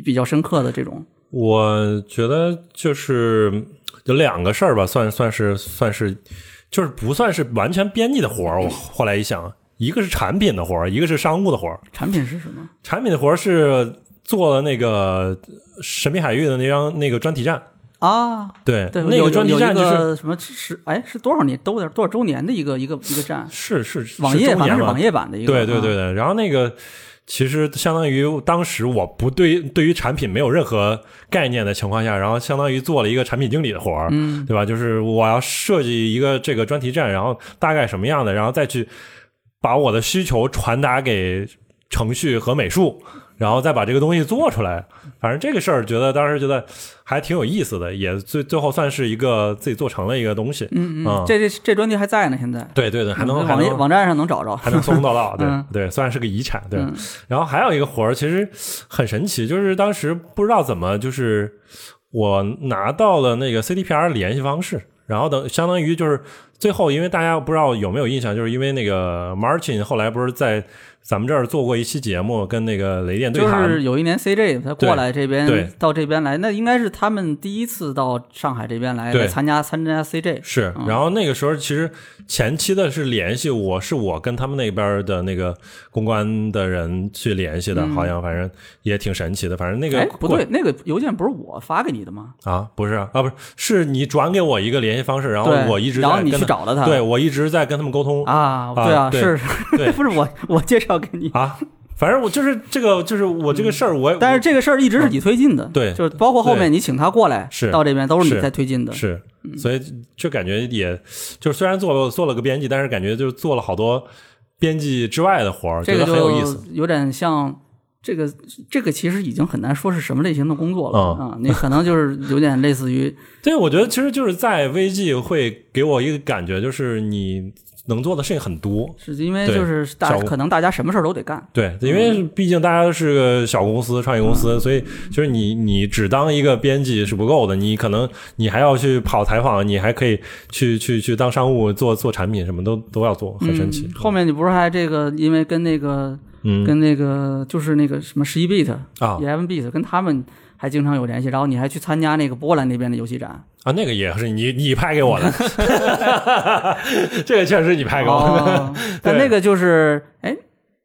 [SPEAKER 3] 比较深刻的这种？
[SPEAKER 1] 我觉得就是有两个事儿吧，算算是算是，就是不算是完全编辑的活儿。我后来一想，一个是产品的活儿，一个是商务的活儿。
[SPEAKER 3] 产品是什么？
[SPEAKER 1] 产品的活儿是做了那个神秘海域的那张那个专题站，
[SPEAKER 3] 啊，
[SPEAKER 1] 对，
[SPEAKER 3] 对，
[SPEAKER 1] 那
[SPEAKER 3] 有
[SPEAKER 1] 个专题
[SPEAKER 3] 有
[SPEAKER 1] 站
[SPEAKER 3] 一
[SPEAKER 1] 就是
[SPEAKER 3] 个什么是哎是多少年都有点多少周年的一个一个一个站，
[SPEAKER 1] 是是是
[SPEAKER 3] 网页
[SPEAKER 1] 周
[SPEAKER 3] 反正
[SPEAKER 1] 年
[SPEAKER 3] 是
[SPEAKER 1] 嘛
[SPEAKER 3] 网页版的一个，
[SPEAKER 1] 对对
[SPEAKER 3] 啊
[SPEAKER 1] 对，对，然后那个其实相当于当时我不对对于产品没有任何概念的情况下，然后相当于做了一个产品经理的活儿，嗯，对吧？就是我要设计一个这个专题站，然后大概什么样的，然后再去把我的需求传达给程序和美术，然后再把这个东西做出来。反正这个事儿，觉得当时觉得还挺有意思的，也最最后算是一个自己做成了一个东西，嗯嗯
[SPEAKER 3] 这这这专辑还在呢，现在嗯
[SPEAKER 1] 对对对，还能还
[SPEAKER 3] 网页
[SPEAKER 1] 能
[SPEAKER 3] 网站上能找着，
[SPEAKER 1] 还能松到落，对、
[SPEAKER 3] 嗯
[SPEAKER 1] 对，算是个遗产，对。
[SPEAKER 3] 嗯
[SPEAKER 1] 然后还有一个活儿，其实很神奇，就是当时不知道怎么，就是我拿到了那个 CDPR 联系方式，然后等相当于就是最后，因为大家不知道有没有印象，就是因为那个 Martin 后来不是在咱们这儿做过一期节目，跟那个雷电对
[SPEAKER 3] 就
[SPEAKER 1] 谈，
[SPEAKER 3] 是有一年 CJ 他过来
[SPEAKER 1] 对
[SPEAKER 3] 这边到这边来，那应该是他们第一次到上海这边来
[SPEAKER 1] 对
[SPEAKER 3] 来参加参加 CJ，
[SPEAKER 1] 是，然后那个时候其实前期的是联系我，是我跟他们那边的那个公关的人去联系的，好像反正也挺神奇的，反正那个
[SPEAKER 3] 嗯哎不
[SPEAKER 1] 过
[SPEAKER 3] 对，那个邮件不是我发给你的吗？
[SPEAKER 1] 啊，不是啊，啊不是，是你转给我一个联系方式，然后
[SPEAKER 3] 对
[SPEAKER 1] 我一直在
[SPEAKER 3] 然后你
[SPEAKER 1] 跟
[SPEAKER 3] 去
[SPEAKER 1] 他
[SPEAKER 3] 找了他
[SPEAKER 1] 对我一直在跟他们沟通
[SPEAKER 3] 啊，
[SPEAKER 1] 啊
[SPEAKER 3] 对啊，
[SPEAKER 1] 对
[SPEAKER 3] 是，
[SPEAKER 1] 对
[SPEAKER 3] 不是我我介绍给你。
[SPEAKER 1] 啊，反正我就是这个，就是我这个事儿，我嗯
[SPEAKER 3] 但是这个事儿一直是你推进的，
[SPEAKER 1] 对
[SPEAKER 3] 就是包括后面你请他过来，
[SPEAKER 1] 是
[SPEAKER 3] 到这边都是
[SPEAKER 1] 是
[SPEAKER 3] 你在推进的，
[SPEAKER 1] 是，
[SPEAKER 3] 嗯
[SPEAKER 1] 所以就感觉也，就是虽然做了做了个编辑，但是感觉就做了好多编辑之外的活儿，
[SPEAKER 3] 这
[SPEAKER 1] 觉
[SPEAKER 3] 个
[SPEAKER 1] 得很
[SPEAKER 3] 就
[SPEAKER 1] 有意思。
[SPEAKER 3] 有点像这个这个其实已经很难说是什么类型的工作了
[SPEAKER 1] 嗯
[SPEAKER 3] 啊、你可能就是有点类似于
[SPEAKER 1] 对，我觉得其实就是在微 g 会给我一个感觉，就是你能做的事情很多。
[SPEAKER 3] 是因为
[SPEAKER 1] 对
[SPEAKER 3] 就是大
[SPEAKER 1] 小
[SPEAKER 3] 可能大家什么事儿都得干，
[SPEAKER 1] 对，因为毕竟大家都是个小公司、创业公
[SPEAKER 3] 嗯
[SPEAKER 1] 司，所以就是你你只当一个编辑是不够的，你可能你还要去跑采访，你还可以去去去当商务、做做产品，什么都都要做，很神奇
[SPEAKER 3] 嗯。后面你不是还这个因为跟那个、
[SPEAKER 1] 嗯
[SPEAKER 3] 跟那个就是那个什么十一 bit
[SPEAKER 1] 啊
[SPEAKER 3] eleven bit 跟他们还经常有联系，然后你还去参加那个波兰那边的游戏展，
[SPEAKER 1] 啊，那个也是你你拍给我 的， 这个确实是你拍给我的。
[SPEAKER 3] 哦，但那个就是哎，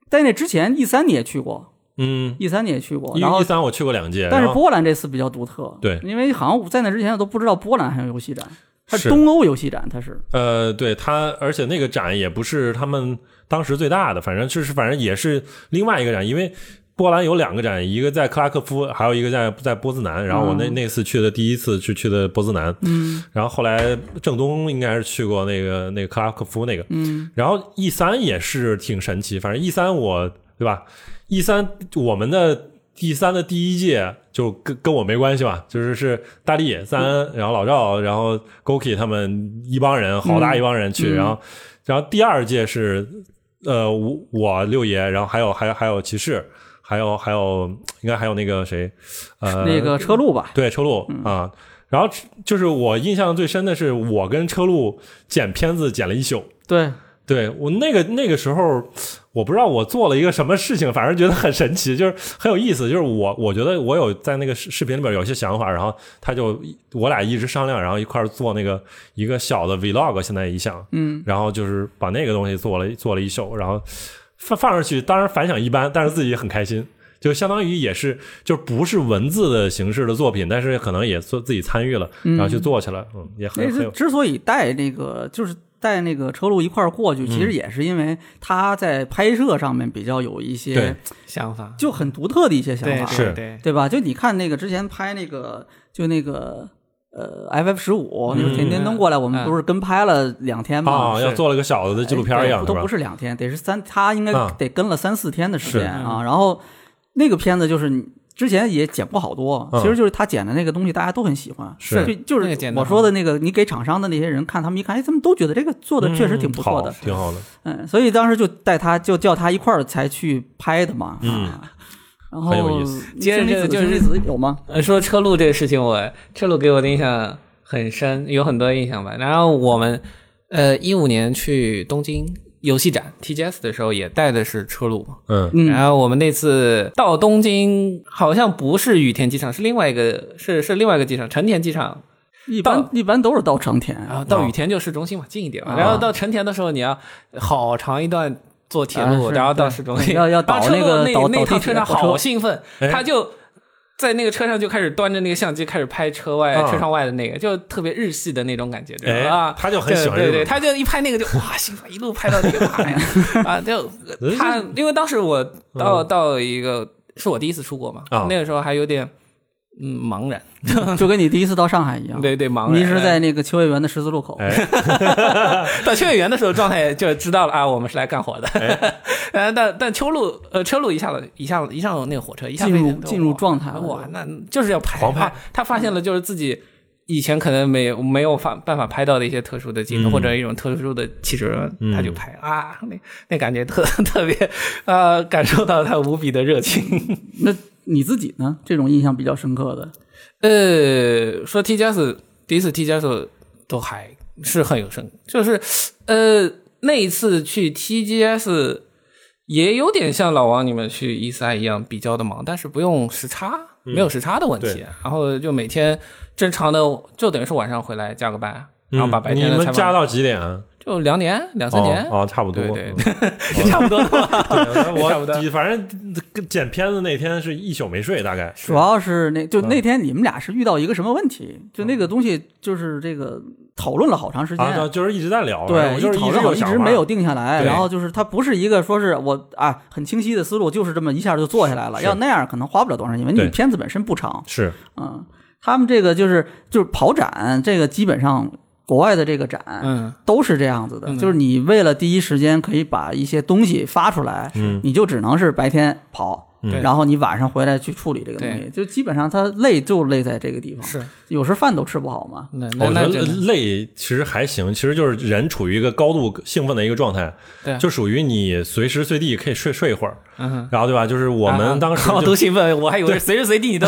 [SPEAKER 3] 在那之前 E 三你也去过
[SPEAKER 1] 嗯，
[SPEAKER 3] ，E 三你也去过，
[SPEAKER 1] 一
[SPEAKER 3] 然后
[SPEAKER 1] 一三我去过两届，
[SPEAKER 3] 但是
[SPEAKER 1] 然后
[SPEAKER 3] 波兰这次比较独特，
[SPEAKER 1] 对
[SPEAKER 3] 因为好像在那之前我都不知道波兰还有游戏展，它
[SPEAKER 1] 是
[SPEAKER 3] 是东欧游戏展，它是
[SPEAKER 1] 呃，对他，而且那个展也不是他们当时最大的，反正就是反正也是另外一个展，因为波兰有两个展，一个在克拉科夫，还有一个在在波兹南。然后我那、那次去的第一次去去的波兹南，嗯，然后后来郑东应该是去过那个那个克拉科夫那个，嗯，然后 E 三也是挺神奇，反正 E 三我对吧？一三我们的第三的第一届就跟跟我没关系嘛，就是是大力、赞
[SPEAKER 3] 嗯
[SPEAKER 1] 恩，然后老赵，然后 Goki 他们一帮人，好
[SPEAKER 3] 嗯
[SPEAKER 1] 大一帮人去，然后然后第二届是呃我我六爷，然后还有还有还有骑士。还有还有，应该还有那个谁，呃，
[SPEAKER 3] 那个嗯车路吧，
[SPEAKER 1] 对车路啊、然后就是我印象最深的是，我跟车路剪片子剪了一宿。
[SPEAKER 3] 对，
[SPEAKER 1] 对我那个那个时候，我不知道我做了一个什么事情，反正觉得很神奇，就是很有意思。就是我我觉得我有在那个视视频里边有一些想法，然后他就我俩一直商量，然后一块儿做那个一个小的 vlog，现在一项，
[SPEAKER 3] 嗯，
[SPEAKER 1] 然后就是把那个东西做了做了一宿，然后放放上去，当然反响一般，但是自己很开心，就相当于也是就不是文字的形式的作品，但是可能也做自己参与了，然后去做起来，嗯，也很
[SPEAKER 3] 那
[SPEAKER 1] 很
[SPEAKER 3] 是
[SPEAKER 1] 有，
[SPEAKER 3] 之所以带那个就是。带那个车路一块儿过去，
[SPEAKER 1] 嗯
[SPEAKER 3] 其实也是因为他在拍摄上面比较有一
[SPEAKER 1] 对啊
[SPEAKER 3] 些
[SPEAKER 4] 想法，
[SPEAKER 3] 就很独特的一些想
[SPEAKER 4] 对
[SPEAKER 3] 法，
[SPEAKER 1] 是
[SPEAKER 4] 对对
[SPEAKER 3] 对吧？就你看那个之前拍那个，就那个呃 FF 十五，就是田天灯过来，我们不是跟拍了两天吗？
[SPEAKER 1] 嗯啊，要做了一个小的纪录片一样，
[SPEAKER 3] 哎对都
[SPEAKER 1] 吧
[SPEAKER 3] 不？是两天，得是三，他应该
[SPEAKER 1] 啊
[SPEAKER 3] 得跟了三四天的时间
[SPEAKER 4] 是
[SPEAKER 3] 啊。然后那个片子就是你之前也剪过好多，
[SPEAKER 1] 嗯
[SPEAKER 3] 其实就是他剪的那个东西大家都很喜欢，
[SPEAKER 1] 是
[SPEAKER 3] 就就是
[SPEAKER 4] 那个剪得
[SPEAKER 3] 我说的那个，你给厂商的那些人看，他们一看，哎，他们都觉得这个做的确实挺不错的
[SPEAKER 1] 好，挺好的。
[SPEAKER 3] 嗯，所以当时就带他，就叫他一块儿才去拍的嘛，嗯。然后
[SPEAKER 1] 很有意思
[SPEAKER 3] 氢离子，
[SPEAKER 4] 接着就是
[SPEAKER 3] 氢离子有吗？
[SPEAKER 4] 呃，说车路这个事情我，车路给我的印象很深，有很多印象吧。然后我们呃一五年去东京游戏展 TGS 的时候，也带的是车路嘛。
[SPEAKER 1] 嗯，
[SPEAKER 3] 嗯
[SPEAKER 4] 然后我们那次到东京，好像不是羽田机场，是另外一个，是是另外一个机场，成田机场。
[SPEAKER 3] 一般一般都是到成田，
[SPEAKER 4] 然后啊到羽田就市中心嘛，近一点嘛。
[SPEAKER 3] 啊
[SPEAKER 4] 然后到成田的时候，你要好长一段坐铁路，
[SPEAKER 3] 啊是
[SPEAKER 4] 然后到市中
[SPEAKER 3] 对
[SPEAKER 4] 心，
[SPEAKER 3] 要要
[SPEAKER 4] 然后
[SPEAKER 3] 倒
[SPEAKER 4] 车
[SPEAKER 3] 那个
[SPEAKER 4] 那
[SPEAKER 3] 倒
[SPEAKER 4] 那
[SPEAKER 3] 倒地
[SPEAKER 4] 趟
[SPEAKER 3] 铁
[SPEAKER 4] 车
[SPEAKER 3] 倒
[SPEAKER 4] 上
[SPEAKER 3] 车
[SPEAKER 4] 好兴奋，
[SPEAKER 1] 哎
[SPEAKER 4] 他就。在那个车上就开始端着那个相机开始拍车外、
[SPEAKER 1] 啊
[SPEAKER 4] 车窗外的那个，就特别日系的那种感觉，对
[SPEAKER 1] 哎
[SPEAKER 4] 吧？啊，
[SPEAKER 1] 他就很喜欢
[SPEAKER 4] 对对
[SPEAKER 1] 日
[SPEAKER 4] 对，
[SPEAKER 1] 本
[SPEAKER 4] 他就一拍那个就 哇兴奋，一路拍到那个妈呀啊，就
[SPEAKER 3] 嗯
[SPEAKER 4] 他因为当时我到到一个是我第一次出国嘛，
[SPEAKER 1] 啊
[SPEAKER 4] 那个时候还有点嗯茫然，
[SPEAKER 3] 就跟你第一次到上海一样。
[SPEAKER 4] 对对茫然，
[SPEAKER 3] 啊
[SPEAKER 4] 哎
[SPEAKER 3] 迷失在那个秋叶原的十字路口。
[SPEAKER 1] 哎，
[SPEAKER 4] 到秋叶原的时候，状态就知道了啊，我们是来干活的。
[SPEAKER 1] 哎
[SPEAKER 4] 呃，但但秋路呃车路一下子一下子一上那个火车，一下子
[SPEAKER 3] 进入
[SPEAKER 4] 就
[SPEAKER 3] 进入状态了
[SPEAKER 4] 哇，那就是要拍
[SPEAKER 1] 狂拍
[SPEAKER 4] 啊他发现了就是自己以前可能没有没有法办法拍到的一些特殊的景色、
[SPEAKER 1] 嗯
[SPEAKER 4] 或者一种特殊的气质，
[SPEAKER 1] 嗯
[SPEAKER 4] 他就拍啊，那那感觉特 特别呃，感受到他无比的热情。
[SPEAKER 3] 那你自己呢？这种印象比较深刻的，
[SPEAKER 4] 呃，说 TGS 第一次 TGS 都还是很有深，就是呃那一次去 TGS 也有点像老王你们去一三一样比较的忙，但是不用时差，没有时差的问题，
[SPEAKER 1] 嗯对
[SPEAKER 4] 然后就每天正常的，就等于是晚上回来加个班，然后把白
[SPEAKER 1] 嗯
[SPEAKER 4] 天
[SPEAKER 1] 你
[SPEAKER 4] 的
[SPEAKER 1] 们
[SPEAKER 4] 采
[SPEAKER 1] 加
[SPEAKER 4] 访
[SPEAKER 1] 到几点啊？
[SPEAKER 4] 就两年两三年。
[SPEAKER 1] 哦，哦差不多，
[SPEAKER 4] 对对
[SPEAKER 1] 嗯
[SPEAKER 4] 对， 差不多了吧。
[SPEAKER 1] 对
[SPEAKER 4] 差不多
[SPEAKER 1] 我反正剪片子那天是一宿没睡，大概
[SPEAKER 3] 主要是那就那天你们俩是遇到一个什么问题？就那个东西，就是这个讨论了好长时间，
[SPEAKER 1] 啊，就是一直在聊，
[SPEAKER 3] 对，
[SPEAKER 1] 我就是
[SPEAKER 3] 讨
[SPEAKER 1] 直
[SPEAKER 3] 论好
[SPEAKER 1] 有
[SPEAKER 3] 一
[SPEAKER 1] 想法
[SPEAKER 3] 直没有，定下来。
[SPEAKER 1] 对
[SPEAKER 3] 然后就是它不是一个说是我啊很清晰的思路，就是这么一下就做下来了。
[SPEAKER 1] 是
[SPEAKER 3] 要那样可能花不了多长时间，因为
[SPEAKER 1] 对
[SPEAKER 3] 你片子本身不长，
[SPEAKER 1] 是
[SPEAKER 3] 嗯。他们这个就是就是跑展，这个基本上国外的这个展，
[SPEAKER 4] 嗯，
[SPEAKER 3] 都是这样子的，
[SPEAKER 4] 嗯
[SPEAKER 3] 就是你为了第一时间可以把一些东西发出来，
[SPEAKER 1] 嗯
[SPEAKER 3] 你就只能是白天跑，
[SPEAKER 4] 对
[SPEAKER 3] 然后你晚上回来去处理这个东西，就基本上它累就累在这个地方，
[SPEAKER 4] 是，
[SPEAKER 3] 有时饭都吃不好嘛。
[SPEAKER 4] 那那
[SPEAKER 1] 我
[SPEAKER 4] 那
[SPEAKER 1] 觉得
[SPEAKER 4] 真的
[SPEAKER 1] 累其实还行，其实就是人处于一个高度兴奋的一个状态，
[SPEAKER 4] 对啊
[SPEAKER 1] 就属于你随时随地可以睡睡一会儿，
[SPEAKER 4] 嗯哼
[SPEAKER 1] 然后对吧？就是我们当 时
[SPEAKER 4] 啊
[SPEAKER 1] 就
[SPEAKER 4] 我都兴奋，我还以为随时随地你 都，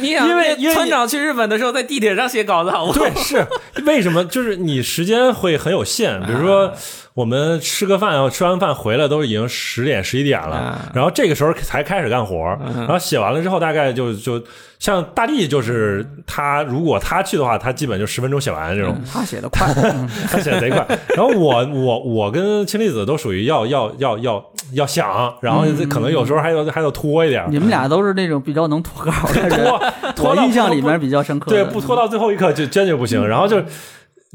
[SPEAKER 4] 你想
[SPEAKER 1] 因为因为
[SPEAKER 4] 村长去日本的时候在地铁上写稿子，好不好？
[SPEAKER 1] 对，是为什么？就是你时间会很有限，比如说
[SPEAKER 3] 啊
[SPEAKER 1] 我们吃个饭，吃完饭回来都已经十点十一点了
[SPEAKER 4] 啊，
[SPEAKER 1] 然后这个时候才开始干活，
[SPEAKER 3] 嗯
[SPEAKER 1] 然后写完了之后，大概就就像大力，就是他如果他去的话，他基本就十分钟写完这种，
[SPEAKER 3] 他写的快，嗯
[SPEAKER 1] 他写的贼快。然后我我我跟氢离子都属于要要要要要想，然后可能有时候还要还要拖一点儿。
[SPEAKER 3] 嗯你们俩都是那种比较能脱稿的人，
[SPEAKER 1] 拖拖
[SPEAKER 3] 我
[SPEAKER 1] 到
[SPEAKER 3] 印象里
[SPEAKER 1] 不
[SPEAKER 3] 面比较深刻
[SPEAKER 1] 对，
[SPEAKER 3] 的。嗯
[SPEAKER 1] 不拖到最后一刻就坚决不行。然后就是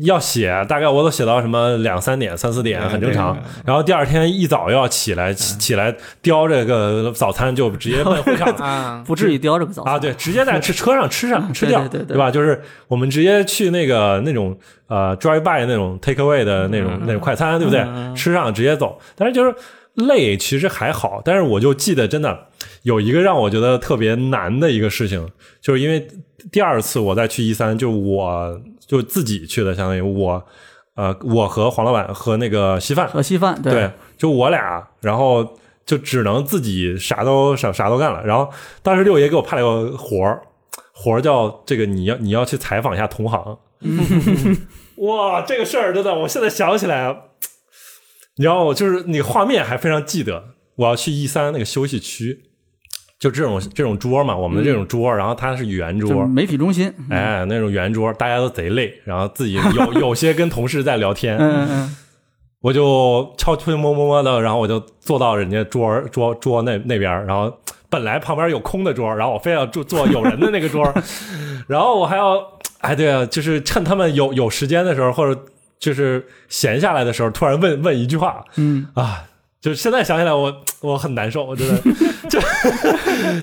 [SPEAKER 1] 要写，大概我都写到什么两三点、三四点，很正常。然后第二天一早又要起来，起起来叼着个早餐就直接奔会场去
[SPEAKER 4] 啊，
[SPEAKER 3] 不至于叼着个早餐嗯
[SPEAKER 1] 啊，对，直接在吃车上吃上吃掉，
[SPEAKER 3] 对对对对
[SPEAKER 1] 吧？就是我们直接去那个那种
[SPEAKER 3] 嗯
[SPEAKER 1] 呃 drive by 那种 take away 的那种、那种快餐，对不对？吃上直接走，但是就是。累其实还好，但是我就记得真的有一个让我觉得特别难的一个事情，就是因为第二次我再去一三，就我就自己去的，相当于我呃，我和黄老板和那个稀饭，
[SPEAKER 3] 和稀饭对
[SPEAKER 1] 对，就我俩，然后就只能自己啥都啥啥都干了。然后当时六爷给我派了个活儿，活儿叫这个你要你要去采访一下同行。哇，这个事儿真的，我现在想起来，你知道，我就是那个画面还非常记得。我要去一三那个休息区，就这种这种桌嘛，我们的这种桌，然后它是圆桌，
[SPEAKER 3] 嗯就是嗯媒体中心，
[SPEAKER 1] 哎，那种圆桌，大家都贼累，然后自己 有有些跟同事在聊天，
[SPEAKER 3] 嗯嗯嗯，
[SPEAKER 1] 我就悄悄摸摸摸的，然后我就坐到人家桌儿桌桌那那边儿，然后本来旁边有空的桌儿，然后我非要坐坐有人的那个桌儿，然后我还要哎对啊，就是趁他们有有时间的时候，或者就是闲下来的时候，突然问问一句话，
[SPEAKER 3] 嗯
[SPEAKER 1] 啊。就是现在想起来我，我很难受，我真的，就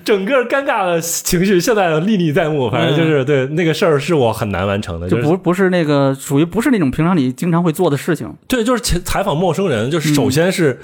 [SPEAKER 1] 整个尴尬的情绪现在历历在目。反正就是对那个事儿是我很难完成的，
[SPEAKER 3] 就
[SPEAKER 1] 就是
[SPEAKER 3] 不不是那个属于不是那种平常你经常会做的事情，
[SPEAKER 1] 对，就是采采访陌生人，就是
[SPEAKER 3] 嗯
[SPEAKER 1] 首先是。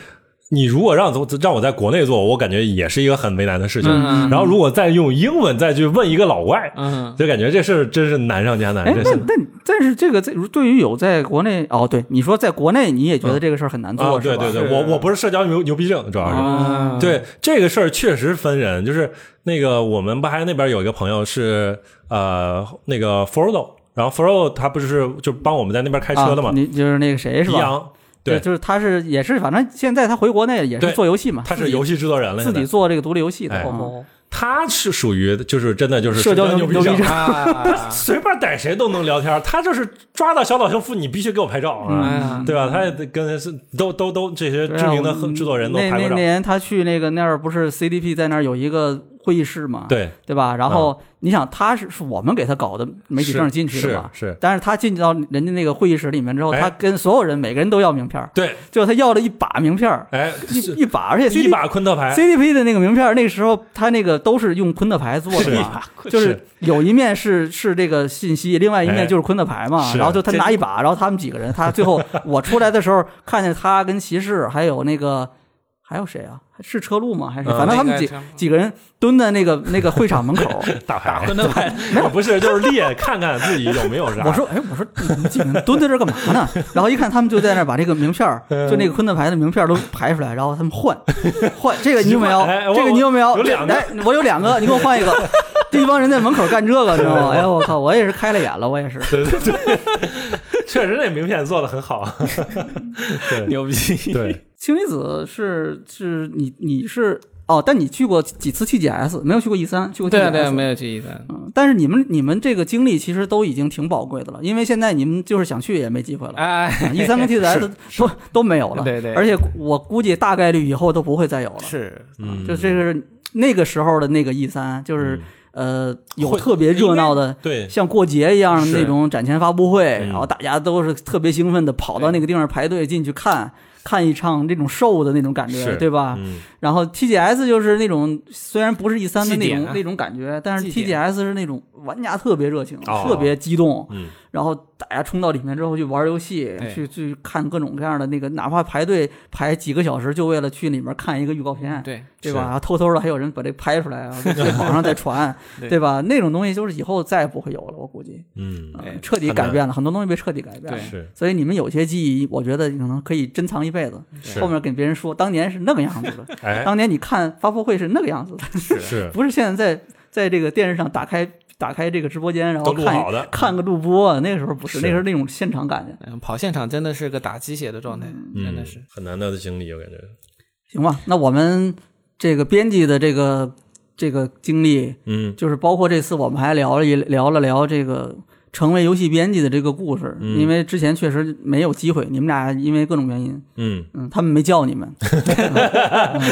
[SPEAKER 1] 你如果让让我在国内做，我感觉也是一个很为难的事情。
[SPEAKER 4] 嗯
[SPEAKER 1] 然后如果再用英文再去问一个老外，
[SPEAKER 4] 嗯，
[SPEAKER 1] 就感觉这事儿真是难上加难。
[SPEAKER 3] 哎，
[SPEAKER 1] 啊这
[SPEAKER 3] 那
[SPEAKER 1] 是
[SPEAKER 3] 但但是这个在对于有在国内哦，对你说在国内你也觉得这个事儿很难做，
[SPEAKER 1] 啊，对
[SPEAKER 3] 是吧
[SPEAKER 1] 对对，嗯
[SPEAKER 4] 是
[SPEAKER 1] 我我不是社交牛牛逼症，主要是、
[SPEAKER 4] 啊，
[SPEAKER 1] 对这个事儿确实分人。就是那个我们不还那边有一个朋友是呃那个 Frodo，然后 Frodo 他不是就帮我们在那边开车的嘛
[SPEAKER 3] 啊，，你就是那个谁是
[SPEAKER 1] 迪
[SPEAKER 3] 吧？
[SPEAKER 1] 昂，对
[SPEAKER 3] 就是他是也是，反正现在他回国内也是
[SPEAKER 1] 对
[SPEAKER 3] 做游戏嘛，
[SPEAKER 1] 他
[SPEAKER 3] 自
[SPEAKER 1] 是
[SPEAKER 3] 己
[SPEAKER 1] 游戏制作人了，
[SPEAKER 3] 自
[SPEAKER 1] 现在
[SPEAKER 3] 己做这个独立游戏的，
[SPEAKER 1] 哎
[SPEAKER 3] 哦
[SPEAKER 1] 他是属于就是真的就是
[SPEAKER 3] 社交
[SPEAKER 1] 牛
[SPEAKER 3] 牛逼
[SPEAKER 1] 症
[SPEAKER 3] 症。
[SPEAKER 4] 啊，
[SPEAKER 1] 随便逮谁都能聊天儿，他就是抓到小岛秀夫，你必须给我拍照
[SPEAKER 4] 哎
[SPEAKER 1] 啊，
[SPEAKER 3] 嗯
[SPEAKER 4] 呀，
[SPEAKER 1] 对吧？他也得跟是都都都这些
[SPEAKER 3] 对啊
[SPEAKER 1] 知名的
[SPEAKER 3] 我
[SPEAKER 1] 制作人都
[SPEAKER 3] 那
[SPEAKER 1] 拍
[SPEAKER 3] 那
[SPEAKER 1] 过照，
[SPEAKER 3] 年他去那个那儿不是 CDP 在那儿有一个会议室嘛，
[SPEAKER 1] 对，嗯
[SPEAKER 3] 对吧？然后你想他是是我们给他搞的媒体证进去的
[SPEAKER 1] 是
[SPEAKER 3] 吧？
[SPEAKER 1] 是，
[SPEAKER 3] 但是他进到人家那个会议室里面之后，
[SPEAKER 1] 哎
[SPEAKER 3] 他跟所有人每个人都要名片儿，
[SPEAKER 1] 对，
[SPEAKER 3] 就他要了一把名片儿，
[SPEAKER 1] 哎，
[SPEAKER 3] 一
[SPEAKER 1] 是
[SPEAKER 3] 一把，而且 CD,
[SPEAKER 1] 一把昆特牌，
[SPEAKER 3] CDP 的那个名片儿，那个时候他那个都是用昆特牌做的
[SPEAKER 1] 啊
[SPEAKER 3] 嘛，就是
[SPEAKER 1] 是
[SPEAKER 3] 有一面是是这个信息，另外一
[SPEAKER 1] 哎
[SPEAKER 3] 面就是昆特牌嘛。
[SPEAKER 1] 是
[SPEAKER 3] 然后就他拿一把，然后他们几个人，他 最后我出来的时候看见他跟骑士还有那个还有谁啊？是车路吗？还是
[SPEAKER 1] 嗯
[SPEAKER 3] 反正他们几
[SPEAKER 4] 那个
[SPEAKER 3] 几个人蹲在那个那个会场门口。
[SPEAKER 1] 打牌，
[SPEAKER 4] 昆特 牌，
[SPEAKER 1] 我不是就是列看看自己有没有啥。
[SPEAKER 3] 我说，哎，我说你们几个人蹲在这儿干嘛呢？ 然后一看他们就在那儿把这个名片儿，
[SPEAKER 1] 嗯
[SPEAKER 3] 就那个昆特牌的名片儿都排出来，然后他 们换，换这个你有没有
[SPEAKER 1] 哎我？
[SPEAKER 3] 这个你有没有？
[SPEAKER 1] 有两个
[SPEAKER 3] 哎，我有两个，你给我换一个。 这一帮人在门口干这个，你知道吗？哎呦，我靠，我也是开了眼了，我也是。
[SPEAKER 1] 对对对， 确实那名片做的很 好，对
[SPEAKER 4] 牛逼，
[SPEAKER 1] 对，
[SPEAKER 3] 氢离子是是你你是哦，但你去过几次 TGS，没有去过 E 三，去过 TGS
[SPEAKER 4] 对啊对啊，没有去一三，
[SPEAKER 3] 嗯但是你们你们这个经历其实都已经挺宝贵的了，因为现在你们就是想去也没机会了。
[SPEAKER 4] 哎，
[SPEAKER 3] 一三跟 TGS 都都没有了，
[SPEAKER 4] 对对
[SPEAKER 3] 而且我估计大概率以后都不会再有了。
[SPEAKER 4] 是，
[SPEAKER 1] 嗯，
[SPEAKER 3] 就这是那个时候的那个 E 三，就是、呃有
[SPEAKER 1] 嗯会
[SPEAKER 3] 特别热闹的，
[SPEAKER 1] 对
[SPEAKER 3] 像过节一样的
[SPEAKER 4] 是
[SPEAKER 3] 那种展前发布会，
[SPEAKER 1] 嗯
[SPEAKER 3] 然后大家都是特别兴奋的跑到那个地方排队进去看。看一场这种 show 的那种感觉，
[SPEAKER 1] 是
[SPEAKER 3] 对吧？
[SPEAKER 1] 嗯
[SPEAKER 3] 然后 TGS 就是那种虽然不是 E 三的那
[SPEAKER 4] 祭
[SPEAKER 3] 种
[SPEAKER 4] 典啊
[SPEAKER 3] 那种感觉，但是
[SPEAKER 4] 祭典
[SPEAKER 3] TGS 是那种玩家特别热情，
[SPEAKER 1] 哦
[SPEAKER 3] 特别激动，
[SPEAKER 1] 嗯，
[SPEAKER 3] 然后大家冲到里面之后去玩游戏，
[SPEAKER 4] 对
[SPEAKER 3] 去去看各种各样的那个，哪怕排队排几个小时，就为了去里面看一个预告片，
[SPEAKER 4] 嗯 对，
[SPEAKER 3] 对
[SPEAKER 1] 是
[SPEAKER 3] 吧？然后偷偷的还有人把这拍出来啊，在网上再传，
[SPEAKER 4] 对
[SPEAKER 3] 对吧？那种东西就是以后再也不会有了，我估计，
[SPEAKER 1] 嗯
[SPEAKER 3] 呃
[SPEAKER 4] 对
[SPEAKER 3] 彻底改变了很多东西被彻底改变了
[SPEAKER 4] 对。
[SPEAKER 1] 是
[SPEAKER 3] 所以你们有些记忆，我觉得可能可以珍藏一辈子。
[SPEAKER 1] 是
[SPEAKER 3] 后面跟别人说，当年是那个样子的，
[SPEAKER 1] 哎
[SPEAKER 3] 当年你看发布会是那个样子的，
[SPEAKER 1] 是
[SPEAKER 3] 不是现在在在这个电视上打开打开这个直播间，然
[SPEAKER 1] 都
[SPEAKER 3] 后
[SPEAKER 1] 录
[SPEAKER 3] 看
[SPEAKER 1] 好的
[SPEAKER 3] 看个录播，那个时候不是，
[SPEAKER 1] 是
[SPEAKER 3] 那时候那种现场感觉，
[SPEAKER 4] 嗯，跑现场真的是个打鸡血的状态，真的是
[SPEAKER 1] 嗯，很难得的经历，我感觉
[SPEAKER 3] 行吧？那我们这个编辑的这个这个经历，
[SPEAKER 1] 嗯
[SPEAKER 3] 就是包括这次我们还聊了一聊了聊这个。成为游戏编辑的这个故事，
[SPEAKER 1] 嗯
[SPEAKER 3] 因为之前确实没有机会，你们俩因为各种原因，
[SPEAKER 1] 嗯
[SPEAKER 3] 嗯，他们没叫你们， 嗯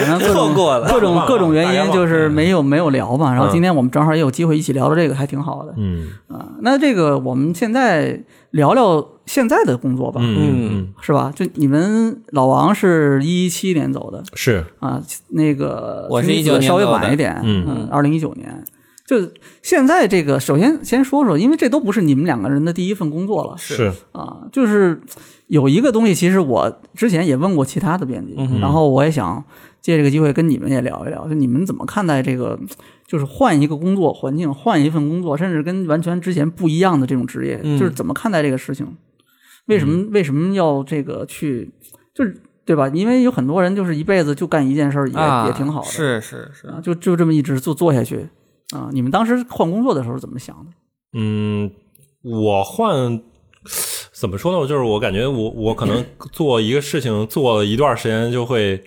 [SPEAKER 3] 然后各种
[SPEAKER 4] 错过了
[SPEAKER 3] 各
[SPEAKER 1] 忘了
[SPEAKER 3] 种各种
[SPEAKER 1] 大家
[SPEAKER 3] 原因，
[SPEAKER 1] 忘
[SPEAKER 3] 就是
[SPEAKER 1] 了
[SPEAKER 3] 没有没有聊嘛。然后
[SPEAKER 1] 嗯
[SPEAKER 3] 今天我们正好也有机会一起聊聊这个，还挺好的。
[SPEAKER 1] 嗯
[SPEAKER 3] 啊，那这个我们现在聊聊现在的工作吧，
[SPEAKER 1] 嗯
[SPEAKER 3] 是吧？就你们老王是一七年走的
[SPEAKER 1] 是
[SPEAKER 3] 啊，那个
[SPEAKER 4] 我是
[SPEAKER 3] 青离子
[SPEAKER 4] 19年
[SPEAKER 3] 稍微
[SPEAKER 4] 走的
[SPEAKER 3] 晚一点，
[SPEAKER 1] 嗯
[SPEAKER 3] 嗯，二零一九年。就现在这个，首先先说说，因为这都不是你们两个人的第一份工作了，
[SPEAKER 1] 是
[SPEAKER 3] 啊，就是有一个东西，其实我之前也问过其他的编辑，
[SPEAKER 4] 嗯
[SPEAKER 3] 然后我也想借这个机会跟你们也聊一聊，就你们怎么看待这个，就是换一个工作环境，换一份工作，甚至跟完全之前不一样的这种职业，
[SPEAKER 4] 嗯
[SPEAKER 3] 就是怎么看待这个事情？为什么为什么要这个去，就是对吧？因为有很多人就是一辈子就干一件事儿，也、
[SPEAKER 4] 啊，
[SPEAKER 3] 也挺好的，
[SPEAKER 4] 是是是，
[SPEAKER 3] 啊，就就这么一直就做下去啊。你们当时换工作的时候怎么想的？
[SPEAKER 1] 嗯，我换怎么说呢？就是我感觉我我可能做一个事情做了一段时间，就会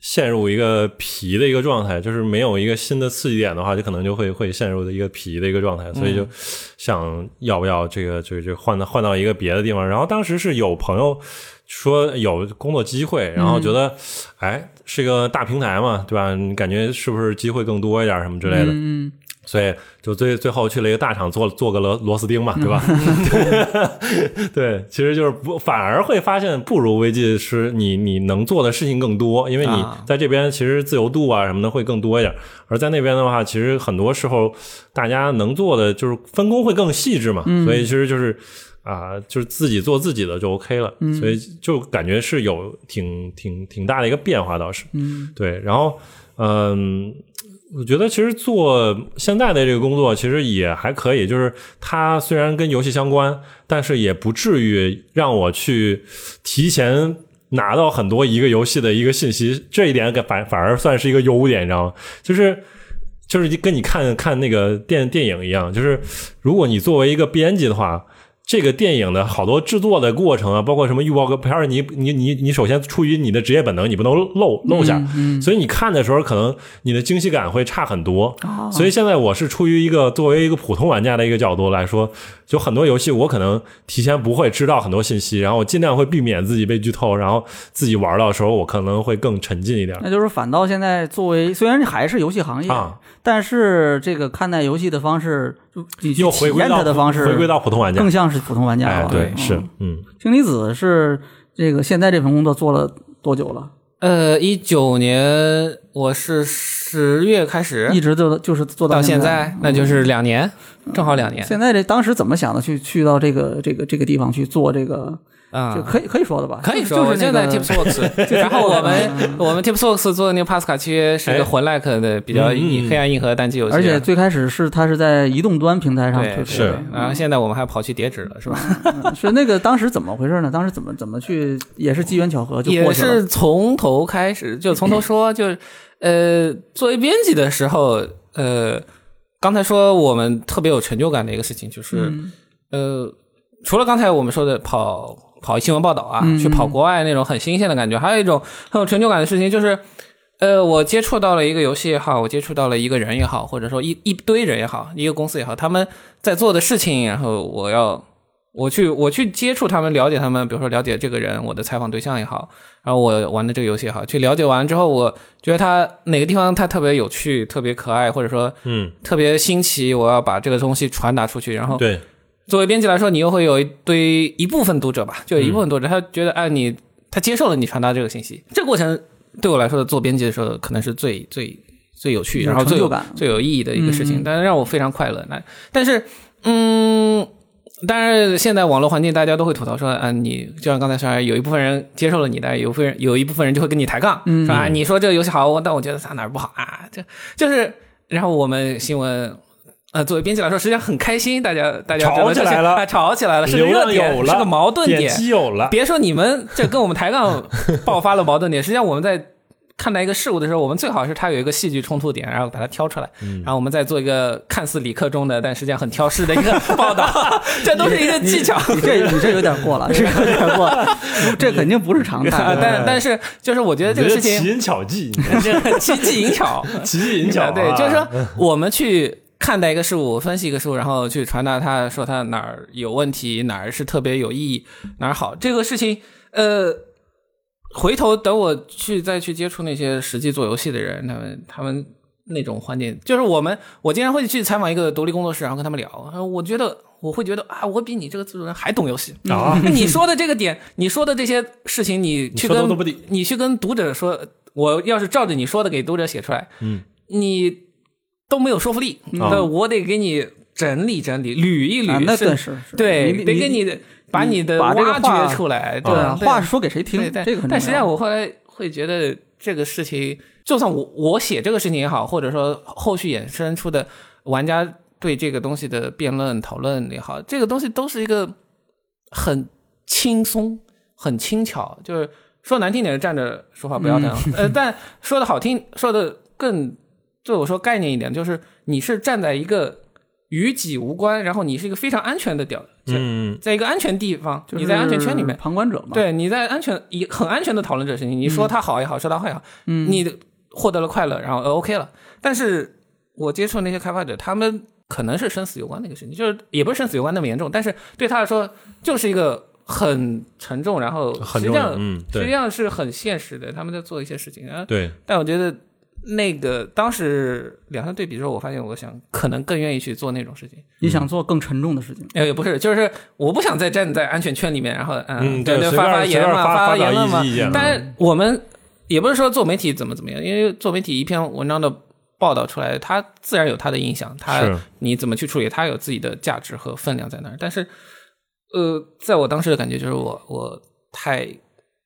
[SPEAKER 1] 陷入一个疲的一个状态，就是没有一个新的刺激点的话，就可能就会会陷入一个疲的一个状态，所以就想要不要这个这个这个换到换到一个别的地方。然后当时是有朋友说有工作机会，
[SPEAKER 3] 嗯
[SPEAKER 1] 然后觉得、哎是一个大平台嘛，对吧？你感觉是不是机会更多一点什么之类的？
[SPEAKER 3] 嗯，
[SPEAKER 1] 所以就最最后去了一个大厂做做个螺螺丝钉
[SPEAKER 3] 嗯
[SPEAKER 1] 嘛， 对吧？对，其实就是不反而会发现不如微计师你你能做的事情更多，因为你
[SPEAKER 4] 啊
[SPEAKER 1] 在这边其实自由度啊什么的会更多一点，而在那边的话，其实很多时候大家能做的就是分工会更细致嘛，
[SPEAKER 3] 嗯
[SPEAKER 1] 所以其实就是。啊、就是自己做自己的就 OK 了，所以就感觉是有挺挺挺大的一个变化，倒是，
[SPEAKER 3] 嗯，
[SPEAKER 1] 对，然后，嗯，我觉得其实做现在的这个工作其实也还可以，就是它虽然跟游戏相关，但是也不至于让我去提前拿到很多一个游戏的一个信息，这一点给反反而算是一个优点，你知道吗？就是。就是跟你看看那个电电影一样，就是如果你作为一个编辑的话，这个电影的好多制作的过程啊，包括什么预告片儿，你你你你首先出于你的职业本能，你不能漏漏下，所以你看的时候可能你的惊喜感会差很多。
[SPEAKER 3] 哦
[SPEAKER 1] 所以现在我是出于一个作为一个普通玩家的一个角度来说，就很多游戏我可能提前不会知道很多信息，然后我尽量会避免自己被剧透，然后自己玩到的时候我可能会更沉浸一
[SPEAKER 4] 啊
[SPEAKER 1] 点
[SPEAKER 3] 那就是反倒现在作为虽然还是游戏行业，
[SPEAKER 1] 啊，
[SPEAKER 3] 但是这个看待游戏的方式，就你去
[SPEAKER 1] 又回
[SPEAKER 3] 体
[SPEAKER 1] 归
[SPEAKER 3] 验它
[SPEAKER 1] 到
[SPEAKER 3] 的方式，
[SPEAKER 1] 回归到普通玩家
[SPEAKER 3] 更。像是普通玩家
[SPEAKER 1] 哎
[SPEAKER 3] 了。，
[SPEAKER 1] 对，
[SPEAKER 3] 嗯
[SPEAKER 1] 是，嗯，
[SPEAKER 3] 氢离子是这个现在这份工作做了多久了？
[SPEAKER 4] 呃，一九年我是十月开始
[SPEAKER 3] 一直就就是做
[SPEAKER 4] 到
[SPEAKER 3] 现嗯
[SPEAKER 4] 现在，那就是两年，正好两年
[SPEAKER 3] 现在这当时怎么想的？去去到这个这个这个地方去做这个，就
[SPEAKER 4] 啊。
[SPEAKER 3] 可以可以说的吧？
[SPEAKER 4] 可以
[SPEAKER 3] 就
[SPEAKER 4] 说，
[SPEAKER 3] 就是
[SPEAKER 4] 我现在
[SPEAKER 3] 那个
[SPEAKER 4] Tipsworks，然后我们我们 Tipsworks 做的那个帕斯卡契约是一
[SPEAKER 1] 哎
[SPEAKER 4] 个魂 like 的比较
[SPEAKER 1] 嗯嗯
[SPEAKER 4] 硬黑暗硬核单机游戏，啊
[SPEAKER 3] 而且最开始是它是在移动端平台上推
[SPEAKER 4] 对
[SPEAKER 3] 出
[SPEAKER 1] 是
[SPEAKER 3] 的，
[SPEAKER 4] 然后现在我们还跑去叠纸了，是吧？
[SPEAKER 3] 嗯是那个当时怎么回事呢？当时怎么怎么去也是机缘巧合就
[SPEAKER 4] 也
[SPEAKER 3] 过去了
[SPEAKER 4] 是从头开始，就从头说，就是呃，作为编辑的时候，呃，刚才说我们特别有成就感的一个事情，就是、呃，除了刚才我们说的跑跑新闻报道啊，去跑国外那种很新鲜的感觉，还有一种很有成就感的事情就是。呃，我接触到了一个游戏也好，我接触到了一个人也好，或者说一一堆人也好，一个公司也好，他们在做的事情，然后我要我去我去接触他们，了解他们，比如说了解这个人，我的采访对象也好，然后我玩的这个游戏也好，去了解完之后，我觉得他哪个地方他特别有趣、特别可爱，或者说
[SPEAKER 1] 嗯，
[SPEAKER 4] 特别新奇，我要把这个东西传达出去。然后
[SPEAKER 1] 对，
[SPEAKER 4] 作为编辑来说，你又会有一堆一部分读者
[SPEAKER 3] 嗯
[SPEAKER 4] 吧，就有一部分读者，他觉得哎你他接受了你传达这个信息，这个过程对我来说做编辑的时候，可能是最最最有趣，
[SPEAKER 3] 有
[SPEAKER 4] 然后最
[SPEAKER 3] 成就
[SPEAKER 4] 有
[SPEAKER 3] 感
[SPEAKER 4] 最有意义的一个事
[SPEAKER 3] 嗯
[SPEAKER 4] 情，但是让我非常快乐。那但是嗯。当然，现在网络环境，大家都会吐槽说，啊，你就像刚才说，有一部分人接受了你的，有一部分人有一部分人就会跟你抬杠，
[SPEAKER 3] 嗯
[SPEAKER 4] 说啊，你说这个游戏好，我但我觉得它哪儿不好啊，这就是，然后我们新闻。呃，作为编辑来说，实际上很开心，大家大家
[SPEAKER 1] 吵
[SPEAKER 4] 觉得这
[SPEAKER 1] 起来
[SPEAKER 4] 些
[SPEAKER 1] 了
[SPEAKER 4] 啊，吵起来了，是个
[SPEAKER 1] 流
[SPEAKER 4] 热
[SPEAKER 1] 量
[SPEAKER 4] 点，
[SPEAKER 1] 有
[SPEAKER 4] 是
[SPEAKER 1] 了，
[SPEAKER 4] 个矛盾
[SPEAKER 1] 点
[SPEAKER 4] 点。
[SPEAKER 1] 击有
[SPEAKER 3] 啊
[SPEAKER 1] 了，
[SPEAKER 4] 别说你们这跟我们 抬杠爆发了矛盾点，实际上我们在看待一个事物的时候，我们最好是它有一个戏剧冲突点，然后把它挑出来，
[SPEAKER 3] 嗯
[SPEAKER 4] 然后我们再做一个看似理科中的，但实际上很挑事的一个 报道，这都是一个技巧。
[SPEAKER 3] 你这你这有点过了，这有点过 了，这肯定不是常
[SPEAKER 4] 啊
[SPEAKER 3] 态。
[SPEAKER 4] 但但是就是我觉得这个事
[SPEAKER 1] 你奇
[SPEAKER 4] 情
[SPEAKER 1] 淫巧 技，
[SPEAKER 4] 奇技淫巧，
[SPEAKER 1] 奇技淫巧、啊，
[SPEAKER 4] 对，就是说我们去看待一个事物，分析一个事物，然后去传达它，说它哪儿有问题，哪儿是特别有意义，哪儿好，这个事情，呃，回头等我去再去接触那些实际做游戏的人，他们他们。那种环境，就是我们，我经常会去采访一个独立工作室，然后跟他们聊，呃我觉得我会觉得啊，我比你这个制作人还懂游戏，
[SPEAKER 1] 啊，
[SPEAKER 4] 那你说的这个点，你说的这些事情，你
[SPEAKER 1] 你说
[SPEAKER 4] 去跟
[SPEAKER 1] 的都不对
[SPEAKER 4] 你去跟读者说，我要是照着你说的给读者写出来，
[SPEAKER 1] 嗯，
[SPEAKER 4] 你都没有说服力，呃我得给你整理整理、捋一捋，
[SPEAKER 3] 啊，那
[SPEAKER 4] 是
[SPEAKER 3] 真是是
[SPEAKER 4] 对，
[SPEAKER 3] 你
[SPEAKER 4] 得给你把你的
[SPEAKER 3] 把这个
[SPEAKER 4] 挖
[SPEAKER 3] 话
[SPEAKER 4] 掘出来，
[SPEAKER 3] 对啊，
[SPEAKER 4] 啊，
[SPEAKER 3] 话说给谁听
[SPEAKER 4] 对，，
[SPEAKER 3] 这个很
[SPEAKER 4] 但
[SPEAKER 3] 重
[SPEAKER 4] 实际上
[SPEAKER 3] 要。
[SPEAKER 4] 我后来会觉得这个事情，就算我我写这个事情也好，或者说后续衍生出的玩家对这个东西的辩论讨论也好，这个东西都是一个很轻松、很轻巧，就是说难听点，站着说话不腰疼。
[SPEAKER 3] 嗯
[SPEAKER 4] 呃，但说的好听，说的更对我说概念一点，就是你是站在一个与己无关，然后你是一个非常安全的屌，
[SPEAKER 1] 嗯
[SPEAKER 4] 在一个安全地方，
[SPEAKER 3] 就是
[SPEAKER 4] 你在安全圈里面。
[SPEAKER 3] 旁观者嘛，，
[SPEAKER 4] 对，你在安全以很安全的讨论这个事
[SPEAKER 1] 嗯
[SPEAKER 4] 情，你说它好也好，说它坏也好，你获得了快乐，然后呃 OK 了。但是我接触那些开发者，他们可能是生死有关的一个事情，就是也不是生死有关那么严重，但是对他来说就是一个很沉重，然后
[SPEAKER 1] 很
[SPEAKER 4] 实
[SPEAKER 1] 重
[SPEAKER 4] 际上、
[SPEAKER 1] 嗯对
[SPEAKER 4] 实际上是很现实的，他们在做一些事情啊。呃
[SPEAKER 1] 对，
[SPEAKER 4] 但我觉得那个当时两相对比之后，我发现我想可能更愿意去做那种事情。
[SPEAKER 3] 你想做更沉重的事情，
[SPEAKER 4] 哎，也不是，就是我不想再站在安全圈里面，然后
[SPEAKER 1] 嗯
[SPEAKER 4] 对
[SPEAKER 1] 对随便
[SPEAKER 4] 发发
[SPEAKER 1] 随
[SPEAKER 4] 言
[SPEAKER 1] 便
[SPEAKER 4] 嘛，
[SPEAKER 1] 发
[SPEAKER 4] 发
[SPEAKER 1] 发表
[SPEAKER 4] 言论嘛
[SPEAKER 1] 意见。
[SPEAKER 4] 但是我们也不是说做媒体怎么怎么样，因为做媒体一篇文章的报道出来，它自然有它的影响，
[SPEAKER 1] 是
[SPEAKER 4] 它你怎么去处理，它有自己的价值和分量在那儿。但是，呃，在我当时的感觉就是我我太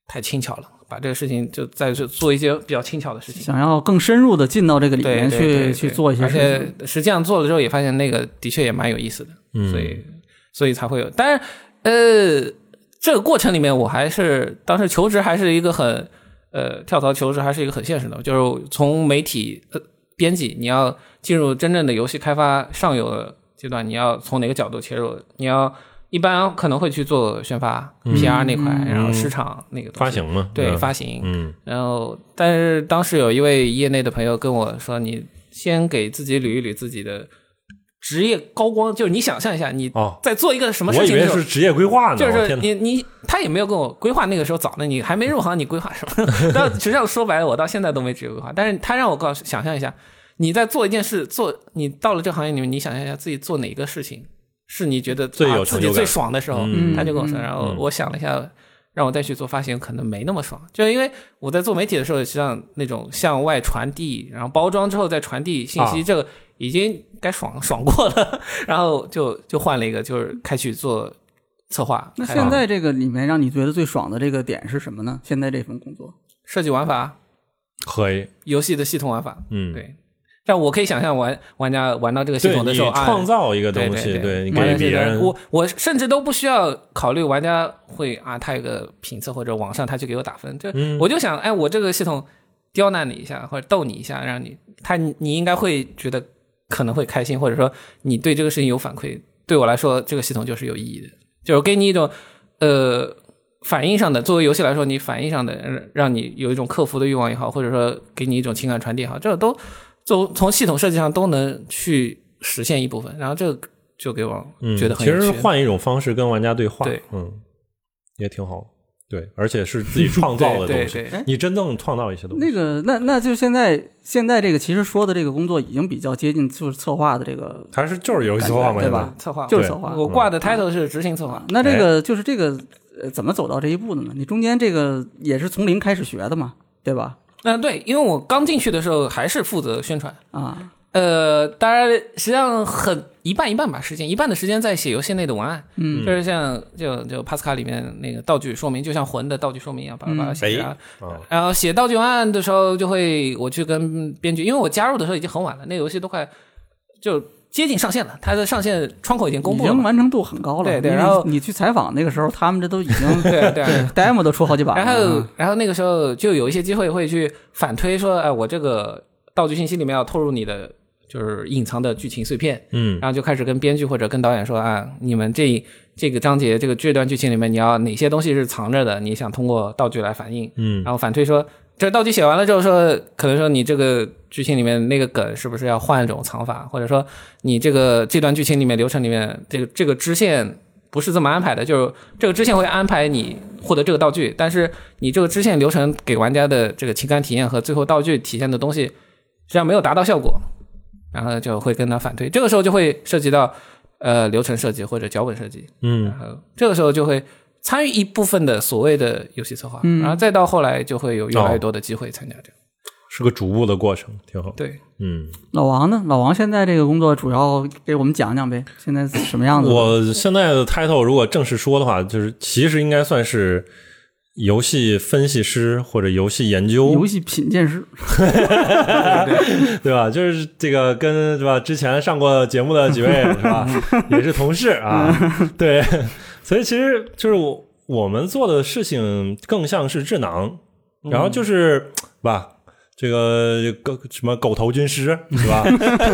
[SPEAKER 4] 太轻巧了，把这个事情就再去做一些比较轻巧的事情。
[SPEAKER 3] 想要更深入的进到这个里
[SPEAKER 4] 对
[SPEAKER 3] 面
[SPEAKER 4] 对对
[SPEAKER 3] 去
[SPEAKER 4] 对
[SPEAKER 3] 去做一些
[SPEAKER 4] 而
[SPEAKER 3] 事情。
[SPEAKER 4] 且实际上做了之后也发现那个的确也蛮有意思的，
[SPEAKER 1] 嗯
[SPEAKER 4] 所以所以才会有。但是呃，这个过程里面我还是当时求职还是一个很呃跳槽求职还是一个很现实的，就是从媒体呃编辑你要进入真正的游戏开发上游的阶段，你要从哪个角度切入？你要一般可能会去做宣发、PR 那块，然后市场那个东
[SPEAKER 1] 嗯发
[SPEAKER 4] 西
[SPEAKER 1] 行嘛，
[SPEAKER 4] 对
[SPEAKER 1] 嗯
[SPEAKER 4] 发行，
[SPEAKER 1] 嗯
[SPEAKER 4] 然后，但是当时有一位业内的朋友跟我说：“你先给自己捋一捋自己的职业高光，就是你想象一下，你
[SPEAKER 1] 哦
[SPEAKER 4] 在做一个什么
[SPEAKER 1] 我
[SPEAKER 4] 事
[SPEAKER 1] 以
[SPEAKER 4] 情的
[SPEAKER 1] 为
[SPEAKER 4] 时候，
[SPEAKER 1] 是职业规划呢，
[SPEAKER 4] 就
[SPEAKER 1] 我
[SPEAKER 4] 是
[SPEAKER 1] 天哪
[SPEAKER 4] 你你他也没有跟我规划，那个时候早呢，你还没入行，你规划什么？ 但实际上说白了，我到现在都没职业规划。但是他让我告诉想象一下，你在做一件事，做你到了这个行业里面，你想象一下自己做哪个事情是你觉得
[SPEAKER 1] 最有
[SPEAKER 4] 啊
[SPEAKER 1] 成就
[SPEAKER 4] 自己
[SPEAKER 1] 感
[SPEAKER 4] 最爽的时候，
[SPEAKER 1] 嗯
[SPEAKER 4] 他就跟我说，
[SPEAKER 3] 嗯
[SPEAKER 4] 然后我想了一下。让我再去做发行，可能没那么爽，就是因为我在做媒体的时候，实际上那种向外传递，然后包装之后再传递信息，
[SPEAKER 1] 啊
[SPEAKER 4] 这个已经该爽爽过了。然后就就换了一个，就是开始做策划。
[SPEAKER 3] 那
[SPEAKER 4] 开
[SPEAKER 3] 现在这个里面让你觉得最爽的这个点是什么呢？现在这份工作，
[SPEAKER 4] 设计玩法、
[SPEAKER 1] 可以，
[SPEAKER 4] 游戏的系统玩法，
[SPEAKER 1] 嗯，
[SPEAKER 4] 对。但我可以想象玩玩家玩到这个系
[SPEAKER 1] 对
[SPEAKER 4] 统的
[SPEAKER 1] 你
[SPEAKER 4] 时候啊，
[SPEAKER 1] 创造一个
[SPEAKER 4] 对
[SPEAKER 1] 东西，
[SPEAKER 4] 对
[SPEAKER 1] 对你
[SPEAKER 4] 玩
[SPEAKER 1] 给
[SPEAKER 4] 到这
[SPEAKER 1] 别
[SPEAKER 4] 个
[SPEAKER 1] 人，
[SPEAKER 4] 我我甚至都不需要考虑玩家会啊，他有个评测或者网上他去给我打分，就、
[SPEAKER 1] 嗯
[SPEAKER 4] 我就想，哎，我这个系统刁难你一下或者逗你一下，让你他你应该会觉得可能会开心，或者说你对这个事情有反馈。对我来说，这个系统就是有意义的，就是给你一种呃反应上的，作为游戏来说，你反应上的让让你有一种克服的欲望也好，或者说给你一种情感传递也好，这都从从系统设计上都能去实现一部分。然后这个就给我
[SPEAKER 1] 嗯，
[SPEAKER 4] 觉得很
[SPEAKER 1] 其
[SPEAKER 4] 有
[SPEAKER 1] 实
[SPEAKER 4] 趣。
[SPEAKER 1] 换一种方式跟玩家对话，
[SPEAKER 4] 对
[SPEAKER 1] 嗯，也挺好，对，而且是自己创造的
[SPEAKER 4] 对
[SPEAKER 1] 东
[SPEAKER 4] 对
[SPEAKER 1] 西
[SPEAKER 4] 对哎，
[SPEAKER 1] 你真正创造一些东西，
[SPEAKER 3] 那个那那就现在现在这个其实说的这个工作已经比较接近就是策划的这个，
[SPEAKER 1] 还是就是游戏策划嘛，现
[SPEAKER 3] 对
[SPEAKER 1] 在
[SPEAKER 3] 吧
[SPEAKER 4] 策划
[SPEAKER 3] 就是
[SPEAKER 1] 对
[SPEAKER 3] 策划。
[SPEAKER 4] 我挂的 title 是执行策划
[SPEAKER 3] 啊，那这
[SPEAKER 1] 哎
[SPEAKER 3] 个就是这个呃怎么走到这一步的呢？你中间这个也是从零开始学的嘛，对吧？
[SPEAKER 4] 嗯、对，因为我刚进去的时候还是负责宣传，
[SPEAKER 3] 啊，
[SPEAKER 4] 呃，当然，实际上很一半一半吧，时间一半的时间在写游戏内的文案，嗯，就是像就就帕斯卡里面那个道具说明，就像魂的道具说明一样，把它
[SPEAKER 3] 嗯
[SPEAKER 4] 把它写下来。
[SPEAKER 1] 啊
[SPEAKER 4] 然后写道具文案的时候，就会我去跟编剧，因为我加入的时候已经很晚了，那个游戏都快就接近上线了，它的上线窗口已经公
[SPEAKER 3] 已
[SPEAKER 4] 布了
[SPEAKER 3] 经
[SPEAKER 4] 嘛。
[SPEAKER 3] 完成度很高了。
[SPEAKER 4] 对对
[SPEAKER 3] 因为
[SPEAKER 4] 然后
[SPEAKER 3] 你去采访那个时候，他们这都已 经
[SPEAKER 4] 对对
[SPEAKER 3] demo 都出好几版了。啊
[SPEAKER 4] 然后，然后那个时候就有一些机会会去反推说，哎，我这个道具信息里面要透露你的就是隐藏的剧情碎片，
[SPEAKER 1] 嗯
[SPEAKER 4] 然后就开始跟编剧或者跟导演说啊，你们这这个章节这个这段剧情里面，你要哪些东西是藏着的？你想通过道具来反映，
[SPEAKER 1] 嗯
[SPEAKER 4] 然后反推说，这道具写完了之后说，可能说你这个剧情里面那个梗是不是要换一种藏法，或者说你这个这段剧情里面流程里面这个这个支线不是这么安排的，就是这个支线会安排你获得这个道具，但是你这个支线流程给玩家的这个情感体验和最后道具体现的东西，实际上没有达到效果，然后就会跟他反推，这个时候就会涉及到呃流程设计或者脚本设计，
[SPEAKER 1] 嗯
[SPEAKER 4] 然后这个时候就会参与一部分的所谓的游戏策划，然后再到后来就会有越来越多的机会参加这个。
[SPEAKER 1] 是个逐步的过程，挺好。
[SPEAKER 4] 对，
[SPEAKER 1] 嗯，
[SPEAKER 3] 老王呢？老王现在这个工作主要给我们讲讲呗，现在是什么
[SPEAKER 1] 嗯
[SPEAKER 3] 样子？
[SPEAKER 1] 我现在的 title 如果正式说的话，就是其实应该算是游戏分析师或者游戏研究，
[SPEAKER 3] 游戏品鉴师，
[SPEAKER 1] 对吧？就是这个跟对吧？之前上过节目的几位是吧，也是同事啊，对，所以其实就是我我们做的事情更像是智囊，然后就是、吧。这个狗什么狗头军师是吧？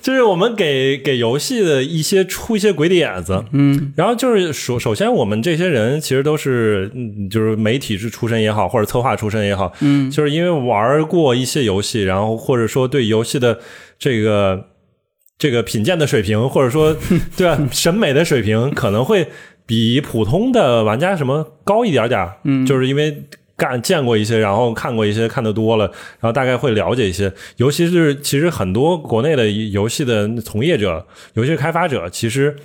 [SPEAKER 1] 就是我们给给游戏的一些出一些鬼点子，
[SPEAKER 3] 嗯
[SPEAKER 1] 然后就是首首先，我们这些人其实都是，嗯就是媒体是出身也好，或者策划出身也好，
[SPEAKER 3] 嗯
[SPEAKER 1] 就是因为玩过一些游戏，然后或者说对游戏的这个这个品鉴的水平，或者 说对吧、审美的水平，可能会比普通的玩家什么高一点点儿，
[SPEAKER 3] 嗯，
[SPEAKER 1] 就是是因为。干见过一些，然后看过一些，看的多了，然后大概会了解一些。尤其是其实很多国内的游戏的从业者，游戏开发者，其实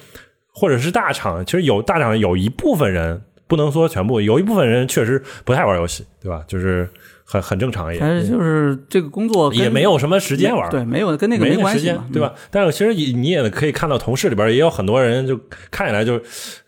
[SPEAKER 1] 或者是大厂，其实有大厂有一部分人，不能说全部，有一部分人确实不太玩游戏，对吧？就是很很正常也，
[SPEAKER 3] 还是就是这个工作跟
[SPEAKER 1] 哎也没有什么时间玩。
[SPEAKER 3] 对，没有跟那个
[SPEAKER 1] 没
[SPEAKER 3] 关
[SPEAKER 1] 时
[SPEAKER 3] 系
[SPEAKER 1] 间
[SPEAKER 3] 嘛，，嗯
[SPEAKER 1] 对吧？但是其实也你也可以看到，同事里边也有很多人，就看起来就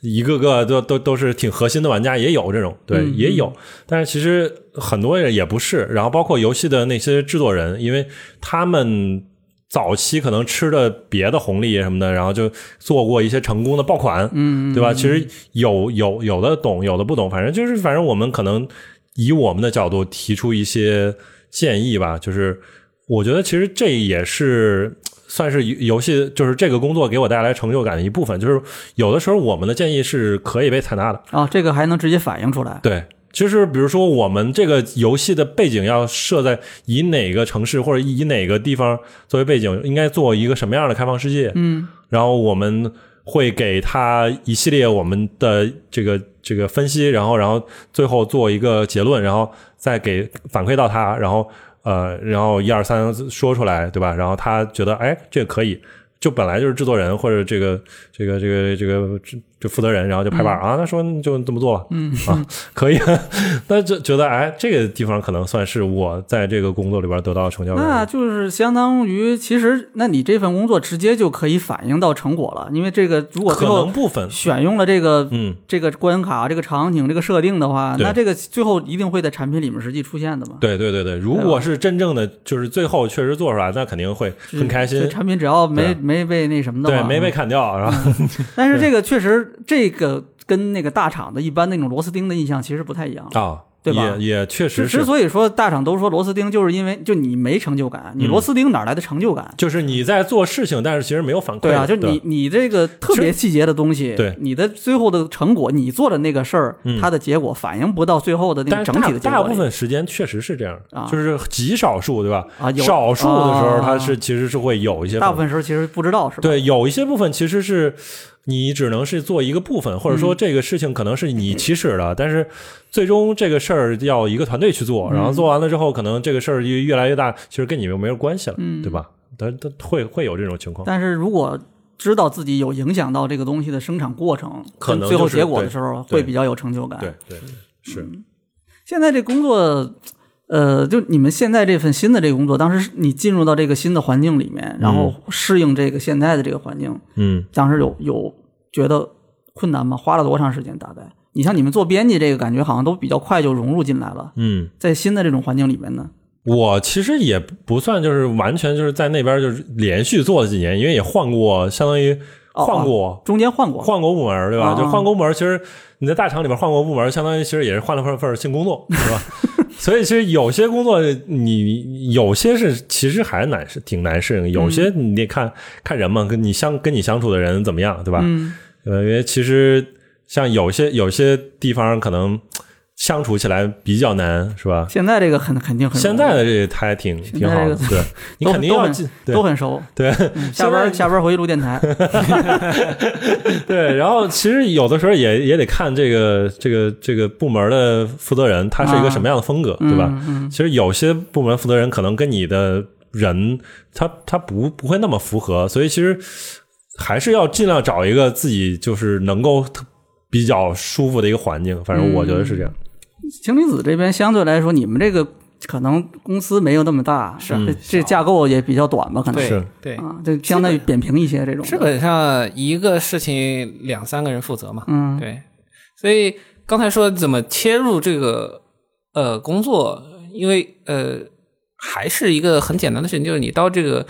[SPEAKER 1] 一个个都都都是挺核心的玩家，也有这种，对，
[SPEAKER 3] 嗯
[SPEAKER 1] 也有。但是其实很多人也不是，然后包括游戏的那些制作人，因为他们早期可能吃的别的红利什么的，然后就做过一些成功的爆款，
[SPEAKER 3] 嗯？嗯，
[SPEAKER 1] 对吧？其实有有有的懂，有的不懂，反正就是反正我们可能以我们的角度提出一些建议吧。就是我觉得其实这也是算是游戏，就是这个工作给我带来成就感的一部分。就是有的时候我们的建议是可以被采纳的，
[SPEAKER 3] 啊，这个还能直接反映出来，
[SPEAKER 1] 对。就是比如说，我们这个游戏的背景要设在以哪个城市或者以哪个地方作为背景，应该做一个什么样的开放世界？
[SPEAKER 3] 嗯
[SPEAKER 1] 然后我们会给他一系列我们的这个这个分析，然后然后最后做一个结论，然后再给反馈到他，然后呃，然后一二三说出来，对吧？然后他觉得哎，这个可以。就本来就是制作人或者这个这个这个这个这这负责人，然后就拍板、啊，他说就这么做吧，
[SPEAKER 3] 嗯
[SPEAKER 1] 啊，可以，那就觉得哎，这个地方可能算是我在这个工作里边得到的成就感。
[SPEAKER 3] 那就是相当于，其实那你这份工作直接就可以反映到成果了，因为这个如果
[SPEAKER 1] 可
[SPEAKER 3] 最后
[SPEAKER 1] 能部分，
[SPEAKER 3] 选用了这个
[SPEAKER 1] 嗯，
[SPEAKER 3] 这个关卡、这个场景、这个设定的话，
[SPEAKER 1] 对
[SPEAKER 3] 那这个最后一定会在产品里面实际出现的嘛？
[SPEAKER 1] 对对对对，如果是真正的，就是最后确实做出来，那肯定会很开
[SPEAKER 3] 这
[SPEAKER 1] 心。
[SPEAKER 3] 产品只要没
[SPEAKER 1] 对
[SPEAKER 3] 没被那什么的
[SPEAKER 1] 对
[SPEAKER 3] 话，，嗯
[SPEAKER 1] 没被砍掉，然后
[SPEAKER 3] 但是这个确实，这个跟那个大厂的一般那种螺丝钉的印象其实不太一样。
[SPEAKER 1] 啊，
[SPEAKER 3] 对吧
[SPEAKER 1] 也也确实
[SPEAKER 3] 之之
[SPEAKER 1] 是，
[SPEAKER 3] 所以说大厂都说螺丝钉，就是因为就你没成就感，
[SPEAKER 1] 嗯
[SPEAKER 3] 你螺丝钉哪来的成就感？
[SPEAKER 1] 就是你在做事情，但是其实没有反馈。
[SPEAKER 3] 对啊，就是你你这个特别细节的东西，
[SPEAKER 1] 对
[SPEAKER 3] 你的最后的成果，你做的那个事儿，
[SPEAKER 1] 嗯
[SPEAKER 3] 它的结果反映不到最后的那
[SPEAKER 1] 但
[SPEAKER 3] 个
[SPEAKER 1] 是
[SPEAKER 3] 整
[SPEAKER 1] 大
[SPEAKER 3] 体的结果里。
[SPEAKER 1] 大部分时间确实是这样
[SPEAKER 3] 啊，
[SPEAKER 1] 就是极少数，对吧？
[SPEAKER 3] 啊，有
[SPEAKER 1] 少数的时候，
[SPEAKER 3] 啊
[SPEAKER 1] 它是其实是会有一些
[SPEAKER 3] 大
[SPEAKER 1] 反馈
[SPEAKER 3] 部分时候其实不知道是吧？
[SPEAKER 1] 对，有一些部分其实是你只能是做一个部分，或者
[SPEAKER 3] 嗯
[SPEAKER 1] 说这个事情可能是你起始的，但是最终这个事儿要一个团队去
[SPEAKER 3] 嗯
[SPEAKER 1] 做，然后做完了之后，可能这个事儿越越来越大，其实跟你们没有关系了，
[SPEAKER 3] 嗯
[SPEAKER 1] 对吧？但但会会有这种情况，
[SPEAKER 3] 但是如果知道自己有影响到这个东西的生产过程，
[SPEAKER 1] 可能
[SPEAKER 3] 跟最后
[SPEAKER 1] 就是
[SPEAKER 3] 结果的
[SPEAKER 1] 对
[SPEAKER 3] 时候，
[SPEAKER 1] 对
[SPEAKER 3] 会比较有成就感。
[SPEAKER 1] 对对是。
[SPEAKER 3] 现在这工作，呃，就你们现在这份新的这个工作，当时是你进入到这个新的环境里面，然后适应这个现在的这个环境，
[SPEAKER 1] 嗯，
[SPEAKER 3] 当时有有觉得困难吗？花了多长时间？大概？你像你们做编辑这个，感觉好像都比较快就融入进来了，
[SPEAKER 1] 嗯，
[SPEAKER 3] 在新的这种环境里面呢，
[SPEAKER 1] 我其实也不算就是完全就是在那边就是连续做了几年，因为也换过，相当于
[SPEAKER 3] 哦
[SPEAKER 1] 换过、
[SPEAKER 3] 中间换过，
[SPEAKER 1] 换过部门儿，对
[SPEAKER 3] 啊
[SPEAKER 1] 吧？就换过部门儿，其实你在大厂里边换过部门儿，相当于其实也是换了份份儿新工作，是 吧？所以其实有些工作你有些是其实还难适挺难适
[SPEAKER 3] 嗯
[SPEAKER 1] 应，有些你得看、看人嘛，跟你相跟你相处的人怎么样，对吧？
[SPEAKER 3] 嗯
[SPEAKER 1] 呃，因为其实像有些有些地方可能相处起来比较难，是吧？
[SPEAKER 3] 现在这个很肯定很
[SPEAKER 1] 现在的这还挺
[SPEAKER 3] 现在
[SPEAKER 1] 挺好的，
[SPEAKER 3] 这
[SPEAKER 1] 对，你
[SPEAKER 3] 都
[SPEAKER 1] 肯定
[SPEAKER 3] 都
[SPEAKER 1] 要
[SPEAKER 3] 很
[SPEAKER 1] 进对
[SPEAKER 3] 都很熟，
[SPEAKER 1] 对
[SPEAKER 3] 嗯下
[SPEAKER 1] 现在
[SPEAKER 3] 班下班回去录 电台，
[SPEAKER 1] 对，然后其实有的时候也也得看这个这个这个部门的负责人，他是一个什么样的风格，对吧？
[SPEAKER 3] 啊嗯？嗯
[SPEAKER 1] 其实有些部门负责人可能跟你的人，他他不不会那么符合，所以其实还是要尽量找一个自己就是能够特比较舒服的一个环境。反正我觉得是这样。
[SPEAKER 3] 青离子这边相对来说，你们这个可能公司没有那么大，是这这
[SPEAKER 4] 小
[SPEAKER 3] 架构也比较短吧，可能
[SPEAKER 1] 是
[SPEAKER 4] 对对，
[SPEAKER 3] 啊，就相当于扁平一些这种的。
[SPEAKER 4] 基本上一个事情两三个人负责嘛。
[SPEAKER 3] 嗯，
[SPEAKER 4] 对，所以刚才说怎么切入这个呃工作，因为呃还是一个很简单的事情，就是你到这个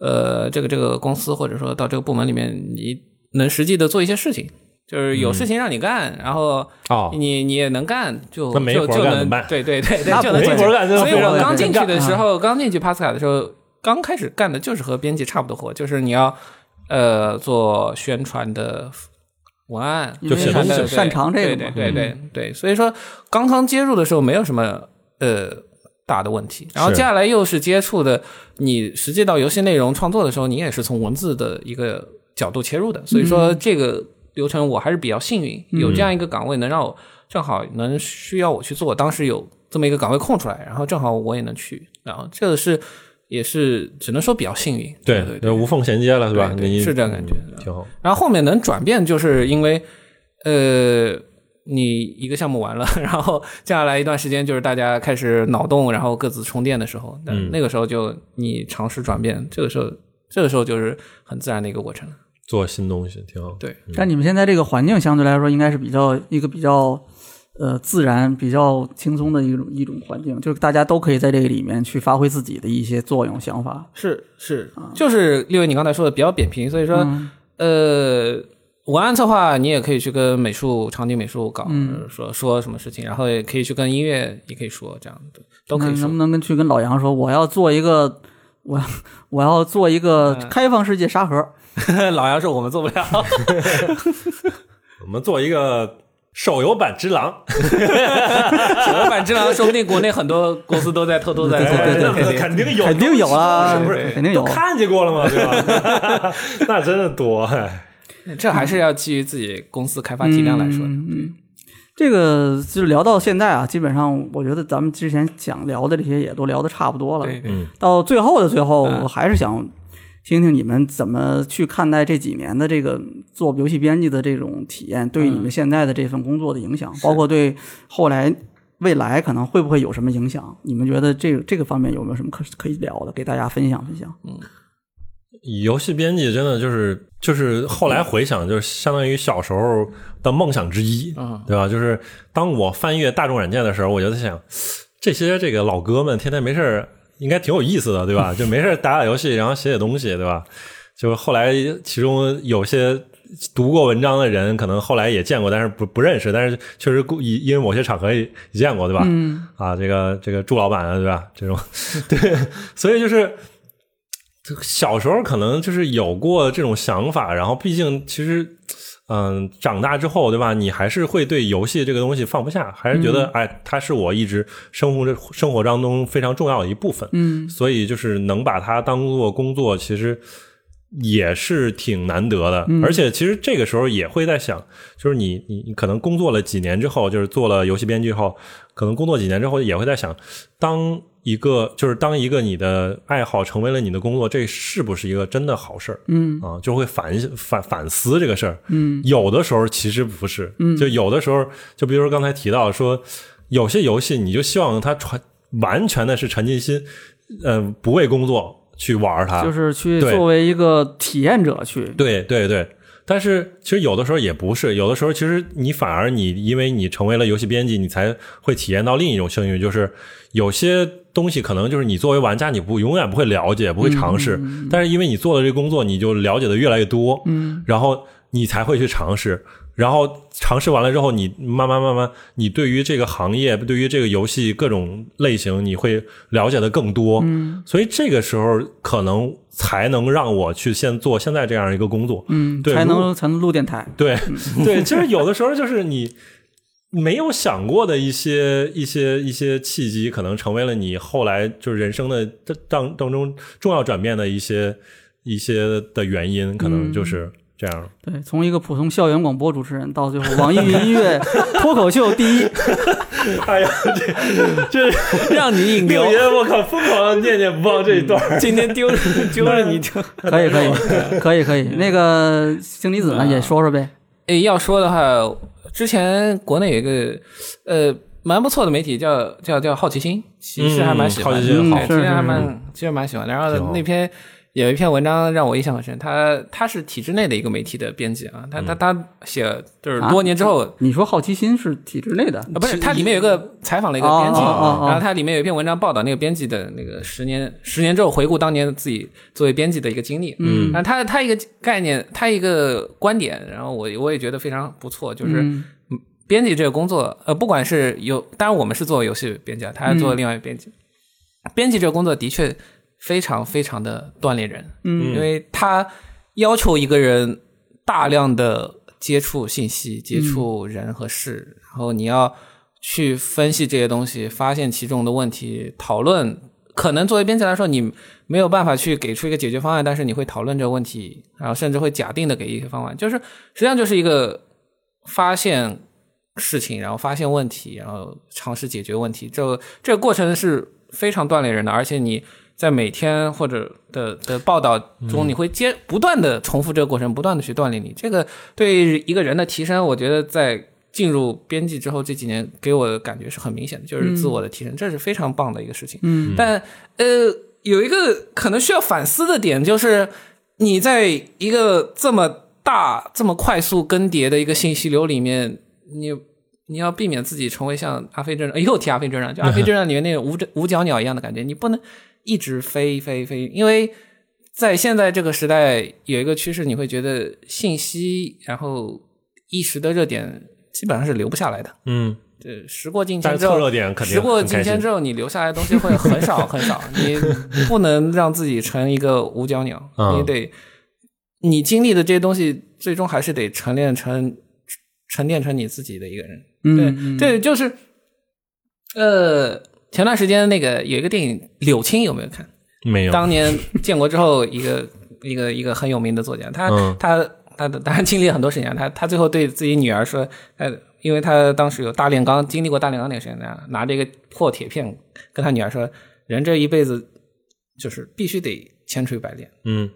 [SPEAKER 4] 呃这个这个公司或者说到这个部门里面，你能实际的做一些事情，就是有事情让你干，然后
[SPEAKER 1] 哦，
[SPEAKER 4] 你你也能干，就
[SPEAKER 1] 那没
[SPEAKER 4] 就
[SPEAKER 1] 活儿
[SPEAKER 4] 就
[SPEAKER 1] 干怎
[SPEAKER 4] 能
[SPEAKER 1] 么办
[SPEAKER 4] 对对对
[SPEAKER 3] 那
[SPEAKER 4] 对，就
[SPEAKER 3] 不
[SPEAKER 4] 能
[SPEAKER 1] 没
[SPEAKER 4] 做
[SPEAKER 1] 活儿干真的
[SPEAKER 4] 所以
[SPEAKER 1] 不知道
[SPEAKER 4] 我
[SPEAKER 1] 干
[SPEAKER 4] 刚进去的时
[SPEAKER 3] 干
[SPEAKER 4] 候，刚进去帕斯卡的时候，刚开始干的就是和编辑差不多活，就是你要呃做宣传的文案，
[SPEAKER 3] 因为
[SPEAKER 1] 就写东
[SPEAKER 4] 宣
[SPEAKER 1] 西
[SPEAKER 4] 传的
[SPEAKER 3] 擅长这个
[SPEAKER 4] 对
[SPEAKER 3] 嘛
[SPEAKER 4] 对对对
[SPEAKER 1] 嗯
[SPEAKER 4] 对，所以说刚刚接入的时候没有什么呃大的问题，然后
[SPEAKER 1] 是
[SPEAKER 4] 接下来又是接触的，你实际到游戏内容创作的时候，你也是从文字的一个角度切入的，所以说这个流程我还是比较幸运，有
[SPEAKER 1] 嗯
[SPEAKER 4] 这样一个岗位能让我正好能需要我去做，当时有这么一个岗位空出来，然后正好我也能去，然后这个是也是只能说比较幸运，
[SPEAKER 1] 对
[SPEAKER 4] 对，
[SPEAKER 1] 就无缝衔接了，是吧？
[SPEAKER 4] 对对
[SPEAKER 1] 你
[SPEAKER 4] 是这样感觉
[SPEAKER 1] 嗯挺好。
[SPEAKER 4] 然后后面能转变，就是因为呃，你一个项目完了， 然后接下来一段时间就是大家开始脑洞，然后各自充电的时候，那
[SPEAKER 1] 嗯
[SPEAKER 4] 那个时候就你尝试转变，这个时候这个时候就是很自然的一个过程了。
[SPEAKER 1] 做新东西挺好。
[SPEAKER 4] 对，
[SPEAKER 3] 但你们现在这个环境相对来说应该是比较一个比较呃自然、比较轻松的一种一种环境，就是大家都可以在这个里面去发挥自己的一些作用、想法。
[SPEAKER 4] 是是，就是因为你刚才说的比较扁平，所以说、
[SPEAKER 3] 嗯
[SPEAKER 4] 呃，文案策划你也可以去跟美术、场景美术搞、
[SPEAKER 3] 嗯
[SPEAKER 4] 说说什么事情，然后也可以去跟音乐也可以说这样的，都可以
[SPEAKER 3] 嗯那
[SPEAKER 4] 说
[SPEAKER 3] 能不。能跟去跟老杨说，我要做一个，我我要做一个开放世界沙盒，
[SPEAKER 4] 嗯 老杨说我们做不了。
[SPEAKER 1] 我们做一个手游版《只狼》，
[SPEAKER 4] 老板之狼，啊说不定国内很多公司都在偷偷在做，
[SPEAKER 3] 哎对对对
[SPEAKER 1] 哎那肯定有，
[SPEAKER 3] 肯定有啦
[SPEAKER 1] 是不
[SPEAKER 3] 对
[SPEAKER 1] 是？
[SPEAKER 3] 肯定有
[SPEAKER 1] 都看见过了嘛，对 吧？那真的多，哎
[SPEAKER 4] 这还是要基于自己公司开发体量来说的。
[SPEAKER 3] 嗯嗯，这个就是聊到现在啊，基本上我觉得咱们之前想聊的这些也都聊的差不多了。
[SPEAKER 4] 对对
[SPEAKER 1] 嗯
[SPEAKER 3] 到最后的最后，
[SPEAKER 4] 嗯
[SPEAKER 3] 我还是想听听你们怎么去看待这几年的这个做游戏编辑的这种体验，对你们现在的这份工作的影响，包括对后来未来可能会不会有什么影响？你们觉得这这个方面有没有什么可可以聊的，给大家分享分享？
[SPEAKER 1] 游戏编辑真的就是就是后来回想，就是相当于小时候的梦想之一，
[SPEAKER 4] 嗯
[SPEAKER 1] 对吧？就是当我翻阅大众软件的时候，我就在想，这些这个老哥们天天没事儿，应该挺有意思的，对吧？就没事儿打打游戏，然后写写东西，对吧？就是后来其中有些读过文章的人，可能后来也见过，但是不不认识，但是确实故因因为某些场合也也见过，对吧？
[SPEAKER 3] 嗯
[SPEAKER 1] 啊，这个这个祝老板啊，对吧？这种 对，所以就是这个小时候可能就是有过这种想法，然后毕竟其实。嗯，长大之后，对吧？你还是会对游戏这个东西放不下，还是觉得，哎，它是我一直生活着生活当中非常重要的一部分。
[SPEAKER 3] 嗯
[SPEAKER 1] 所以就是能把它当做工作，其实也是挺难得的。
[SPEAKER 3] 嗯
[SPEAKER 1] 而且其实这个时候也会在想，就是你你你可能工作了几年之后，就是做了游戏编剧后，可能工作几年之后也会在想，当一个就是当一个你的爱好成为了你的工作，这是不是一个真的好事儿？
[SPEAKER 3] 嗯
[SPEAKER 1] 啊，就会反反反思这个事儿。
[SPEAKER 3] 嗯，
[SPEAKER 1] 有的时候其实不是，就有的时候，就比如说刚才提到说，有些游戏你就希望它传完全的是沉浸心，呃，不为工作去玩儿它，
[SPEAKER 3] 就是去
[SPEAKER 1] 对
[SPEAKER 3] 作为一个体验者去，
[SPEAKER 1] 对对对。但是其实有的时候也不是，有的时候其实你反而你因为你成为了游戏编辑，你才会体验到另一种幸运，就是有些东西可能就是你作为玩家你不永远不会了解，不会尝
[SPEAKER 3] 嗯
[SPEAKER 1] 试，但是因为你做了这个工作，你就了解的越来越多，嗯，然后你才会去尝试。然后尝试完了之后，你慢慢慢慢，你对于这个行业、对于这个游戏各种类型，你会了解的更多。嗯，所以这个时候可能才能让我去先做现在这样一个工作。
[SPEAKER 3] 嗯，
[SPEAKER 1] 对
[SPEAKER 3] 才
[SPEAKER 1] 如
[SPEAKER 3] 能才能录电台。
[SPEAKER 1] 对对，其实有的时候就是你没有想过的一些一些一些契机，可能成为了你后来就是人生的当当中重要转变的一些一些的原因，可能就是这样。
[SPEAKER 3] 对，从一个普通校园广播主持人到最后网易云音乐脱口秀第一，
[SPEAKER 1] 哎呀，这这
[SPEAKER 4] 让你引
[SPEAKER 1] 六
[SPEAKER 4] 流，嗯
[SPEAKER 1] 爷，我靠，疯狂地念念不忘这一段儿。
[SPEAKER 4] 今天丢了丢了你 就。
[SPEAKER 3] 可以可以可以可以。那个星离子
[SPEAKER 4] 哎
[SPEAKER 3] 呢也说说呗，
[SPEAKER 4] 诶，要说的话，之前国内有一个呃蛮不错的媒体，叫叫叫好奇心，其实还蛮喜欢的，
[SPEAKER 1] 嗯好奇心
[SPEAKER 3] 好
[SPEAKER 4] 对其实还
[SPEAKER 3] 是
[SPEAKER 4] 蛮其实蛮喜欢的。然
[SPEAKER 1] 挺
[SPEAKER 4] 后
[SPEAKER 1] 好
[SPEAKER 4] 那篇有一篇文章让我印象很深，他他是体制内的一个媒体的编辑啊，
[SPEAKER 1] 嗯
[SPEAKER 4] 他他他写就是
[SPEAKER 1] 啊
[SPEAKER 4] 多年之后。
[SPEAKER 3] 你说好奇心是体制内的，
[SPEAKER 4] 啊，不是，它里面有一个采访了一个编辑，
[SPEAKER 3] 哦哦哦哦
[SPEAKER 4] 然后它里面有一篇文章报道那个编辑的那个十年十年之后回顾当年自己作为编辑的一个经历，嗯，然后他他一个概念，他一个观点，然后我我也觉得非常不错，就是。编辑这个工作，呃，不管是有，当然我们是做游戏编辑啊，他是做另外一个编辑。编辑这个工作的确非常非常的锻炼人，嗯，因为他要求一个人大量的接触信息、接触人和事，然后你要去分析这些东西，发现其中的问题，讨论。可能作为编辑来说，你没有办法去给出一个解决方案，但是你会讨论这个问题，然后甚至会假定的给一些方案，就是实际上就是一个发现事情，然后发现问题，然后尝试解决问题。这这个过程是非常锻炼人的，而且你在每天或者的的报道中，你会接不断的重复这个过程，不断的去锻炼你。这个对于一个人的提升，我觉得在进入编辑之后这几年，给我的感觉是很明显的，就是自我的提升，这是非常棒的一个事情。嗯，但呃，有一个可能需要反思的点就是。你在一个这么大、这么快速更迭的一个信息流里面，你你要避免自己成为像阿飞这样，哎又提阿飞这样，就阿飞这样里面那 种无无脚鸟一样的感觉，你不能一直飞飞飞，因为在现在这个时代有一个趋势，你会觉得信息然后一时的热点基本上是留不下来的。
[SPEAKER 1] 嗯，
[SPEAKER 4] 呃，时过境
[SPEAKER 1] 但
[SPEAKER 4] 迁
[SPEAKER 1] 是
[SPEAKER 4] 之
[SPEAKER 1] 凑
[SPEAKER 4] 后，
[SPEAKER 1] 热点肯定
[SPEAKER 4] 时过
[SPEAKER 1] 很
[SPEAKER 4] 境
[SPEAKER 1] 开
[SPEAKER 4] 迁
[SPEAKER 1] 心
[SPEAKER 4] 之后，你留下来的东西会很少很 少，你不能让自己成一个无脚鸟，
[SPEAKER 1] 嗯
[SPEAKER 4] 你得你经历的这些东西，最终还是得沉淀成沉淀成你自己的一个人。
[SPEAKER 3] 嗯，
[SPEAKER 4] 对，就是呃，前段时间那个有一个电影《柳青》，有没有看？
[SPEAKER 1] 没有，
[SPEAKER 4] 当年建国之后，一个一个一个很有名的作家，他、
[SPEAKER 1] 嗯
[SPEAKER 4] 他他当然经历了很多事情啊，他他最后对自己女儿说，呃，因为他当时有大炼钢，经历过大炼钢那个事情，拿拿着一个破铁片跟他女儿说，人这一辈子就是必须得千锤百炼，
[SPEAKER 1] 嗯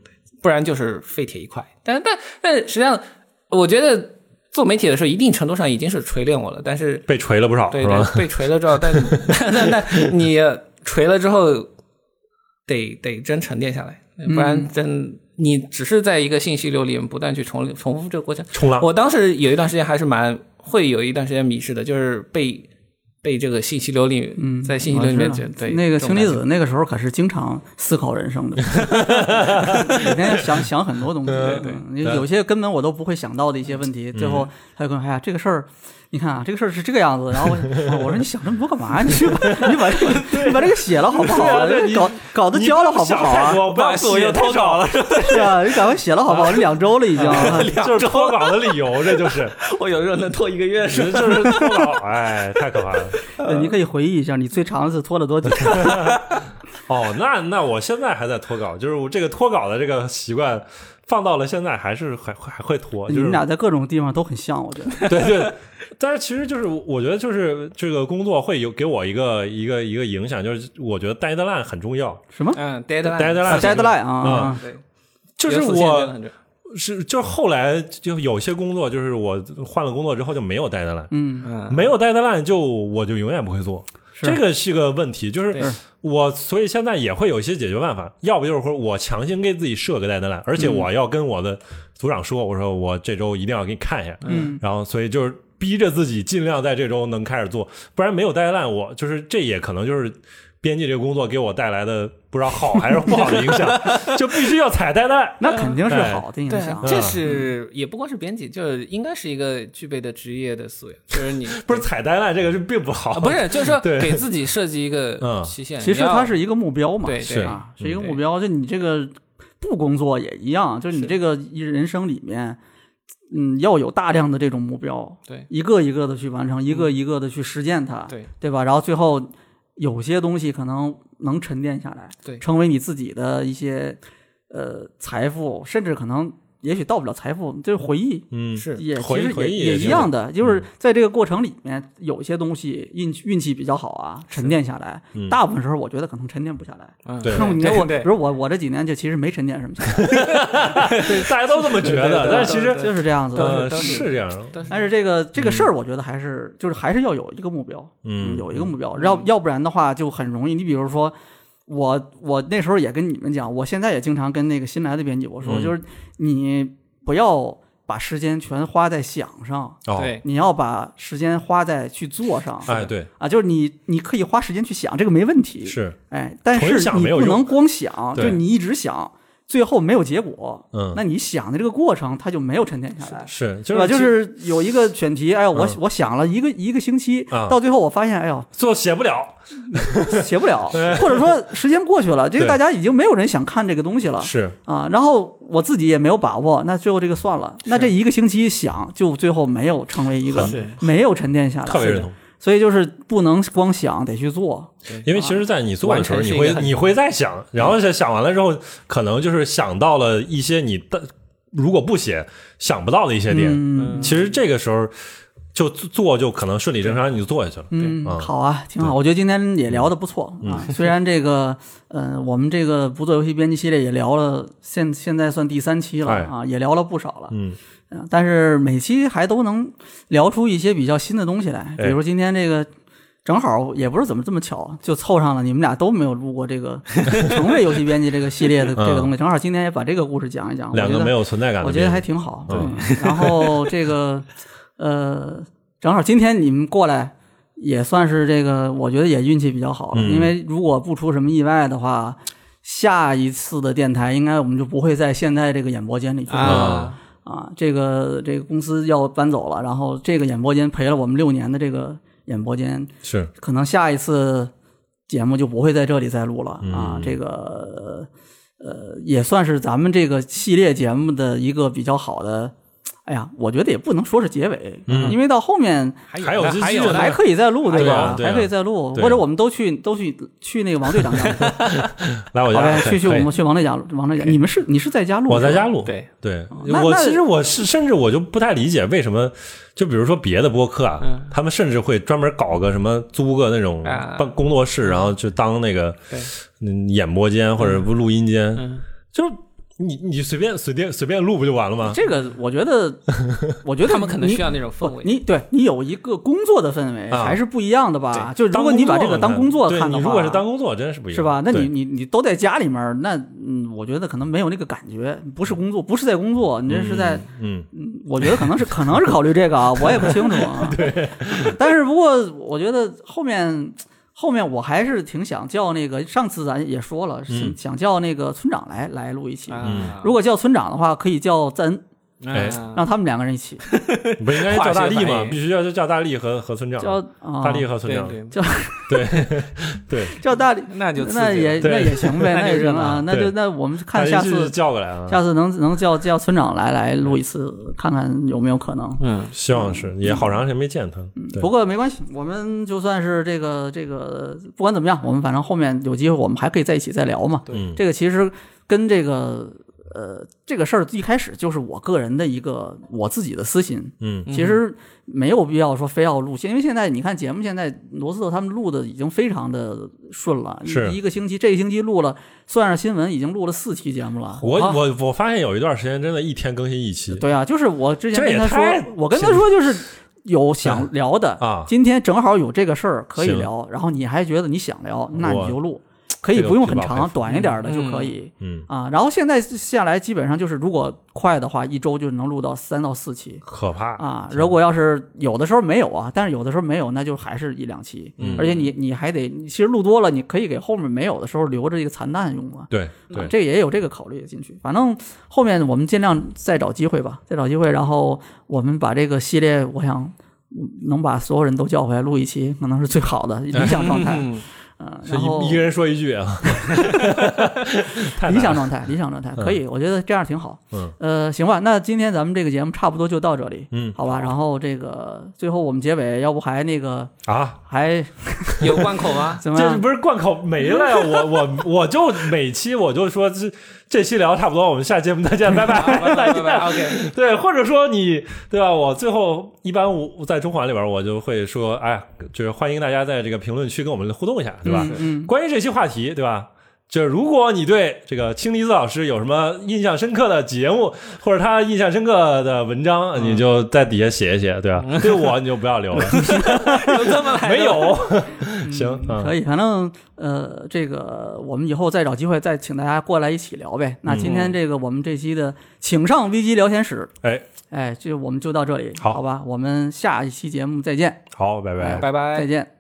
[SPEAKER 4] 不然就是废铁一块。但但但实际上，我觉得做媒体的时候，一定程度上已经是锤炼我了，但是
[SPEAKER 1] 被锤了不少
[SPEAKER 4] 对
[SPEAKER 1] 是吧？
[SPEAKER 4] 对，被锤了之后， 但但但你锤了之后，得得真沉淀下来，不然真你只是在一个信息流里面不断去重重复这个过程。
[SPEAKER 1] 冲浪，
[SPEAKER 4] 我当时有一段时间还是蛮会有一段时间迷失的，就是被被这个信息流里，嗯、在信息
[SPEAKER 3] 我
[SPEAKER 4] 流里
[SPEAKER 3] 知
[SPEAKER 4] 面
[SPEAKER 3] 道
[SPEAKER 4] 觉得对
[SPEAKER 3] 啊那个
[SPEAKER 4] 这
[SPEAKER 3] 氢
[SPEAKER 4] 种
[SPEAKER 3] 离
[SPEAKER 4] 感
[SPEAKER 3] 子那个时候可是经常思考人生的，每天想想很多东西，嗯
[SPEAKER 1] 对
[SPEAKER 3] 有些根本我都不会想到的一些问题，最后他就跟我说：“哎呀，这个事儿，你看啊，这个事儿是这个样子。”然后我我说：“你想这么多干嘛？你去把你把这个你把这个写了好不好啊？
[SPEAKER 1] 对啊对
[SPEAKER 3] 搞稿子交了好不好啊？
[SPEAKER 1] 我不要自我又投稿了，
[SPEAKER 3] 是啊，你赶快写了好不好？两周了已经。
[SPEAKER 1] 就是脱稿的理由，这就是，
[SPEAKER 4] 觉我有时候能拖一个月是 吧。
[SPEAKER 1] 就是脱稿，哎，太可怕了。
[SPEAKER 3] 对你可以回忆一下，你最长一次拖了多久？
[SPEAKER 1] 哦，那那我现在还在脱稿，就是我这个脱稿的这个习惯，放到了现在还是还还还会脱，
[SPEAKER 3] 你
[SPEAKER 1] 就是
[SPEAKER 3] 们俩在各种地方都很像，我觉 得。
[SPEAKER 1] 对对，但是其实就是我觉得就是这个工作会有给我一个一个一个影响，就是我觉得 deadline 很重要
[SPEAKER 3] 什么
[SPEAKER 4] 嗯，deadline 嗯
[SPEAKER 1] ，deadline
[SPEAKER 3] 啊
[SPEAKER 1] 很重要
[SPEAKER 3] deadline 啊？
[SPEAKER 4] 对，
[SPEAKER 1] 就是
[SPEAKER 4] 流速限真的
[SPEAKER 1] 我
[SPEAKER 4] 很重要
[SPEAKER 1] 是就是后来就有些工作就是我换了工作之后就没有 deadline，
[SPEAKER 3] 嗯，
[SPEAKER 4] 嗯，
[SPEAKER 1] 没有 deadline 就我就永远不会做，
[SPEAKER 3] 是
[SPEAKER 1] 这个是个问题，就是
[SPEAKER 4] 对
[SPEAKER 1] 我所以现在也会有一些解决办法，要不就是说我强行给自己设个 deadline，而且
[SPEAKER 4] 嗯
[SPEAKER 1] 我要跟我的组长说，我说我这周一定要给你看一下，
[SPEAKER 3] 嗯，
[SPEAKER 1] 然后所以就是逼着自己尽量在这周能开始做，不然没有 deadline，我就是这也可能就是。编辑这个工作给我带来的不知道好还是不好的影 响，就必须要踩 deadline。
[SPEAKER 3] 那肯定是好的影
[SPEAKER 4] 对
[SPEAKER 3] 响
[SPEAKER 4] 啊，。
[SPEAKER 1] 嗯
[SPEAKER 4] 这是也不光是编辑，就是应该是一个具备的职业的素养，就是你
[SPEAKER 1] 不是踩 deadline 这个是并不
[SPEAKER 4] 啊，
[SPEAKER 1] 好，
[SPEAKER 4] 不是，就是 说
[SPEAKER 1] 对
[SPEAKER 4] 给自己设计
[SPEAKER 1] 嗯
[SPEAKER 4] 一个期限。
[SPEAKER 3] 其实
[SPEAKER 4] 你要
[SPEAKER 3] 它是一个目标嘛，
[SPEAKER 4] 对
[SPEAKER 1] 是
[SPEAKER 4] 对
[SPEAKER 3] 啊，是一个
[SPEAKER 4] 嗯
[SPEAKER 3] 目标。就你这个不工作也一样，就是你
[SPEAKER 4] 是
[SPEAKER 3] 这个一人生里面，嗯，要有大量的这种目标，
[SPEAKER 4] 对
[SPEAKER 3] 一个一个的去完成，一个一个的去实践它，
[SPEAKER 4] 嗯对
[SPEAKER 3] 对吧？然后最后有些东西可能能沉淀下来，
[SPEAKER 4] 对
[SPEAKER 3] 成为你自己的一些呃财富，甚至可能也许到不了财富，就是回忆，
[SPEAKER 1] 嗯，
[SPEAKER 2] 是
[SPEAKER 3] 也
[SPEAKER 1] 回
[SPEAKER 3] 其实
[SPEAKER 1] 回忆也
[SPEAKER 3] 也
[SPEAKER 1] 嗯
[SPEAKER 3] 也
[SPEAKER 1] 就
[SPEAKER 3] 一样的，就是在这个过程里面，有些东西运气运气比较好啊，沉淀下来。大部分时候，我觉得可能沉淀不下来。
[SPEAKER 4] 嗯
[SPEAKER 1] 嗯对
[SPEAKER 3] 那我你看我，
[SPEAKER 4] 对
[SPEAKER 3] 比如我我这几年就其实没沉淀什么下来，
[SPEAKER 1] 大家都这么觉得，但是其实
[SPEAKER 3] 就是这样子。
[SPEAKER 1] 呃
[SPEAKER 4] 都是
[SPEAKER 1] 是这样，
[SPEAKER 4] 但是
[SPEAKER 3] 但是这个这个事儿，我觉得还是就是还是要有一个目标，
[SPEAKER 1] 嗯
[SPEAKER 3] 有一个目标，要要不然的话就很容易。你比如说，我我那时候也跟你们讲，我现在也经常跟那个新来的编辑我说，
[SPEAKER 1] 嗯
[SPEAKER 3] 就是你不要把时间全花在想上，
[SPEAKER 1] 哦，
[SPEAKER 4] 对
[SPEAKER 3] 你要把时间花在去做上。
[SPEAKER 1] 哎对，
[SPEAKER 3] 啊，就是你，你可以花时间去想，这个没问题。，
[SPEAKER 1] 是，
[SPEAKER 3] 哎，但
[SPEAKER 1] 纯
[SPEAKER 3] 是
[SPEAKER 1] 想
[SPEAKER 3] 你
[SPEAKER 1] 没有
[SPEAKER 3] 不
[SPEAKER 1] 用
[SPEAKER 3] 能光想，就
[SPEAKER 1] 对
[SPEAKER 3] 你一直想，最后没有结果，
[SPEAKER 1] 嗯
[SPEAKER 3] 那你想的这个过程，它就没有沉淀下来。
[SPEAKER 1] 是，
[SPEAKER 3] 对
[SPEAKER 1] 就
[SPEAKER 3] 吧？
[SPEAKER 1] 是
[SPEAKER 3] 啊就是有一个选题，哎呦，我
[SPEAKER 1] 嗯
[SPEAKER 3] 我想了一个一个星期，
[SPEAKER 1] 啊
[SPEAKER 3] 到最后我发现，哎呦，
[SPEAKER 1] 做写不了，
[SPEAKER 3] 写不了
[SPEAKER 1] 对，
[SPEAKER 3] 或者说时间过去了，这个
[SPEAKER 1] 对
[SPEAKER 3] 大家已经没有人想看这个东西了
[SPEAKER 1] 是
[SPEAKER 3] 啊。然后我自己也没有把握，那最后这个算了。那这一个星期想，就最后没有成为一个
[SPEAKER 2] 是
[SPEAKER 3] 没有沉淀下来，
[SPEAKER 1] 特别认同。
[SPEAKER 3] 所以就是不能光想，得去做。
[SPEAKER 1] 因为其
[SPEAKER 3] 啊
[SPEAKER 1] 实，在你做的时候，
[SPEAKER 4] 完成
[SPEAKER 1] 你
[SPEAKER 4] 是一
[SPEAKER 1] 会
[SPEAKER 4] 个很
[SPEAKER 1] 你会再想，然后想想完了之后，可能就是想到了一些你的如果不写想不到的一些点。
[SPEAKER 3] 嗯
[SPEAKER 1] 其实这个时候就做就可能顺理成章你就做下去了。
[SPEAKER 3] 嗯，
[SPEAKER 1] 啊嗯
[SPEAKER 3] 好啊，挺好。我觉得今天也聊得不错啊。虽然这个，呃，我们这个不做游戏编辑系列也聊了，现现在算第三期了
[SPEAKER 1] 哎
[SPEAKER 3] 啊，也聊了不少了。
[SPEAKER 1] 嗯，
[SPEAKER 3] 啊但是每期还都能聊出一些比较新的东西来，比
[SPEAKER 1] 哎
[SPEAKER 3] 如今天这个。正好也不是怎么这么巧，就凑上了。你们俩都没有录过这个 成为游戏编辑这个系列的这个东西，正好今天也把这个故事讲一讲。我
[SPEAKER 1] 嗯两
[SPEAKER 3] 觉
[SPEAKER 1] 个
[SPEAKER 3] 得
[SPEAKER 1] 没有存在感的
[SPEAKER 3] 我
[SPEAKER 1] 人，
[SPEAKER 3] 觉得还挺好。对
[SPEAKER 1] 嗯，
[SPEAKER 3] 然后这个呃，正好今天你们过来也算是这个，我觉得也运气比较好了，
[SPEAKER 1] 嗯
[SPEAKER 3] 因为如果不出什么意外的话。下一次的电台应该我们就不会在现在这个演播间里去了
[SPEAKER 1] 嗯
[SPEAKER 4] 啊，
[SPEAKER 3] 啊，这个这个公司要搬走了，然后这个演播间陪了我们六年的这个演播间，
[SPEAKER 1] 是
[SPEAKER 3] 可能下一次节目就不会在这里再录了、
[SPEAKER 1] 嗯
[SPEAKER 3] 啊。这个呃，也算是咱们这个系列节目的一个比较好的。哎呀，我觉得也不能说是结尾，因为到后面
[SPEAKER 1] 还有
[SPEAKER 4] 还有
[SPEAKER 1] 这
[SPEAKER 4] 呢
[SPEAKER 3] 还可以再录，
[SPEAKER 1] 嗯对
[SPEAKER 3] 吧
[SPEAKER 1] 啊？对啊
[SPEAKER 3] 还可以再录，
[SPEAKER 1] 对
[SPEAKER 3] 或者我们都去都去去那个王 队长家录，好
[SPEAKER 1] 来我家
[SPEAKER 3] 呗？去去我们去王队长王队长，你们是你是在家录？
[SPEAKER 1] 我在
[SPEAKER 3] 是吧哦
[SPEAKER 1] 家录，
[SPEAKER 4] 对
[SPEAKER 1] 对，
[SPEAKER 3] 那
[SPEAKER 1] 我
[SPEAKER 3] 那
[SPEAKER 1] 其实我是甚至我就不太理解为什么，就比如说别的播客啊，
[SPEAKER 3] 嗯
[SPEAKER 1] 他们甚至会专门搞个什么租个那种
[SPEAKER 4] 啊
[SPEAKER 1] 办工作室，然后就当那个
[SPEAKER 4] 对
[SPEAKER 1] 嗯演播间或者不录音间，
[SPEAKER 4] 嗯
[SPEAKER 1] 就是你你随便随便随便录不就完了吗？
[SPEAKER 3] 这个我觉 得，我觉得
[SPEAKER 4] 他们可能
[SPEAKER 3] 你
[SPEAKER 4] 需要那种氛
[SPEAKER 3] 不
[SPEAKER 4] 围。
[SPEAKER 3] 你对你有一个工作的氛围
[SPEAKER 1] 啊
[SPEAKER 3] 还是不一样的吧？
[SPEAKER 1] 对
[SPEAKER 3] 就是如果你把这个当工作看
[SPEAKER 1] 看
[SPEAKER 3] 的
[SPEAKER 1] 对
[SPEAKER 3] 话，
[SPEAKER 1] 你如果是当工作，真是不一样，
[SPEAKER 3] 是吧？那你
[SPEAKER 1] 对
[SPEAKER 3] 你你都在家里面儿，那嗯，我觉得可能没有那个感觉，不是工作，不是在工作，你这是在，
[SPEAKER 1] 嗯
[SPEAKER 3] 嗯我觉得可能是可能是考虑这个啊，我也不清楚 啊。对，但是不过我觉得后面。后面我还是挺想叫那个，上次咱也说了，是
[SPEAKER 1] 嗯
[SPEAKER 3] 想叫那个村长来来录一期。
[SPEAKER 4] 啊，
[SPEAKER 3] 如果叫村长的话，可以叫赞恩，
[SPEAKER 1] 哎
[SPEAKER 4] 啊
[SPEAKER 3] 让他们两个人一起
[SPEAKER 1] 不应该叫大力
[SPEAKER 4] 化学
[SPEAKER 1] 吗
[SPEAKER 4] 反？应
[SPEAKER 1] 必须要叫大力和和村长，
[SPEAKER 3] 叫啊，
[SPEAKER 1] 大力和村
[SPEAKER 4] 对
[SPEAKER 1] 长，
[SPEAKER 4] 对，
[SPEAKER 1] 对对，
[SPEAKER 3] 叫大力，
[SPEAKER 4] 那就刺激
[SPEAKER 3] 那也
[SPEAKER 1] 对
[SPEAKER 3] 那也行呗，
[SPEAKER 4] 那就
[SPEAKER 3] 那也
[SPEAKER 4] 热
[SPEAKER 3] 行
[SPEAKER 4] 闹
[SPEAKER 3] 啊，那
[SPEAKER 1] 对
[SPEAKER 3] 就那我们看
[SPEAKER 1] 大
[SPEAKER 3] 下
[SPEAKER 1] 力是
[SPEAKER 3] 次
[SPEAKER 1] 叫过来啊，
[SPEAKER 3] 下次能能叫叫村长来来录一次，看看有没有可能。
[SPEAKER 4] 嗯，
[SPEAKER 1] 希望是也好长时间没见他，对
[SPEAKER 3] 不过没关系，我们就算是这个这个，不管怎么样，我们反正后面有机会我们还可以在一起再聊嘛。
[SPEAKER 1] 嗯
[SPEAKER 3] 这个其实跟这个呃这个事儿一开始就是我个人的一个我自己的私心，
[SPEAKER 1] 嗯
[SPEAKER 3] 其实没有必要说非要录，因为现在你看节目，现在罗斯特他们录的已经非常的顺了，
[SPEAKER 1] 是
[SPEAKER 3] 一个星期，这一星期录了，算上新闻已经录了四期节目了。
[SPEAKER 1] 我
[SPEAKER 3] 啊
[SPEAKER 1] 我我发现有一段时间真的一天更新一期，
[SPEAKER 3] 对啊，就是我之前
[SPEAKER 1] 这也
[SPEAKER 3] 跟他
[SPEAKER 1] 太
[SPEAKER 3] 说，我跟他说就是有想聊的
[SPEAKER 1] 啊
[SPEAKER 3] 今天正好有这个事儿可以
[SPEAKER 1] 行
[SPEAKER 3] 聊，然后你还觉得你想聊，那你
[SPEAKER 1] 我
[SPEAKER 3] 就录，可以
[SPEAKER 1] 这个
[SPEAKER 3] 不用
[SPEAKER 1] 这
[SPEAKER 3] 很
[SPEAKER 1] 个佩
[SPEAKER 3] 长，
[SPEAKER 1] 服
[SPEAKER 3] 短一点的就
[SPEAKER 4] 嗯
[SPEAKER 3] 可以。
[SPEAKER 1] 嗯，
[SPEAKER 3] 啊，然后现在下来基本上就是，如果快的话，一周就能录到三到四期。
[SPEAKER 1] 可怕
[SPEAKER 3] 啊，如果要是有的时候没有啊，但是有的时候没有，那就还是一两期。
[SPEAKER 1] 嗯
[SPEAKER 3] 而且你你还得，其实录多了，你可以给后面没有的时候留着一个残蛋用嘛。
[SPEAKER 1] 对
[SPEAKER 3] 啊
[SPEAKER 1] 对，
[SPEAKER 3] 这也有这个考虑进去。反正后面我们尽量再找机会吧，再找机会，然后我们把这个系列， 我想嗯能把所有人都叫回来录一期，可能是最好的理想状态。
[SPEAKER 4] 嗯
[SPEAKER 3] 嗯，
[SPEAKER 1] 是
[SPEAKER 3] 然后
[SPEAKER 1] 一一个人说一句啊， 太难
[SPEAKER 3] 理
[SPEAKER 1] 了
[SPEAKER 3] 想状态，理想状态可以，我觉得这样挺好。
[SPEAKER 1] 嗯，
[SPEAKER 3] 呃，行吧，那今天咱们这个节目差不多就到这里，
[SPEAKER 1] 嗯
[SPEAKER 3] 好吧。然后这个最后我们结尾，要不还那个
[SPEAKER 1] 啊，
[SPEAKER 3] 还？
[SPEAKER 4] 有关口啊吗
[SPEAKER 3] 怎么
[SPEAKER 1] 这
[SPEAKER 3] 样？
[SPEAKER 1] 不是贯口没了呀？我我我就每期我就说这这期聊差不多，我们下节目再见，拜拜
[SPEAKER 4] 啊 拜
[SPEAKER 1] 再
[SPEAKER 4] 拜
[SPEAKER 1] 见
[SPEAKER 4] 拜。拜，OK。
[SPEAKER 1] 对，或者说你对吧？我最后一般我我在中环里边，我就会说，哎，就是欢迎大家在这个评论区跟我们互动一下，对吧？
[SPEAKER 3] 嗯，
[SPEAKER 1] 关于这期话题，对吧？就是如果你对这个氢离子老师有什么印象深刻的节目， 或者他印象深刻的文章，你就在底下写一写，对 吧？对我你就不要留 了，
[SPEAKER 4] 有这么来的
[SPEAKER 1] 没？有。 行，
[SPEAKER 3] 嗯
[SPEAKER 1] 嗯
[SPEAKER 3] 可以，反正呃，这个我们以后再找机会再请大家过来一起聊呗。那今天这个我们这期的请上 V 机聊天室，
[SPEAKER 1] 哎，
[SPEAKER 3] 哎，就我们就到这里，
[SPEAKER 1] 好
[SPEAKER 3] 好吧？我们下一期节目再见，
[SPEAKER 1] 好，拜拜
[SPEAKER 3] 哎。
[SPEAKER 4] 拜拜
[SPEAKER 3] 再。见。